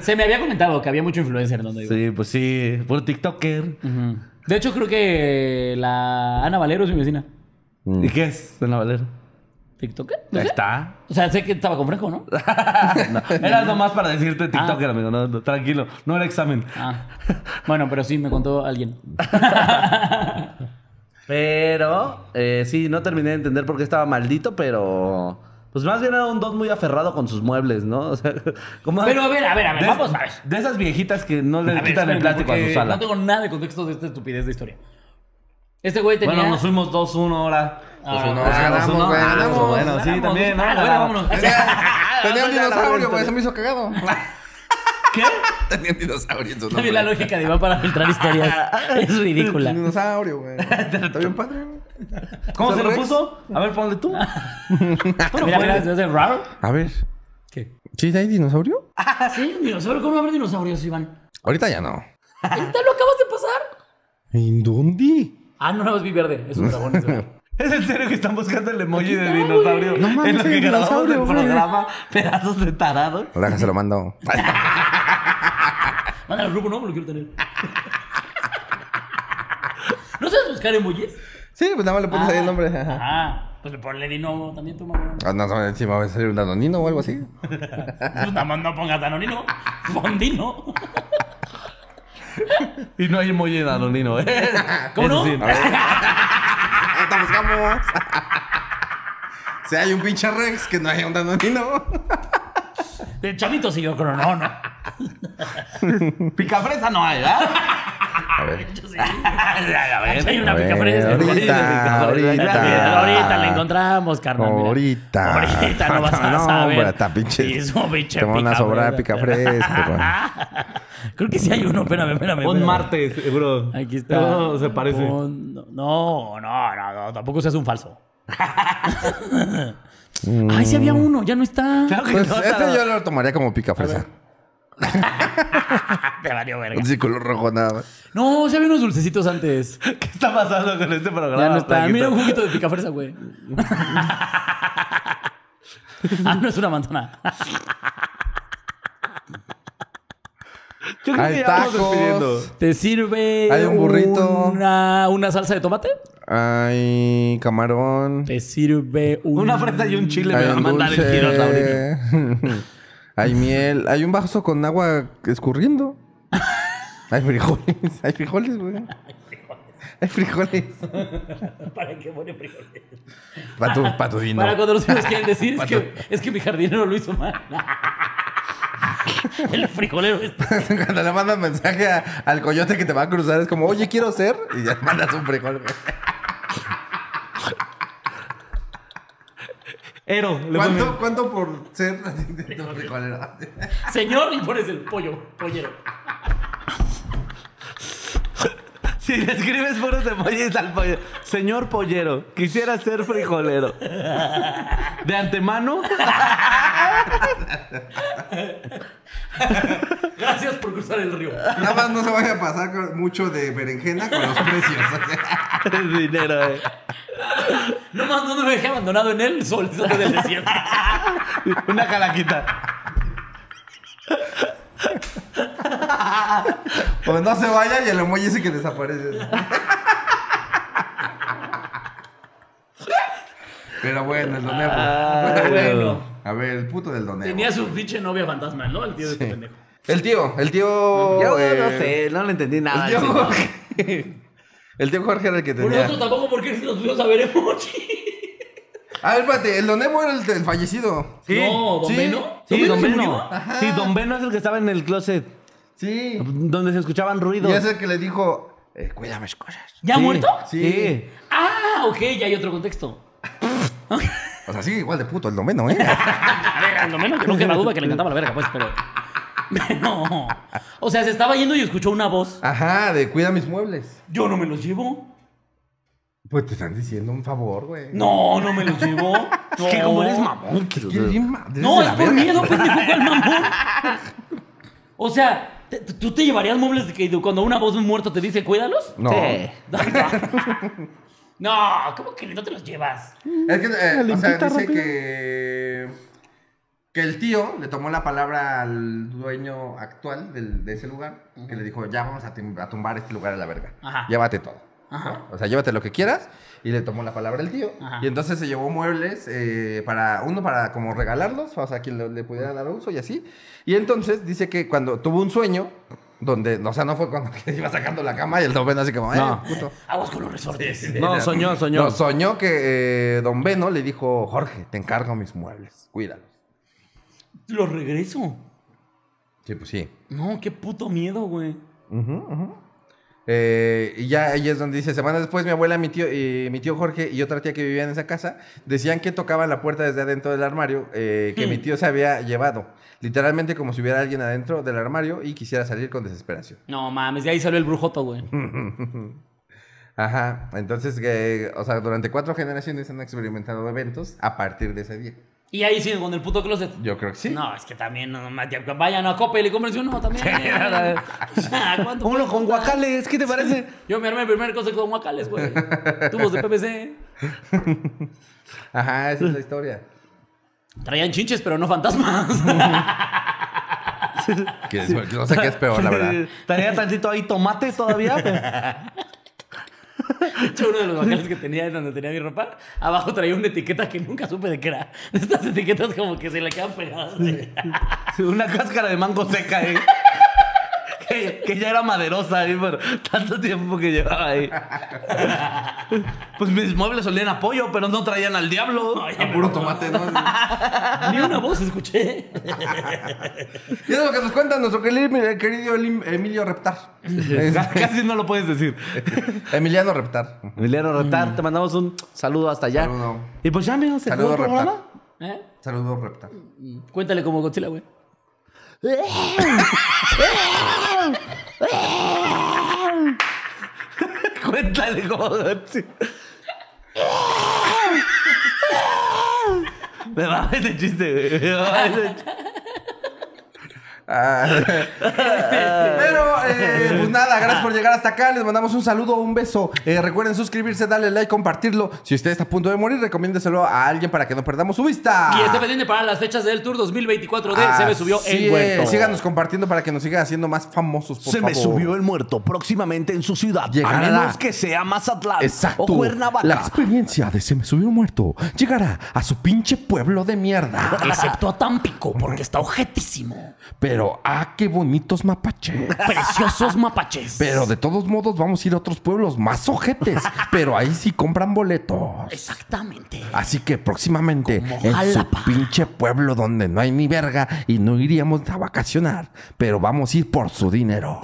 [SPEAKER 5] Se me había comentado que había mucho influencer donde vivo.
[SPEAKER 3] Sí, pues sí. Por TikToker.
[SPEAKER 5] Ujú. De hecho, creo que la Ana Valero es mi vecina.
[SPEAKER 3] ¿Y qué es? En la Valera.
[SPEAKER 5] ¿TikToker? No
[SPEAKER 3] Ahí
[SPEAKER 5] sé.
[SPEAKER 3] está.
[SPEAKER 5] O sea, sé que estaba con Franco, ¿no?
[SPEAKER 3] No, era algo más para decirte TikToker, amigo. No, no, tranquilo. No era examen.
[SPEAKER 5] Ah. Bueno, pero sí, me contó alguien.
[SPEAKER 3] Pero, eh, sí, no terminé de entender por qué estaba maldito, pero. Pues más bien era un don muy aferrado con sus muebles, ¿no? O sea, como.
[SPEAKER 5] Pero a ver, a ver, a ver,
[SPEAKER 3] de,
[SPEAKER 5] vamos a ver.
[SPEAKER 3] De esas viejitas que no le
[SPEAKER 5] A ver,
[SPEAKER 3] quitan Ah. el
[SPEAKER 5] espérenme,
[SPEAKER 3] plástico a su
[SPEAKER 5] porque
[SPEAKER 3] sala.
[SPEAKER 5] No tengo nada de contexto de esta estupidez de historia. Este güey tenía...
[SPEAKER 3] Bueno, nos fuimos 2-1 ahora.
[SPEAKER 5] Ah,
[SPEAKER 4] no,
[SPEAKER 3] Nos fuimos
[SPEAKER 4] ganamos,
[SPEAKER 3] 2-1.
[SPEAKER 4] güey,
[SPEAKER 3] Ah,
[SPEAKER 5] pues
[SPEAKER 4] ganamos.
[SPEAKER 3] Bueno, sí,
[SPEAKER 5] Ganamos,
[SPEAKER 3] también. ¿no?
[SPEAKER 5] ah, bueno,
[SPEAKER 3] Ganamos.
[SPEAKER 5] vámonos.
[SPEAKER 4] Tenía tenía un
[SPEAKER 3] Ya la
[SPEAKER 4] dinosaurio, güey.
[SPEAKER 3] vuelta.
[SPEAKER 4] Eso me hizo cagado.
[SPEAKER 3] ¿Qué?
[SPEAKER 4] Tenía un dinosaurio en su
[SPEAKER 5] Está bien la
[SPEAKER 4] nombre.
[SPEAKER 5] lógica de Iván para filtrar historias. Es ridícula.
[SPEAKER 4] Un dinosaurio, güey. Está bien padre, güey.
[SPEAKER 3] ¿Cómo se lo
[SPEAKER 4] Rex?
[SPEAKER 3] puso? A ver, ponle tú.
[SPEAKER 5] Mira, mira, se hace raro.
[SPEAKER 4] A ver.
[SPEAKER 5] ¿Qué?
[SPEAKER 4] ¿Sí hay dinosaurio?
[SPEAKER 5] Ah, Sí, un dinosaurio. ¿Cómo va a haber dinosaurios, Iván?
[SPEAKER 4] Ahorita ya no.
[SPEAKER 5] ¿Ya lo acabas de pasar?
[SPEAKER 4] ¿En dónde?
[SPEAKER 5] Ah, no, no, es viverde. Es un dragón. ese güey.
[SPEAKER 3] ¿Es en serio que están buscando el emoji de
[SPEAKER 5] está, güey.
[SPEAKER 3] dinosaurio?
[SPEAKER 4] No mames,
[SPEAKER 3] en lo
[SPEAKER 4] hay
[SPEAKER 3] que grabamos
[SPEAKER 4] dinosaurio,
[SPEAKER 3] el
[SPEAKER 4] güey.
[SPEAKER 3] programa, pedazos de tarado.
[SPEAKER 4] Ahora se lo mando.
[SPEAKER 5] Mándale al grupo, no, porque lo quiero tener. ¿No sabes buscar emojis?
[SPEAKER 4] Sí, pues nada más le pones ahí el nombre. Ajá.
[SPEAKER 5] Ah, pues ponle dino también tú, mamá.
[SPEAKER 4] Ah, No, no, encima va a salir un danonino o algo así.
[SPEAKER 5] Pues nada más no pongas danonino. Pon dino.
[SPEAKER 3] Y no hay emoji de Danonino, ¿eh?
[SPEAKER 5] ¿Cómo
[SPEAKER 3] Eso
[SPEAKER 5] no?
[SPEAKER 3] sí.
[SPEAKER 4] Ah, te buscamos. Si hay un pinche Rex que no haya un danonino.
[SPEAKER 5] De chavito sí, yo creo, no, no.
[SPEAKER 3] Picafresa no hay, ¿verdad?
[SPEAKER 4] A ver.
[SPEAKER 5] Yo sí.
[SPEAKER 3] Ya, ya, ya.
[SPEAKER 5] Hay una
[SPEAKER 4] A ver,
[SPEAKER 5] pica fresca.
[SPEAKER 4] ahorita, ahorita.
[SPEAKER 5] Ahorita la encontramos, carnal. mira.
[SPEAKER 4] Ahorita.
[SPEAKER 5] Ahorita no vas a
[SPEAKER 4] No,
[SPEAKER 5] saber.
[SPEAKER 4] hombre, está pinche-
[SPEAKER 5] Sí, es un pinche
[SPEAKER 4] te van a sobrar pues.
[SPEAKER 5] picafresas.
[SPEAKER 4] picafresas, güey.
[SPEAKER 5] Creo que sí hay uno, espérame, espérame.
[SPEAKER 3] Un
[SPEAKER 5] espérame.
[SPEAKER 3] martes, bro.
[SPEAKER 5] Aquí está.
[SPEAKER 3] No, se parece.
[SPEAKER 5] Pon- No, no, no, no, tampoco seas un falso. Ay, sí había
[SPEAKER 4] Mm.
[SPEAKER 5] uno, ya no está.
[SPEAKER 3] Claro que
[SPEAKER 4] Pues
[SPEAKER 3] no,
[SPEAKER 4] este
[SPEAKER 3] tarado.
[SPEAKER 4] yo lo tomaría como pica fresa.
[SPEAKER 5] Te valió verga.
[SPEAKER 4] Sí, color rojo nada más.
[SPEAKER 5] No, sí había unos dulcecitos antes.
[SPEAKER 3] ¿Qué está pasando con este programa?
[SPEAKER 5] Ya no está.
[SPEAKER 3] Paquito?
[SPEAKER 5] Mira un juguito de picafresa, güey. ah, no es una manzana.
[SPEAKER 3] Yo creo
[SPEAKER 4] Hay
[SPEAKER 3] que ya vamos
[SPEAKER 4] tacos.
[SPEAKER 3] despidiendo.
[SPEAKER 5] ¿Te sirve
[SPEAKER 4] Hay un burrito.
[SPEAKER 5] Una, una salsa de tomate?
[SPEAKER 4] Ay, camarón.
[SPEAKER 5] ¿Te sirve un-
[SPEAKER 3] Una fresa y un chile me
[SPEAKER 4] Hay
[SPEAKER 3] va a mandar el
[SPEAKER 4] dulce.
[SPEAKER 3] giro ahorita.
[SPEAKER 4] Hay miel. Hay un vaso con agua escurriendo. Hay frijoles. Hay frijoles, güey. Hay frijoles.
[SPEAKER 5] ¿Para qué pone frijoles?
[SPEAKER 4] Para tu, pa' tu dinero.
[SPEAKER 5] Para cuando los hijos quieren decir, es que, es que mi jardinero lo hizo mal. El frijolero este.
[SPEAKER 4] Cuando le mandas mensaje a- al coyote que te va a cruzar, es como, oye, quiero ser. Y ya mandas un frijol. güey.
[SPEAKER 3] Ero, le
[SPEAKER 4] ¿Cuánto,
[SPEAKER 3] ponen.
[SPEAKER 4] cuánto por ser tu frijolero?
[SPEAKER 5] Señor, y pones el pollo, pollero.
[SPEAKER 3] Si le escribes puros emojis al pollero. Señor pollero, quisiera ser frijolero. De antemano,
[SPEAKER 5] Gracias por cruzar el río.
[SPEAKER 4] Nada más no se vaya a pasar con- mucho de berenjena con los precios.
[SPEAKER 3] es dinero, eh.
[SPEAKER 5] Nomás no me dejé abandonado en el sol sol del desierto.
[SPEAKER 3] Una calaquita.
[SPEAKER 4] O Pues no se vaya y el emoji ese que desaparece. Pero bueno, el donejo.
[SPEAKER 5] Ah,
[SPEAKER 3] Ay, bueno.
[SPEAKER 4] A ver, el puto del donejo.
[SPEAKER 5] Tenía su pinche novia fantasma, ¿no? El tío de este pendejo.
[SPEAKER 4] El tío, el tío.
[SPEAKER 3] Yo no
[SPEAKER 4] eh,
[SPEAKER 3] sé, no le entendí nada.
[SPEAKER 4] El tío
[SPEAKER 3] al señor.
[SPEAKER 4] Jorge. El tío Jorge era el que
[SPEAKER 5] Ah, Por
[SPEAKER 4] tenía.
[SPEAKER 5] nosotros tampoco porque si nos fuimos a ver emoji.
[SPEAKER 4] A ver, espérate, el donejo era el, el fallecido.
[SPEAKER 3] Sí.
[SPEAKER 5] No, don
[SPEAKER 4] sí,
[SPEAKER 5] Beno.
[SPEAKER 3] Sí, don Ah,
[SPEAKER 5] se
[SPEAKER 3] Beno.
[SPEAKER 5] murió?
[SPEAKER 3] Sí, don Beno es el que estaba en el closet,
[SPEAKER 4] Sí.
[SPEAKER 3] donde se escuchaban
[SPEAKER 4] Y
[SPEAKER 3] ruidos.
[SPEAKER 4] es el que le dijo, eh, cuida mis cosas.
[SPEAKER 5] ¿Ya
[SPEAKER 3] Sí,
[SPEAKER 5] muerto?
[SPEAKER 3] Sí.
[SPEAKER 5] Ah, ok, ya hay otro contexto.
[SPEAKER 4] O sea, sí, igual de puto el domeno, ¿eh?
[SPEAKER 5] A ver, lo menos yo no queda duda que le encantaba la verga, pues, pero. No. O sea, se estaba yendo y escuchó una voz.
[SPEAKER 4] Ajá, de cuida mis muebles.
[SPEAKER 5] Yo no me los llevo.
[SPEAKER 4] Pues te están diciendo un favor, güey.
[SPEAKER 5] No, no me los llevo. No.
[SPEAKER 3] Es que como eres mamón. que-
[SPEAKER 4] Qué bien madre
[SPEAKER 5] No,
[SPEAKER 4] de
[SPEAKER 5] es
[SPEAKER 4] la
[SPEAKER 5] por
[SPEAKER 4] verga.
[SPEAKER 5] miedo, pendejo, el mamón. O sea, te- ¿tú te llevarías muebles de que cuando una voz de un muerto te dice, cuídalos?
[SPEAKER 4] No.
[SPEAKER 3] Sí.
[SPEAKER 5] No, ¿cómo que no te los llevas?
[SPEAKER 4] Es que, eh, o sea, dice que. Que el tío le tomó la palabra al dueño actual del- de ese lugar, que le dijo, ya vamos a, tim- a tumbar este lugar a la verga.
[SPEAKER 5] Ajá.
[SPEAKER 4] Llévate todo.
[SPEAKER 5] Ajá.
[SPEAKER 4] O sea, llévate lo que quieras. Y le tomó la palabra el tío.
[SPEAKER 5] Ajá.
[SPEAKER 4] Y entonces se llevó muebles, eh, para uno para como regalarlos, o sea, quien lo- le pudiera dar uso y así. Y entonces dice que cuando tuvo un sueño, donde, o sea, no fue cuando que iba sacando la cama y el domeno así como, eh,
[SPEAKER 3] No.
[SPEAKER 4] puto.
[SPEAKER 5] Aguas con los resortes.
[SPEAKER 3] No, soñó, soñó.
[SPEAKER 4] No, soñó que eh, don Beno le dijo, Jorge, te encargo mis muebles, cuídalos.
[SPEAKER 5] Los regreso.
[SPEAKER 4] Sí, pues sí.
[SPEAKER 5] No, qué puto miedo, güey.
[SPEAKER 4] Eh, y ya ahí es donde dice, semanas después mi abuela, mi tío, eh, mi tío Jorge y otra tía que vivía en esa casa decían que tocaban la puerta desde adentro del armario eh, que mi tío se había llevado. Literalmente como si hubiera alguien adentro del armario y quisiera salir con desesperación.
[SPEAKER 5] No mames, de ahí salió el brujoto, güey.
[SPEAKER 4] Ajá, entonces, que, o sea, durante cuatro generaciones han experimentado eventos a partir de ese día.
[SPEAKER 5] Y ahí sí, con el puto closet.
[SPEAKER 4] Yo creo que sí.
[SPEAKER 5] No, es que también, no, mames, ya- vayan a Coppel y cómprense uno también. O sea, ¿cuánto
[SPEAKER 3] Uno
[SPEAKER 5] puede
[SPEAKER 3] con
[SPEAKER 5] costar?
[SPEAKER 3] guacales, ¿qué te parece?
[SPEAKER 5] Yo me armé el primer closet con guacales, güey. Tubos de PVC.
[SPEAKER 4] Ajá, esa es la historia.
[SPEAKER 5] Traían chinches, pero no fantasmas.
[SPEAKER 4] Que es- no sé qué es peor, la verdad.
[SPEAKER 3] Estaría tantito ahí tomate todavía.
[SPEAKER 5] hecho, uno de los guacales que tenía en donde tenía mi ropa, abajo traía una etiqueta que nunca supe de qué era. De Estas etiquetas como que se le quedan pegadas.
[SPEAKER 3] Una cáscara de mango seca ahí. Que, que ya era maderosa ahí por tanto tiempo que llevaba ahí. Pues mis muebles olían a pollo, pero no traían al diablo.
[SPEAKER 5] Oye,
[SPEAKER 4] A puro tomate, ¿no?
[SPEAKER 5] Ni una voz escuché.
[SPEAKER 4] Y eso es lo que nos cuenta nuestro querido, querido Elim- Emilio Reptar. Es-
[SPEAKER 3] Casi no lo puedes decir.
[SPEAKER 4] Emiliano Reptar.
[SPEAKER 3] Emiliano Reptar, te mandamos un saludo hasta allá.
[SPEAKER 4] Saludo.
[SPEAKER 3] Y pues ya, amigos, se acabó
[SPEAKER 4] Saludo
[SPEAKER 3] el programa.
[SPEAKER 4] Reptar.
[SPEAKER 5] ¿Eh?
[SPEAKER 4] Saludos, Reptar.
[SPEAKER 5] Cuéntale como Godzilla, güey.
[SPEAKER 3] Cuéntale cómo. Me va ese chiste, güey. Me mama ese chiste.
[SPEAKER 4] Ah. Pero, eh, pues nada, gracias por llegar hasta acá. Les mandamos un saludo, un beso. Eh, recuerden suscribirse, darle like, compartirlo. Si usted está a punto de morir, recomiéndeselo a alguien para que no perdamos su vista.
[SPEAKER 6] Ah.
[SPEAKER 5] Y esté pendiente para las fechas del Tour 2024 de Se me subió
[SPEAKER 4] Así
[SPEAKER 5] el huerto.
[SPEAKER 4] es. Síganos compartiendo para que nos sigan haciendo más famosos, por
[SPEAKER 6] Se me
[SPEAKER 4] favor.
[SPEAKER 6] subió el muerto próximamente en su ciudad.
[SPEAKER 4] Llegará.
[SPEAKER 6] A menos que sea Mazatlán
[SPEAKER 4] Exacto.
[SPEAKER 6] o Cuernavaca.
[SPEAKER 4] La experiencia de Se me subió muerto llegará a su pinche pueblo de mierda.
[SPEAKER 5] Excepto a Tampico, porque está ojetísimo.
[SPEAKER 4] Pero, ah, qué bonitos mapaches.
[SPEAKER 5] Preciosos mapaches.
[SPEAKER 4] Pero de todos modos vamos a ir a otros pueblos más ojetes. pero ahí sí compran boletos.
[SPEAKER 5] Exactamente.
[SPEAKER 6] Ah,
[SPEAKER 4] Así que próximamente
[SPEAKER 5] Como
[SPEAKER 4] en su
[SPEAKER 5] Jalapa.
[SPEAKER 4] pinche pueblo donde no hay ni verga y no iríamos a vacacionar, pero vamos a ir por su dinero.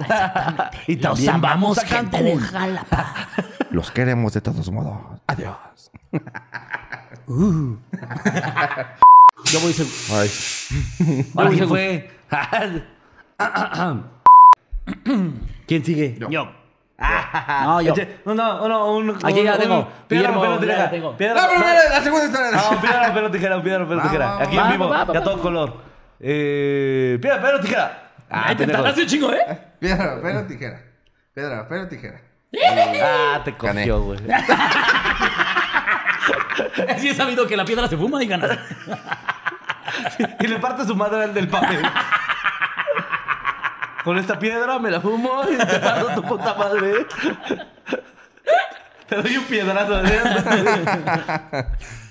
[SPEAKER 6] y
[SPEAKER 5] Los
[SPEAKER 6] también
[SPEAKER 5] amamos,
[SPEAKER 6] vamos a
[SPEAKER 5] gente
[SPEAKER 6] Cancún.
[SPEAKER 5] de Jalapa.
[SPEAKER 4] Los queremos de todos modos. Adiós.
[SPEAKER 3] Yo voy se... Ahora sí fue. ¿Quién sigue? Yo.
[SPEAKER 5] No, yo.
[SPEAKER 3] No, no, no, un,
[SPEAKER 5] Aquí ya
[SPEAKER 3] un-
[SPEAKER 5] tengo.
[SPEAKER 3] un- Piedra,
[SPEAKER 5] Guillermo,
[SPEAKER 3] papel o
[SPEAKER 5] ya
[SPEAKER 3] tijera.
[SPEAKER 5] tengo.
[SPEAKER 3] Piedra,
[SPEAKER 4] La
[SPEAKER 3] papel-
[SPEAKER 4] primera, la segunda historia.
[SPEAKER 3] No, piedra, papel o tijera, piedra, papel o tijera. Aquí en
[SPEAKER 5] va,
[SPEAKER 3] vivo,
[SPEAKER 5] va, va,
[SPEAKER 3] ya
[SPEAKER 5] va.
[SPEAKER 3] todo color. Eh, piedra, papel o tijera. Ah,
[SPEAKER 5] Ahí te
[SPEAKER 3] pendejo.
[SPEAKER 5] tardaste Este un chingo, ¿eh?
[SPEAKER 2] Piedra, papel o tijera. Piedra, papel o tijera.
[SPEAKER 3] Ah, te cogió, güey.
[SPEAKER 5] Sí he sabido que la piedra se fuma y ganas.
[SPEAKER 3] Y le parte su madre al del papel. Con esta piedra me la fumo y te parto tu puta madre. Te doy un piedrazo. ¿eh?